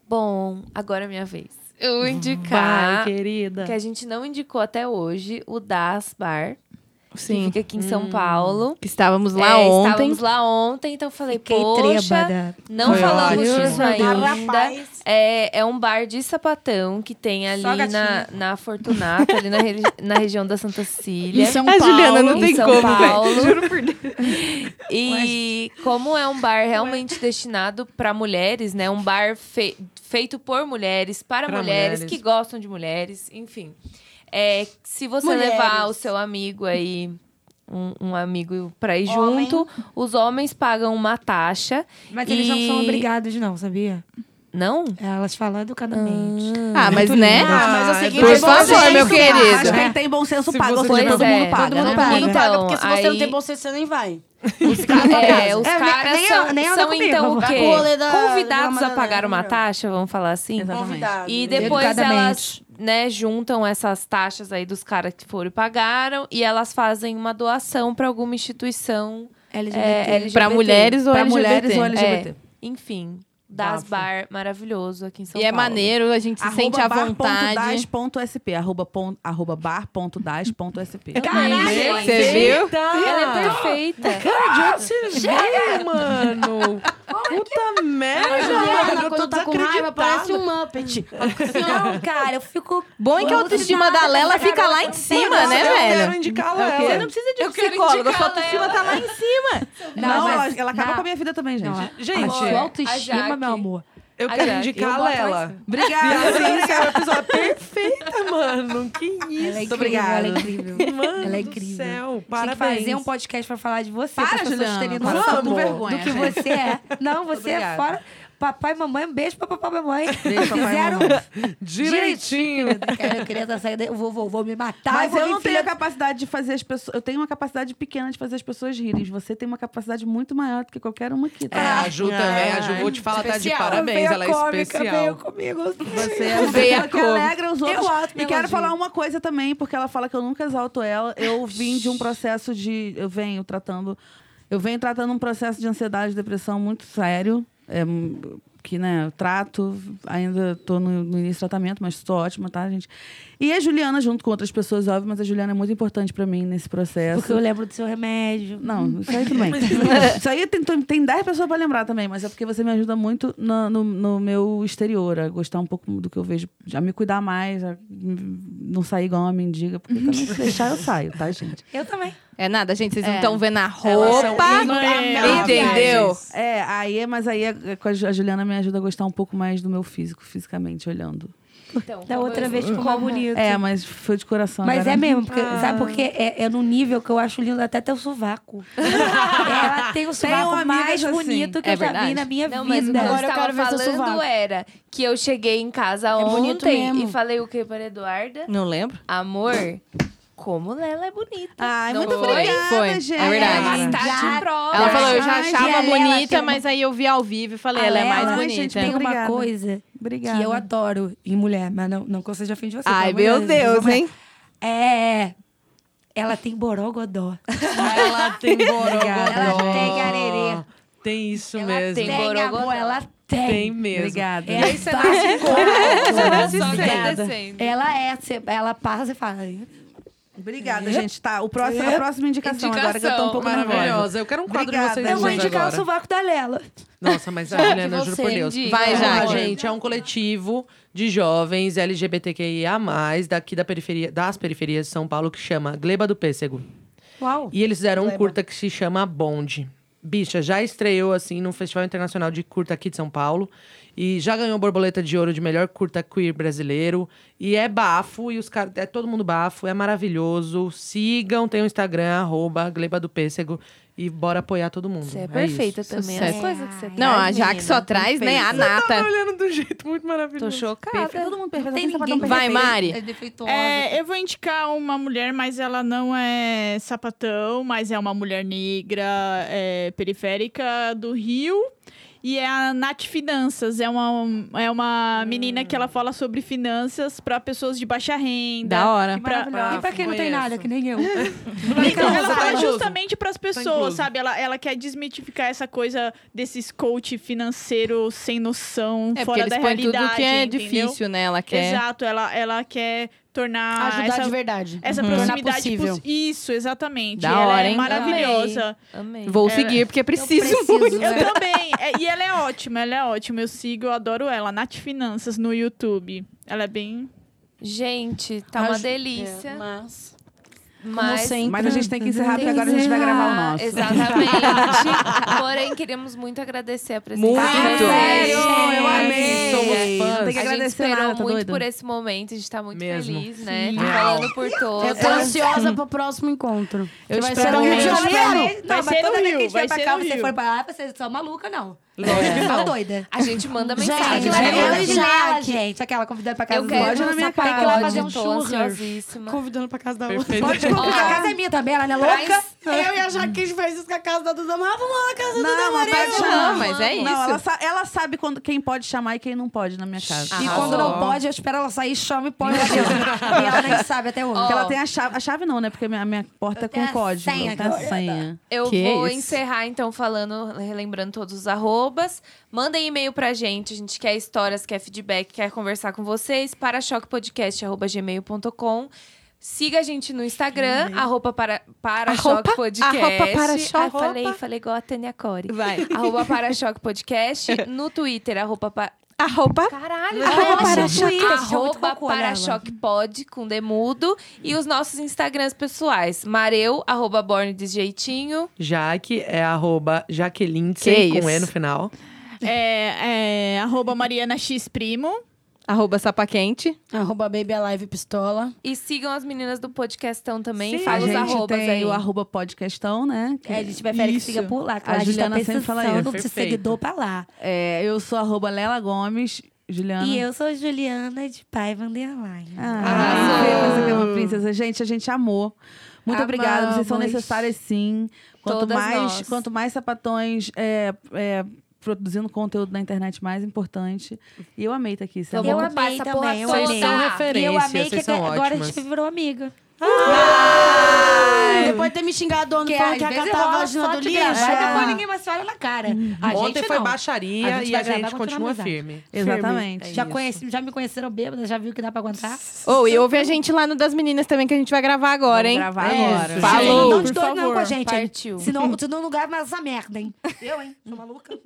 [SPEAKER 1] Bom, agora é minha vez. Eu vou indicar que a gente não indicou até hoje o Das Bar, que
[SPEAKER 3] Sim.
[SPEAKER 1] fica aqui em São Paulo.
[SPEAKER 3] Que estávamos lá
[SPEAKER 1] É,
[SPEAKER 3] ontem.
[SPEAKER 1] Estávamos lá ontem, então eu falei,
[SPEAKER 2] Fiquei
[SPEAKER 1] poxa,
[SPEAKER 2] trêbada.
[SPEAKER 1] não
[SPEAKER 7] Foi
[SPEAKER 1] falamos
[SPEAKER 7] ótimo.
[SPEAKER 1] disso ainda. É, é um bar de sapatão que tem ali na, na Fortunata, ali na, re- na região da Santa Cília.
[SPEAKER 8] Em São Paulo.
[SPEAKER 1] em São Paulo. E como é um bar realmente destinado para mulheres, né? Um bar fe- feito por mulheres, para
[SPEAKER 7] Pra
[SPEAKER 1] mulheres,
[SPEAKER 7] mulheres.
[SPEAKER 1] que gostam de mulheres, enfim. É, se você
[SPEAKER 6] Mulheres.
[SPEAKER 1] levar o seu amigo aí, um, um amigo para ir
[SPEAKER 6] Homem.
[SPEAKER 1] junto, os homens pagam uma taxa.
[SPEAKER 2] Mas eles não são
[SPEAKER 1] E-
[SPEAKER 2] obrigados, não, sabia?
[SPEAKER 1] Não?
[SPEAKER 2] Elas falam educadamente.
[SPEAKER 3] Ah, mas
[SPEAKER 5] É?
[SPEAKER 3] né?
[SPEAKER 7] Ah, mas eu segui
[SPEAKER 3] Por
[SPEAKER 7] meu
[SPEAKER 3] favor,
[SPEAKER 7] conselho,
[SPEAKER 3] meu
[SPEAKER 5] Acho
[SPEAKER 3] querido.
[SPEAKER 5] que quem tem bom senso
[SPEAKER 7] Se
[SPEAKER 5] paga, ou
[SPEAKER 7] você
[SPEAKER 5] seja,
[SPEAKER 1] Pois
[SPEAKER 5] todo
[SPEAKER 1] é.
[SPEAKER 5] mundo paga.
[SPEAKER 1] Todo mundo
[SPEAKER 5] né?
[SPEAKER 1] paga.
[SPEAKER 6] Não paga, porque se você não
[SPEAKER 1] aí-
[SPEAKER 6] tem bolsa, você nem vai.
[SPEAKER 1] Os, ca- é, os
[SPEAKER 2] É, nem-
[SPEAKER 1] caras
[SPEAKER 2] nem eu-
[SPEAKER 1] são,
[SPEAKER 2] nem eu
[SPEAKER 1] são,
[SPEAKER 2] ando comigo,
[SPEAKER 1] então o
[SPEAKER 2] por
[SPEAKER 1] quê?
[SPEAKER 6] favor. Rolê da-
[SPEAKER 1] Convidados
[SPEAKER 6] da
[SPEAKER 1] a pagar uma
[SPEAKER 6] Madalena.
[SPEAKER 1] taxa, vamos falar assim?
[SPEAKER 5] Exatamente.
[SPEAKER 6] Convidado.
[SPEAKER 1] E depois
[SPEAKER 2] Educadamente.
[SPEAKER 1] elas, né, juntam essas taxas aí dos caras que foram e pagaram e elas fazem uma doação para alguma instituição
[SPEAKER 2] LGBT.
[SPEAKER 1] é, LGBT.
[SPEAKER 3] Pra mulheres ou
[SPEAKER 5] Pra
[SPEAKER 3] LGBT. Então
[SPEAKER 5] mulheres ou
[SPEAKER 1] É,
[SPEAKER 5] LGBT.
[SPEAKER 1] enfim, Das Bar, maravilhoso aqui em São
[SPEAKER 3] E é
[SPEAKER 1] Paulo.
[SPEAKER 3] maneiro, a gente se sente à vontade.
[SPEAKER 5] bar.das.sp, arroba, pon- arroba bar.das.sp.
[SPEAKER 1] Caraca, gente.
[SPEAKER 3] Você viu?
[SPEAKER 1] Ela é perfeita.
[SPEAKER 7] Cara, de onde você veio, mano? Puta
[SPEAKER 3] é
[SPEAKER 7] merda, mano. Eu tô
[SPEAKER 6] quando tá com raiva, parece
[SPEAKER 7] desacreditada.
[SPEAKER 6] um Muppet.
[SPEAKER 2] Não, cara, eu fico.
[SPEAKER 3] Bom é que a
[SPEAKER 2] Eu
[SPEAKER 3] autoestima
[SPEAKER 2] nada,
[SPEAKER 3] da Lela
[SPEAKER 2] cara,
[SPEAKER 3] fica lá
[SPEAKER 2] eu
[SPEAKER 3] em
[SPEAKER 2] não
[SPEAKER 3] cima, né,
[SPEAKER 7] é Eu quero
[SPEAKER 3] velho?
[SPEAKER 7] indicar ela.
[SPEAKER 3] Você não precisa de um
[SPEAKER 1] Eu quero
[SPEAKER 3] psicólogo, a
[SPEAKER 1] indicar
[SPEAKER 3] sua autoestima
[SPEAKER 1] ela.
[SPEAKER 3] tá lá em cima.
[SPEAKER 5] Não, ela, ela acaba com a minha vida também, gente.
[SPEAKER 7] Gente,
[SPEAKER 1] Amor,
[SPEAKER 2] Sua
[SPEAKER 1] É, a
[SPEAKER 2] autoestima,
[SPEAKER 1] Jaque.
[SPEAKER 2] meu amor.
[SPEAKER 7] eu
[SPEAKER 1] a
[SPEAKER 7] quero
[SPEAKER 1] Jaque, eu
[SPEAKER 7] indicar
[SPEAKER 1] boto
[SPEAKER 7] ela.
[SPEAKER 5] Obrigada.
[SPEAKER 7] Sim, cara, é a pessoa perfeita, mano. Que isso,
[SPEAKER 2] Ela é incrível,
[SPEAKER 5] obrigada.
[SPEAKER 2] ela é incrível.
[SPEAKER 7] mano.
[SPEAKER 2] ela é
[SPEAKER 7] Do
[SPEAKER 2] incrível.
[SPEAKER 7] céu,
[SPEAKER 2] Tinha que
[SPEAKER 7] parabéns.
[SPEAKER 2] fazer um podcast pra falar de você,
[SPEAKER 5] Para,
[SPEAKER 2] para as pessoas
[SPEAKER 5] Juliana,
[SPEAKER 2] terem
[SPEAKER 5] para,
[SPEAKER 2] noção
[SPEAKER 5] com
[SPEAKER 2] do-
[SPEAKER 5] vergonha,
[SPEAKER 2] do que
[SPEAKER 5] gente.
[SPEAKER 2] você é. Não, você é
[SPEAKER 5] obrigada.
[SPEAKER 2] fora. Papai e mamãe, um beijo pra papai e mamãe.
[SPEAKER 5] Beijo, papai e
[SPEAKER 2] Fizeram
[SPEAKER 5] mamãe.
[SPEAKER 7] Direitinho.
[SPEAKER 2] Cara, eu queria essa saída, eu vou, vou, vou me matar.
[SPEAKER 5] Mas
[SPEAKER 2] Tá, vou
[SPEAKER 5] eu
[SPEAKER 2] me
[SPEAKER 5] não tenho a
[SPEAKER 2] enfiar-
[SPEAKER 5] capacidade de fazer as pessoas. Eu tenho uma capacidade pequena de fazer as pessoas rirem. Você tem uma capacidade muito maior do que qualquer uma aqui,
[SPEAKER 7] É,
[SPEAKER 5] tá?
[SPEAKER 7] a Ju também, a Ju, vou te falar, tá de
[SPEAKER 1] Especial.
[SPEAKER 7] parabéns,
[SPEAKER 2] Veio
[SPEAKER 7] ela é
[SPEAKER 2] cômica, Veio
[SPEAKER 7] especial.
[SPEAKER 2] comigo.
[SPEAKER 5] Você é uma
[SPEAKER 3] Veia
[SPEAKER 5] pessoa que
[SPEAKER 3] como.
[SPEAKER 5] alegra os outros.
[SPEAKER 2] Eu acho que
[SPEAKER 5] e quero
[SPEAKER 2] elogio.
[SPEAKER 5] falar uma coisa também, porque ela fala que eu nunca exalto ela. Eu vim de um processo de. Eu venho tratando. Eu venho tratando um processo de ansiedade e depressão muito sério. É, hum, que, né, eu trato, ainda tô no, no início do tratamento, mas tô ótima, tá, gente? E a Juliana, junto com outras pessoas, óbvio, mas a Juliana é muito importante pra mim nesse processo.
[SPEAKER 2] Porque eu lembro do seu remédio.
[SPEAKER 5] Não, isso aí tudo bem. Hum. isso aí tem, tem 10 pessoas pra lembrar também, mas é porque você me ajuda muito na- no, no meu exterior, a gostar um pouco do que eu vejo, a me cuidar mais, a não sair igual uma mendiga, porque também se deixar eu saio, tá, gente?
[SPEAKER 2] Eu também.
[SPEAKER 3] É nada, gente, vocês não estão vendo a
[SPEAKER 7] Elas são
[SPEAKER 3] roupa,
[SPEAKER 1] é,
[SPEAKER 7] inumeráveis.
[SPEAKER 3] entendeu?
[SPEAKER 5] É, aí, é- mas aí é- é com a Ju- a Juliana me ajuda a gostar um pouco mais do meu físico, fisicamente, olhando.
[SPEAKER 1] Então,
[SPEAKER 2] Da
[SPEAKER 1] como
[SPEAKER 2] outra
[SPEAKER 1] eu-
[SPEAKER 2] vez ficou mais bonito.
[SPEAKER 5] É, mas foi de coração.
[SPEAKER 2] Mas
[SPEAKER 5] agora-
[SPEAKER 2] é mesmo, porque, sabe por quê? É, é num nível que eu acho lindo até teu sovaco. Ela tem o sovaco
[SPEAKER 5] amigas
[SPEAKER 2] mais
[SPEAKER 5] assim.
[SPEAKER 2] bonito que
[SPEAKER 3] É
[SPEAKER 2] eu já
[SPEAKER 3] verdade?
[SPEAKER 2] vi na minha
[SPEAKER 1] Não, mas o que
[SPEAKER 2] vida.
[SPEAKER 1] eu
[SPEAKER 6] Agora eu
[SPEAKER 1] estava
[SPEAKER 6] quero ver seu
[SPEAKER 1] falando
[SPEAKER 6] sovaco. É
[SPEAKER 1] era que eu cheguei em casa
[SPEAKER 6] bonito
[SPEAKER 1] ontem
[SPEAKER 6] mesmo.
[SPEAKER 1] e falei o que para Eduarda?
[SPEAKER 3] Não lembro?
[SPEAKER 1] Amor, como Lela é bonita.
[SPEAKER 5] Ai,
[SPEAKER 1] Não
[SPEAKER 5] muito
[SPEAKER 1] foi?
[SPEAKER 5] obrigada,
[SPEAKER 3] Foi.
[SPEAKER 5] gente.
[SPEAKER 3] É verdade.
[SPEAKER 1] Ela está de prova.
[SPEAKER 3] Ela falou, eu já
[SPEAKER 5] Ai,
[SPEAKER 3] achava
[SPEAKER 2] Lela, tem
[SPEAKER 3] bonita,
[SPEAKER 2] uma-
[SPEAKER 3] mas aí eu vi ao vivo e falei,
[SPEAKER 2] A
[SPEAKER 3] ela é mais
[SPEAKER 2] Lela,
[SPEAKER 5] gente,
[SPEAKER 3] bonita.
[SPEAKER 5] bem
[SPEAKER 2] Tem uma
[SPEAKER 5] Obrigada.
[SPEAKER 2] coisa
[SPEAKER 5] Obrigada.
[SPEAKER 2] que eu adoro em mulher, mas não, não que eu seja afim de você.
[SPEAKER 3] Ai,
[SPEAKER 2] pelo amor
[SPEAKER 3] meu
[SPEAKER 2] de Vamos
[SPEAKER 3] Deus,
[SPEAKER 2] lá.
[SPEAKER 3] hein?
[SPEAKER 2] É. Ela tem borogodó.
[SPEAKER 7] Ela tem borogodó.
[SPEAKER 2] Ela tem arerê.
[SPEAKER 7] Tem isso
[SPEAKER 1] Ela
[SPEAKER 7] mesmo.
[SPEAKER 1] tem
[SPEAKER 2] Tem,
[SPEAKER 1] borogodó.
[SPEAKER 2] amor, ela tem. É
[SPEAKER 7] Tem mesmo.
[SPEAKER 5] Obrigada.
[SPEAKER 2] Ela
[SPEAKER 1] Só
[SPEAKER 2] passa.
[SPEAKER 1] agradecendo.
[SPEAKER 2] Ela é, cê- ela passa e fala. "Ih,
[SPEAKER 5] Obrigada, gente. Tá, o próximo, a próxima indicação, agora que eu tô um
[SPEAKER 1] Indicação,
[SPEAKER 5] pouco nervosa.
[SPEAKER 7] Maravilhosa. Eu quero um quadro
[SPEAKER 5] Obrigada.
[SPEAKER 7] de vocês
[SPEAKER 2] Eu vou
[SPEAKER 7] duas
[SPEAKER 2] indicar
[SPEAKER 7] agora.
[SPEAKER 2] o sovaco da Lela.
[SPEAKER 7] Nossa, mas a Juliana,
[SPEAKER 1] que
[SPEAKER 7] juro
[SPEAKER 1] você
[SPEAKER 7] por Deus.
[SPEAKER 1] indica,
[SPEAKER 3] Vai,
[SPEAKER 1] amor.
[SPEAKER 7] Vamos lá,
[SPEAKER 3] Jade.
[SPEAKER 7] gente. É um coletivo de jovens LGBTQIA+, daqui da periferia, das periferias de São Paulo, que chama Gleba do Pêssego.
[SPEAKER 2] Uau.
[SPEAKER 7] E eles fizeram um curta que se chama Bonde. Bicha, já estreou assim no Festival Internacional de Curta aqui de São Paulo. E já ganhou borboleta de ouro de melhor curta queer brasileiro. E é bafo, e os caras. É todo mundo bafo, é maravilhoso. Sigam, tem o Instagram, arroba Gleba do Pêssego. E bora apoiar todo mundo.
[SPEAKER 1] Você é assim.
[SPEAKER 7] isso.
[SPEAKER 1] perfeita também.
[SPEAKER 3] Sucesso.
[SPEAKER 1] As coisas que você
[SPEAKER 3] Não,
[SPEAKER 1] traz,
[SPEAKER 3] a Jaque
[SPEAKER 1] menina.
[SPEAKER 3] só traz, né? A nata.
[SPEAKER 7] Tá olhando do jeito muito
[SPEAKER 1] Tô
[SPEAKER 7] maravilhoso.
[SPEAKER 1] chocada.
[SPEAKER 5] Todo mundo perfeito.
[SPEAKER 2] Tem
[SPEAKER 5] essa
[SPEAKER 2] ninguém
[SPEAKER 5] batom
[SPEAKER 3] Vai,
[SPEAKER 5] perfeito.
[SPEAKER 3] Mari.
[SPEAKER 2] É defeituosa.
[SPEAKER 8] É, eu vou indicar uma mulher, mas ela não é sapatão, mas é uma mulher negra, é, periférica do Rio. E é a Nath Finanças. É uma, é uma
[SPEAKER 3] Hum.
[SPEAKER 8] menina que ela fala sobre finanças para pessoas de baixa renda.
[SPEAKER 3] Da hora.
[SPEAKER 2] Que maravilhosa. E pra quem não tem
[SPEAKER 7] Ah, Conheço.
[SPEAKER 2] nada, que nem eu.
[SPEAKER 8] Então, ela
[SPEAKER 7] Tá
[SPEAKER 8] fala
[SPEAKER 7] incluso.
[SPEAKER 8] justamente pras pessoas,
[SPEAKER 7] incluso.
[SPEAKER 8] sabe? Ela, ela quer desmitificar essa coisa desses coach financeiro sem noção,
[SPEAKER 3] É porque
[SPEAKER 8] fora da
[SPEAKER 3] eles põem
[SPEAKER 8] realidade.
[SPEAKER 3] tudo que é
[SPEAKER 8] entendeu?
[SPEAKER 3] difícil, né? Ela quer.
[SPEAKER 8] Exato, ela, ela quer tornar
[SPEAKER 6] Ajudar
[SPEAKER 8] essa,
[SPEAKER 6] de verdade.
[SPEAKER 8] essa
[SPEAKER 6] Tornar
[SPEAKER 8] proximidade
[SPEAKER 6] possível.
[SPEAKER 8] poss- Isso, exatamente.
[SPEAKER 3] Da
[SPEAKER 8] ela
[SPEAKER 3] hora,
[SPEAKER 8] é
[SPEAKER 3] hein?
[SPEAKER 8] maravilhosa.
[SPEAKER 1] Amei.
[SPEAKER 8] É.
[SPEAKER 3] Vou seguir, porque preciso muito.
[SPEAKER 8] Eu também. É, e ela é ótima, ela é ótima. Eu sigo, eu adoro ela. Nath Finanças no YouTube. Ela é bem.
[SPEAKER 1] Gente, tá uma delícia.
[SPEAKER 6] mas...
[SPEAKER 1] mas
[SPEAKER 6] como sempre,
[SPEAKER 5] Mas a gente tem que encerrar, porque
[SPEAKER 1] Tem
[SPEAKER 5] agora a
[SPEAKER 1] que
[SPEAKER 5] gente vai
[SPEAKER 1] encerrar.
[SPEAKER 5] gravar o nosso.
[SPEAKER 1] Exatamente. Porém, queremos muito agradecer a presença
[SPEAKER 3] Muito.
[SPEAKER 1] de vocês. É,
[SPEAKER 5] Sério, eu
[SPEAKER 7] amei. Somos fãs.
[SPEAKER 5] Não tem que
[SPEAKER 1] a gente
[SPEAKER 5] agradecer
[SPEAKER 1] esperou
[SPEAKER 5] nada, tá
[SPEAKER 1] muito
[SPEAKER 5] doido?
[SPEAKER 1] por esse momento, a gente tá muito
[SPEAKER 7] Mesmo.
[SPEAKER 1] feliz, né?
[SPEAKER 7] Sim.
[SPEAKER 1] Tá falando por
[SPEAKER 6] Eu
[SPEAKER 1] todos.
[SPEAKER 6] tô ansiosa pro próximo encontro.
[SPEAKER 5] Eu
[SPEAKER 6] vai
[SPEAKER 5] espero
[SPEAKER 6] ser no Rio
[SPEAKER 5] que-
[SPEAKER 6] de
[SPEAKER 2] Não,
[SPEAKER 6] Janeiro.
[SPEAKER 2] mas
[SPEAKER 8] Vai ser
[SPEAKER 2] toda vez que
[SPEAKER 8] no
[SPEAKER 2] a
[SPEAKER 8] Rio,
[SPEAKER 2] gente
[SPEAKER 8] vai
[SPEAKER 2] vier pra
[SPEAKER 8] ser
[SPEAKER 2] cá,
[SPEAKER 8] no
[SPEAKER 2] você
[SPEAKER 8] Rio.
[SPEAKER 2] for pra lá, você só é maluca, não.
[SPEAKER 7] Lógico que
[SPEAKER 2] Você
[SPEAKER 7] não.
[SPEAKER 2] só doida.
[SPEAKER 1] A gente manda
[SPEAKER 6] Gente,
[SPEAKER 1] mensagem.
[SPEAKER 6] vai
[SPEAKER 1] né?
[SPEAKER 6] eu e Jaque.
[SPEAKER 2] gente. Aquela convidada pra casa
[SPEAKER 1] Eu
[SPEAKER 2] do
[SPEAKER 1] quero
[SPEAKER 2] Lorde,
[SPEAKER 1] ir
[SPEAKER 2] ela
[SPEAKER 1] na minha
[SPEAKER 2] tem
[SPEAKER 1] casa.
[SPEAKER 2] que ir lá fazer um
[SPEAKER 1] tô
[SPEAKER 2] churras.
[SPEAKER 1] ansiosíssima.
[SPEAKER 6] Convidando pra casa da outra.
[SPEAKER 7] Perfeito.
[SPEAKER 2] Pode convidar
[SPEAKER 1] Ó.
[SPEAKER 2] a casa é minha também, ela não é
[SPEAKER 1] Traz-
[SPEAKER 2] louca.
[SPEAKER 6] Eu e a Jaque, a gente faz isso com a casa da Duda. Mas vamos lá na casa da
[SPEAKER 5] Não,
[SPEAKER 6] Duda
[SPEAKER 5] mas pode
[SPEAKER 6] Moreira.
[SPEAKER 3] Não,
[SPEAKER 5] chamar.
[SPEAKER 3] mas é isso.
[SPEAKER 5] Não, ela, sa- ela sabe quando, quem pode chamar e quem não pode na minha casa.
[SPEAKER 2] E
[SPEAKER 5] E
[SPEAKER 1] Arrasou.
[SPEAKER 2] quando não pode, eu espero ela sair, chama e põe lá dentro. e ela nem sabe até hoje.
[SPEAKER 1] Ó.
[SPEAKER 5] porque ela tem a chave. A chave não, né? Porque a minha, minha porta é
[SPEAKER 2] tenho
[SPEAKER 5] com
[SPEAKER 2] a
[SPEAKER 5] código.
[SPEAKER 2] senha
[SPEAKER 5] Tem a
[SPEAKER 2] agora.
[SPEAKER 5] senha.
[SPEAKER 1] Eu
[SPEAKER 3] Que
[SPEAKER 1] vou
[SPEAKER 3] isso?
[SPEAKER 1] encerrar, então, falando, relembrando todos os arrobas. arrobas. Mandem e-mail pra gente. A gente quer histórias, quer feedback, quer conversar com vocês. Para choquepodcast.gmail.com. Siga a gente no Instagram, arroba para, para choque podcast.
[SPEAKER 3] Arroba para choque.
[SPEAKER 1] Ai, falei, falei igual a Tânia Core.
[SPEAKER 3] Vai.
[SPEAKER 1] arroba para choque podcast. No Twitter, arroba para...
[SPEAKER 3] A roupa.
[SPEAKER 1] Caralho,
[SPEAKER 3] Arroba
[SPEAKER 1] para
[SPEAKER 3] para
[SPEAKER 1] choque.
[SPEAKER 3] choque.
[SPEAKER 1] Arroba
[SPEAKER 2] cocô nela.
[SPEAKER 1] para choque pod, com demudo. E os nossos Instagrams pessoais. Mareu, arroba borne desjeitinho.
[SPEAKER 7] Jaque é arroba Jaqueline
[SPEAKER 3] Que
[SPEAKER 7] com
[SPEAKER 3] isso.
[SPEAKER 7] E no final.
[SPEAKER 8] É, é, arroba Mariana X Primo.
[SPEAKER 3] Arroba sapaquente.
[SPEAKER 6] Arroba Baby Alive Pistola.
[SPEAKER 1] E sigam as meninas do podcastão também.
[SPEAKER 5] Sim,
[SPEAKER 1] Fala
[SPEAKER 5] a
[SPEAKER 1] os
[SPEAKER 5] gente
[SPEAKER 1] arrobas
[SPEAKER 5] tem
[SPEAKER 1] aí.
[SPEAKER 5] o arroba podcastão, né? Que-
[SPEAKER 2] É, a gente prefere
[SPEAKER 8] Isso.
[SPEAKER 2] que siga por lá. que
[SPEAKER 5] A
[SPEAKER 2] lá A, gente tá
[SPEAKER 5] Juliana sempre fala isso,
[SPEAKER 2] pensando de
[SPEAKER 7] perfeito.
[SPEAKER 2] seguidor pra lá.
[SPEAKER 5] é, eu sou arroba Lela Gomes, Juliana.
[SPEAKER 2] E eu sou Juliana de Paiva Underline.
[SPEAKER 5] Ah, ah você que é uma princesa. Gente, a gente amou. Muito obrigada, vocês são
[SPEAKER 1] Amamos.
[SPEAKER 5] necessárias sim. Quanto
[SPEAKER 1] Todas
[SPEAKER 5] mais,
[SPEAKER 1] nós.
[SPEAKER 5] quanto mais sapatões é, é, produzindo conteúdo na internet, mais importante. E eu amei estar aqui. Isso é
[SPEAKER 1] Então
[SPEAKER 5] bom.
[SPEAKER 2] eu
[SPEAKER 1] vamos
[SPEAKER 2] amei
[SPEAKER 1] passar a porra
[SPEAKER 2] também, eu
[SPEAKER 1] toda.
[SPEAKER 2] amei.
[SPEAKER 1] Vocês são
[SPEAKER 2] E eu
[SPEAKER 7] referência,
[SPEAKER 2] amei que
[SPEAKER 7] vocês são
[SPEAKER 2] agora a
[SPEAKER 7] ótimas.
[SPEAKER 2] gente virou amiga.
[SPEAKER 6] Depois de ter me xingado
[SPEAKER 2] Porque
[SPEAKER 6] ontem, falando
[SPEAKER 2] às
[SPEAKER 6] que
[SPEAKER 2] vezes
[SPEAKER 6] acatava a
[SPEAKER 2] rola
[SPEAKER 6] vagina
[SPEAKER 2] só
[SPEAKER 6] do
[SPEAKER 2] de
[SPEAKER 6] lixo.
[SPEAKER 2] gravar e depois
[SPEAKER 6] É. Hum.
[SPEAKER 2] ninguém mais se olha na cara.
[SPEAKER 6] Ah,
[SPEAKER 2] A
[SPEAKER 7] Ontem
[SPEAKER 2] gente
[SPEAKER 7] foi
[SPEAKER 2] não.
[SPEAKER 7] baixaria
[SPEAKER 2] A gente
[SPEAKER 7] e
[SPEAKER 2] vai
[SPEAKER 7] a
[SPEAKER 2] gravar,
[SPEAKER 7] gente
[SPEAKER 2] vai continuar
[SPEAKER 7] continua
[SPEAKER 2] amizade.
[SPEAKER 7] firme.
[SPEAKER 6] É
[SPEAKER 5] Exatamente.
[SPEAKER 2] já, conheci, já me conheceram bêbada, já viu que dá pra aguentar?
[SPEAKER 3] Ou e ouve a gente lá no das meninas também, que a gente vai gravar agora, hein?
[SPEAKER 5] gravar
[SPEAKER 7] É
[SPEAKER 5] agora.
[SPEAKER 7] isso,
[SPEAKER 3] Falou.
[SPEAKER 2] Não
[SPEAKER 8] por
[SPEAKER 2] de dois não
[SPEAKER 8] favor.
[SPEAKER 2] com a gente. hein?
[SPEAKER 1] Partiu.
[SPEAKER 2] Senão, senão não grava mais essa merda, hein? Eu, hein? Sou maluca?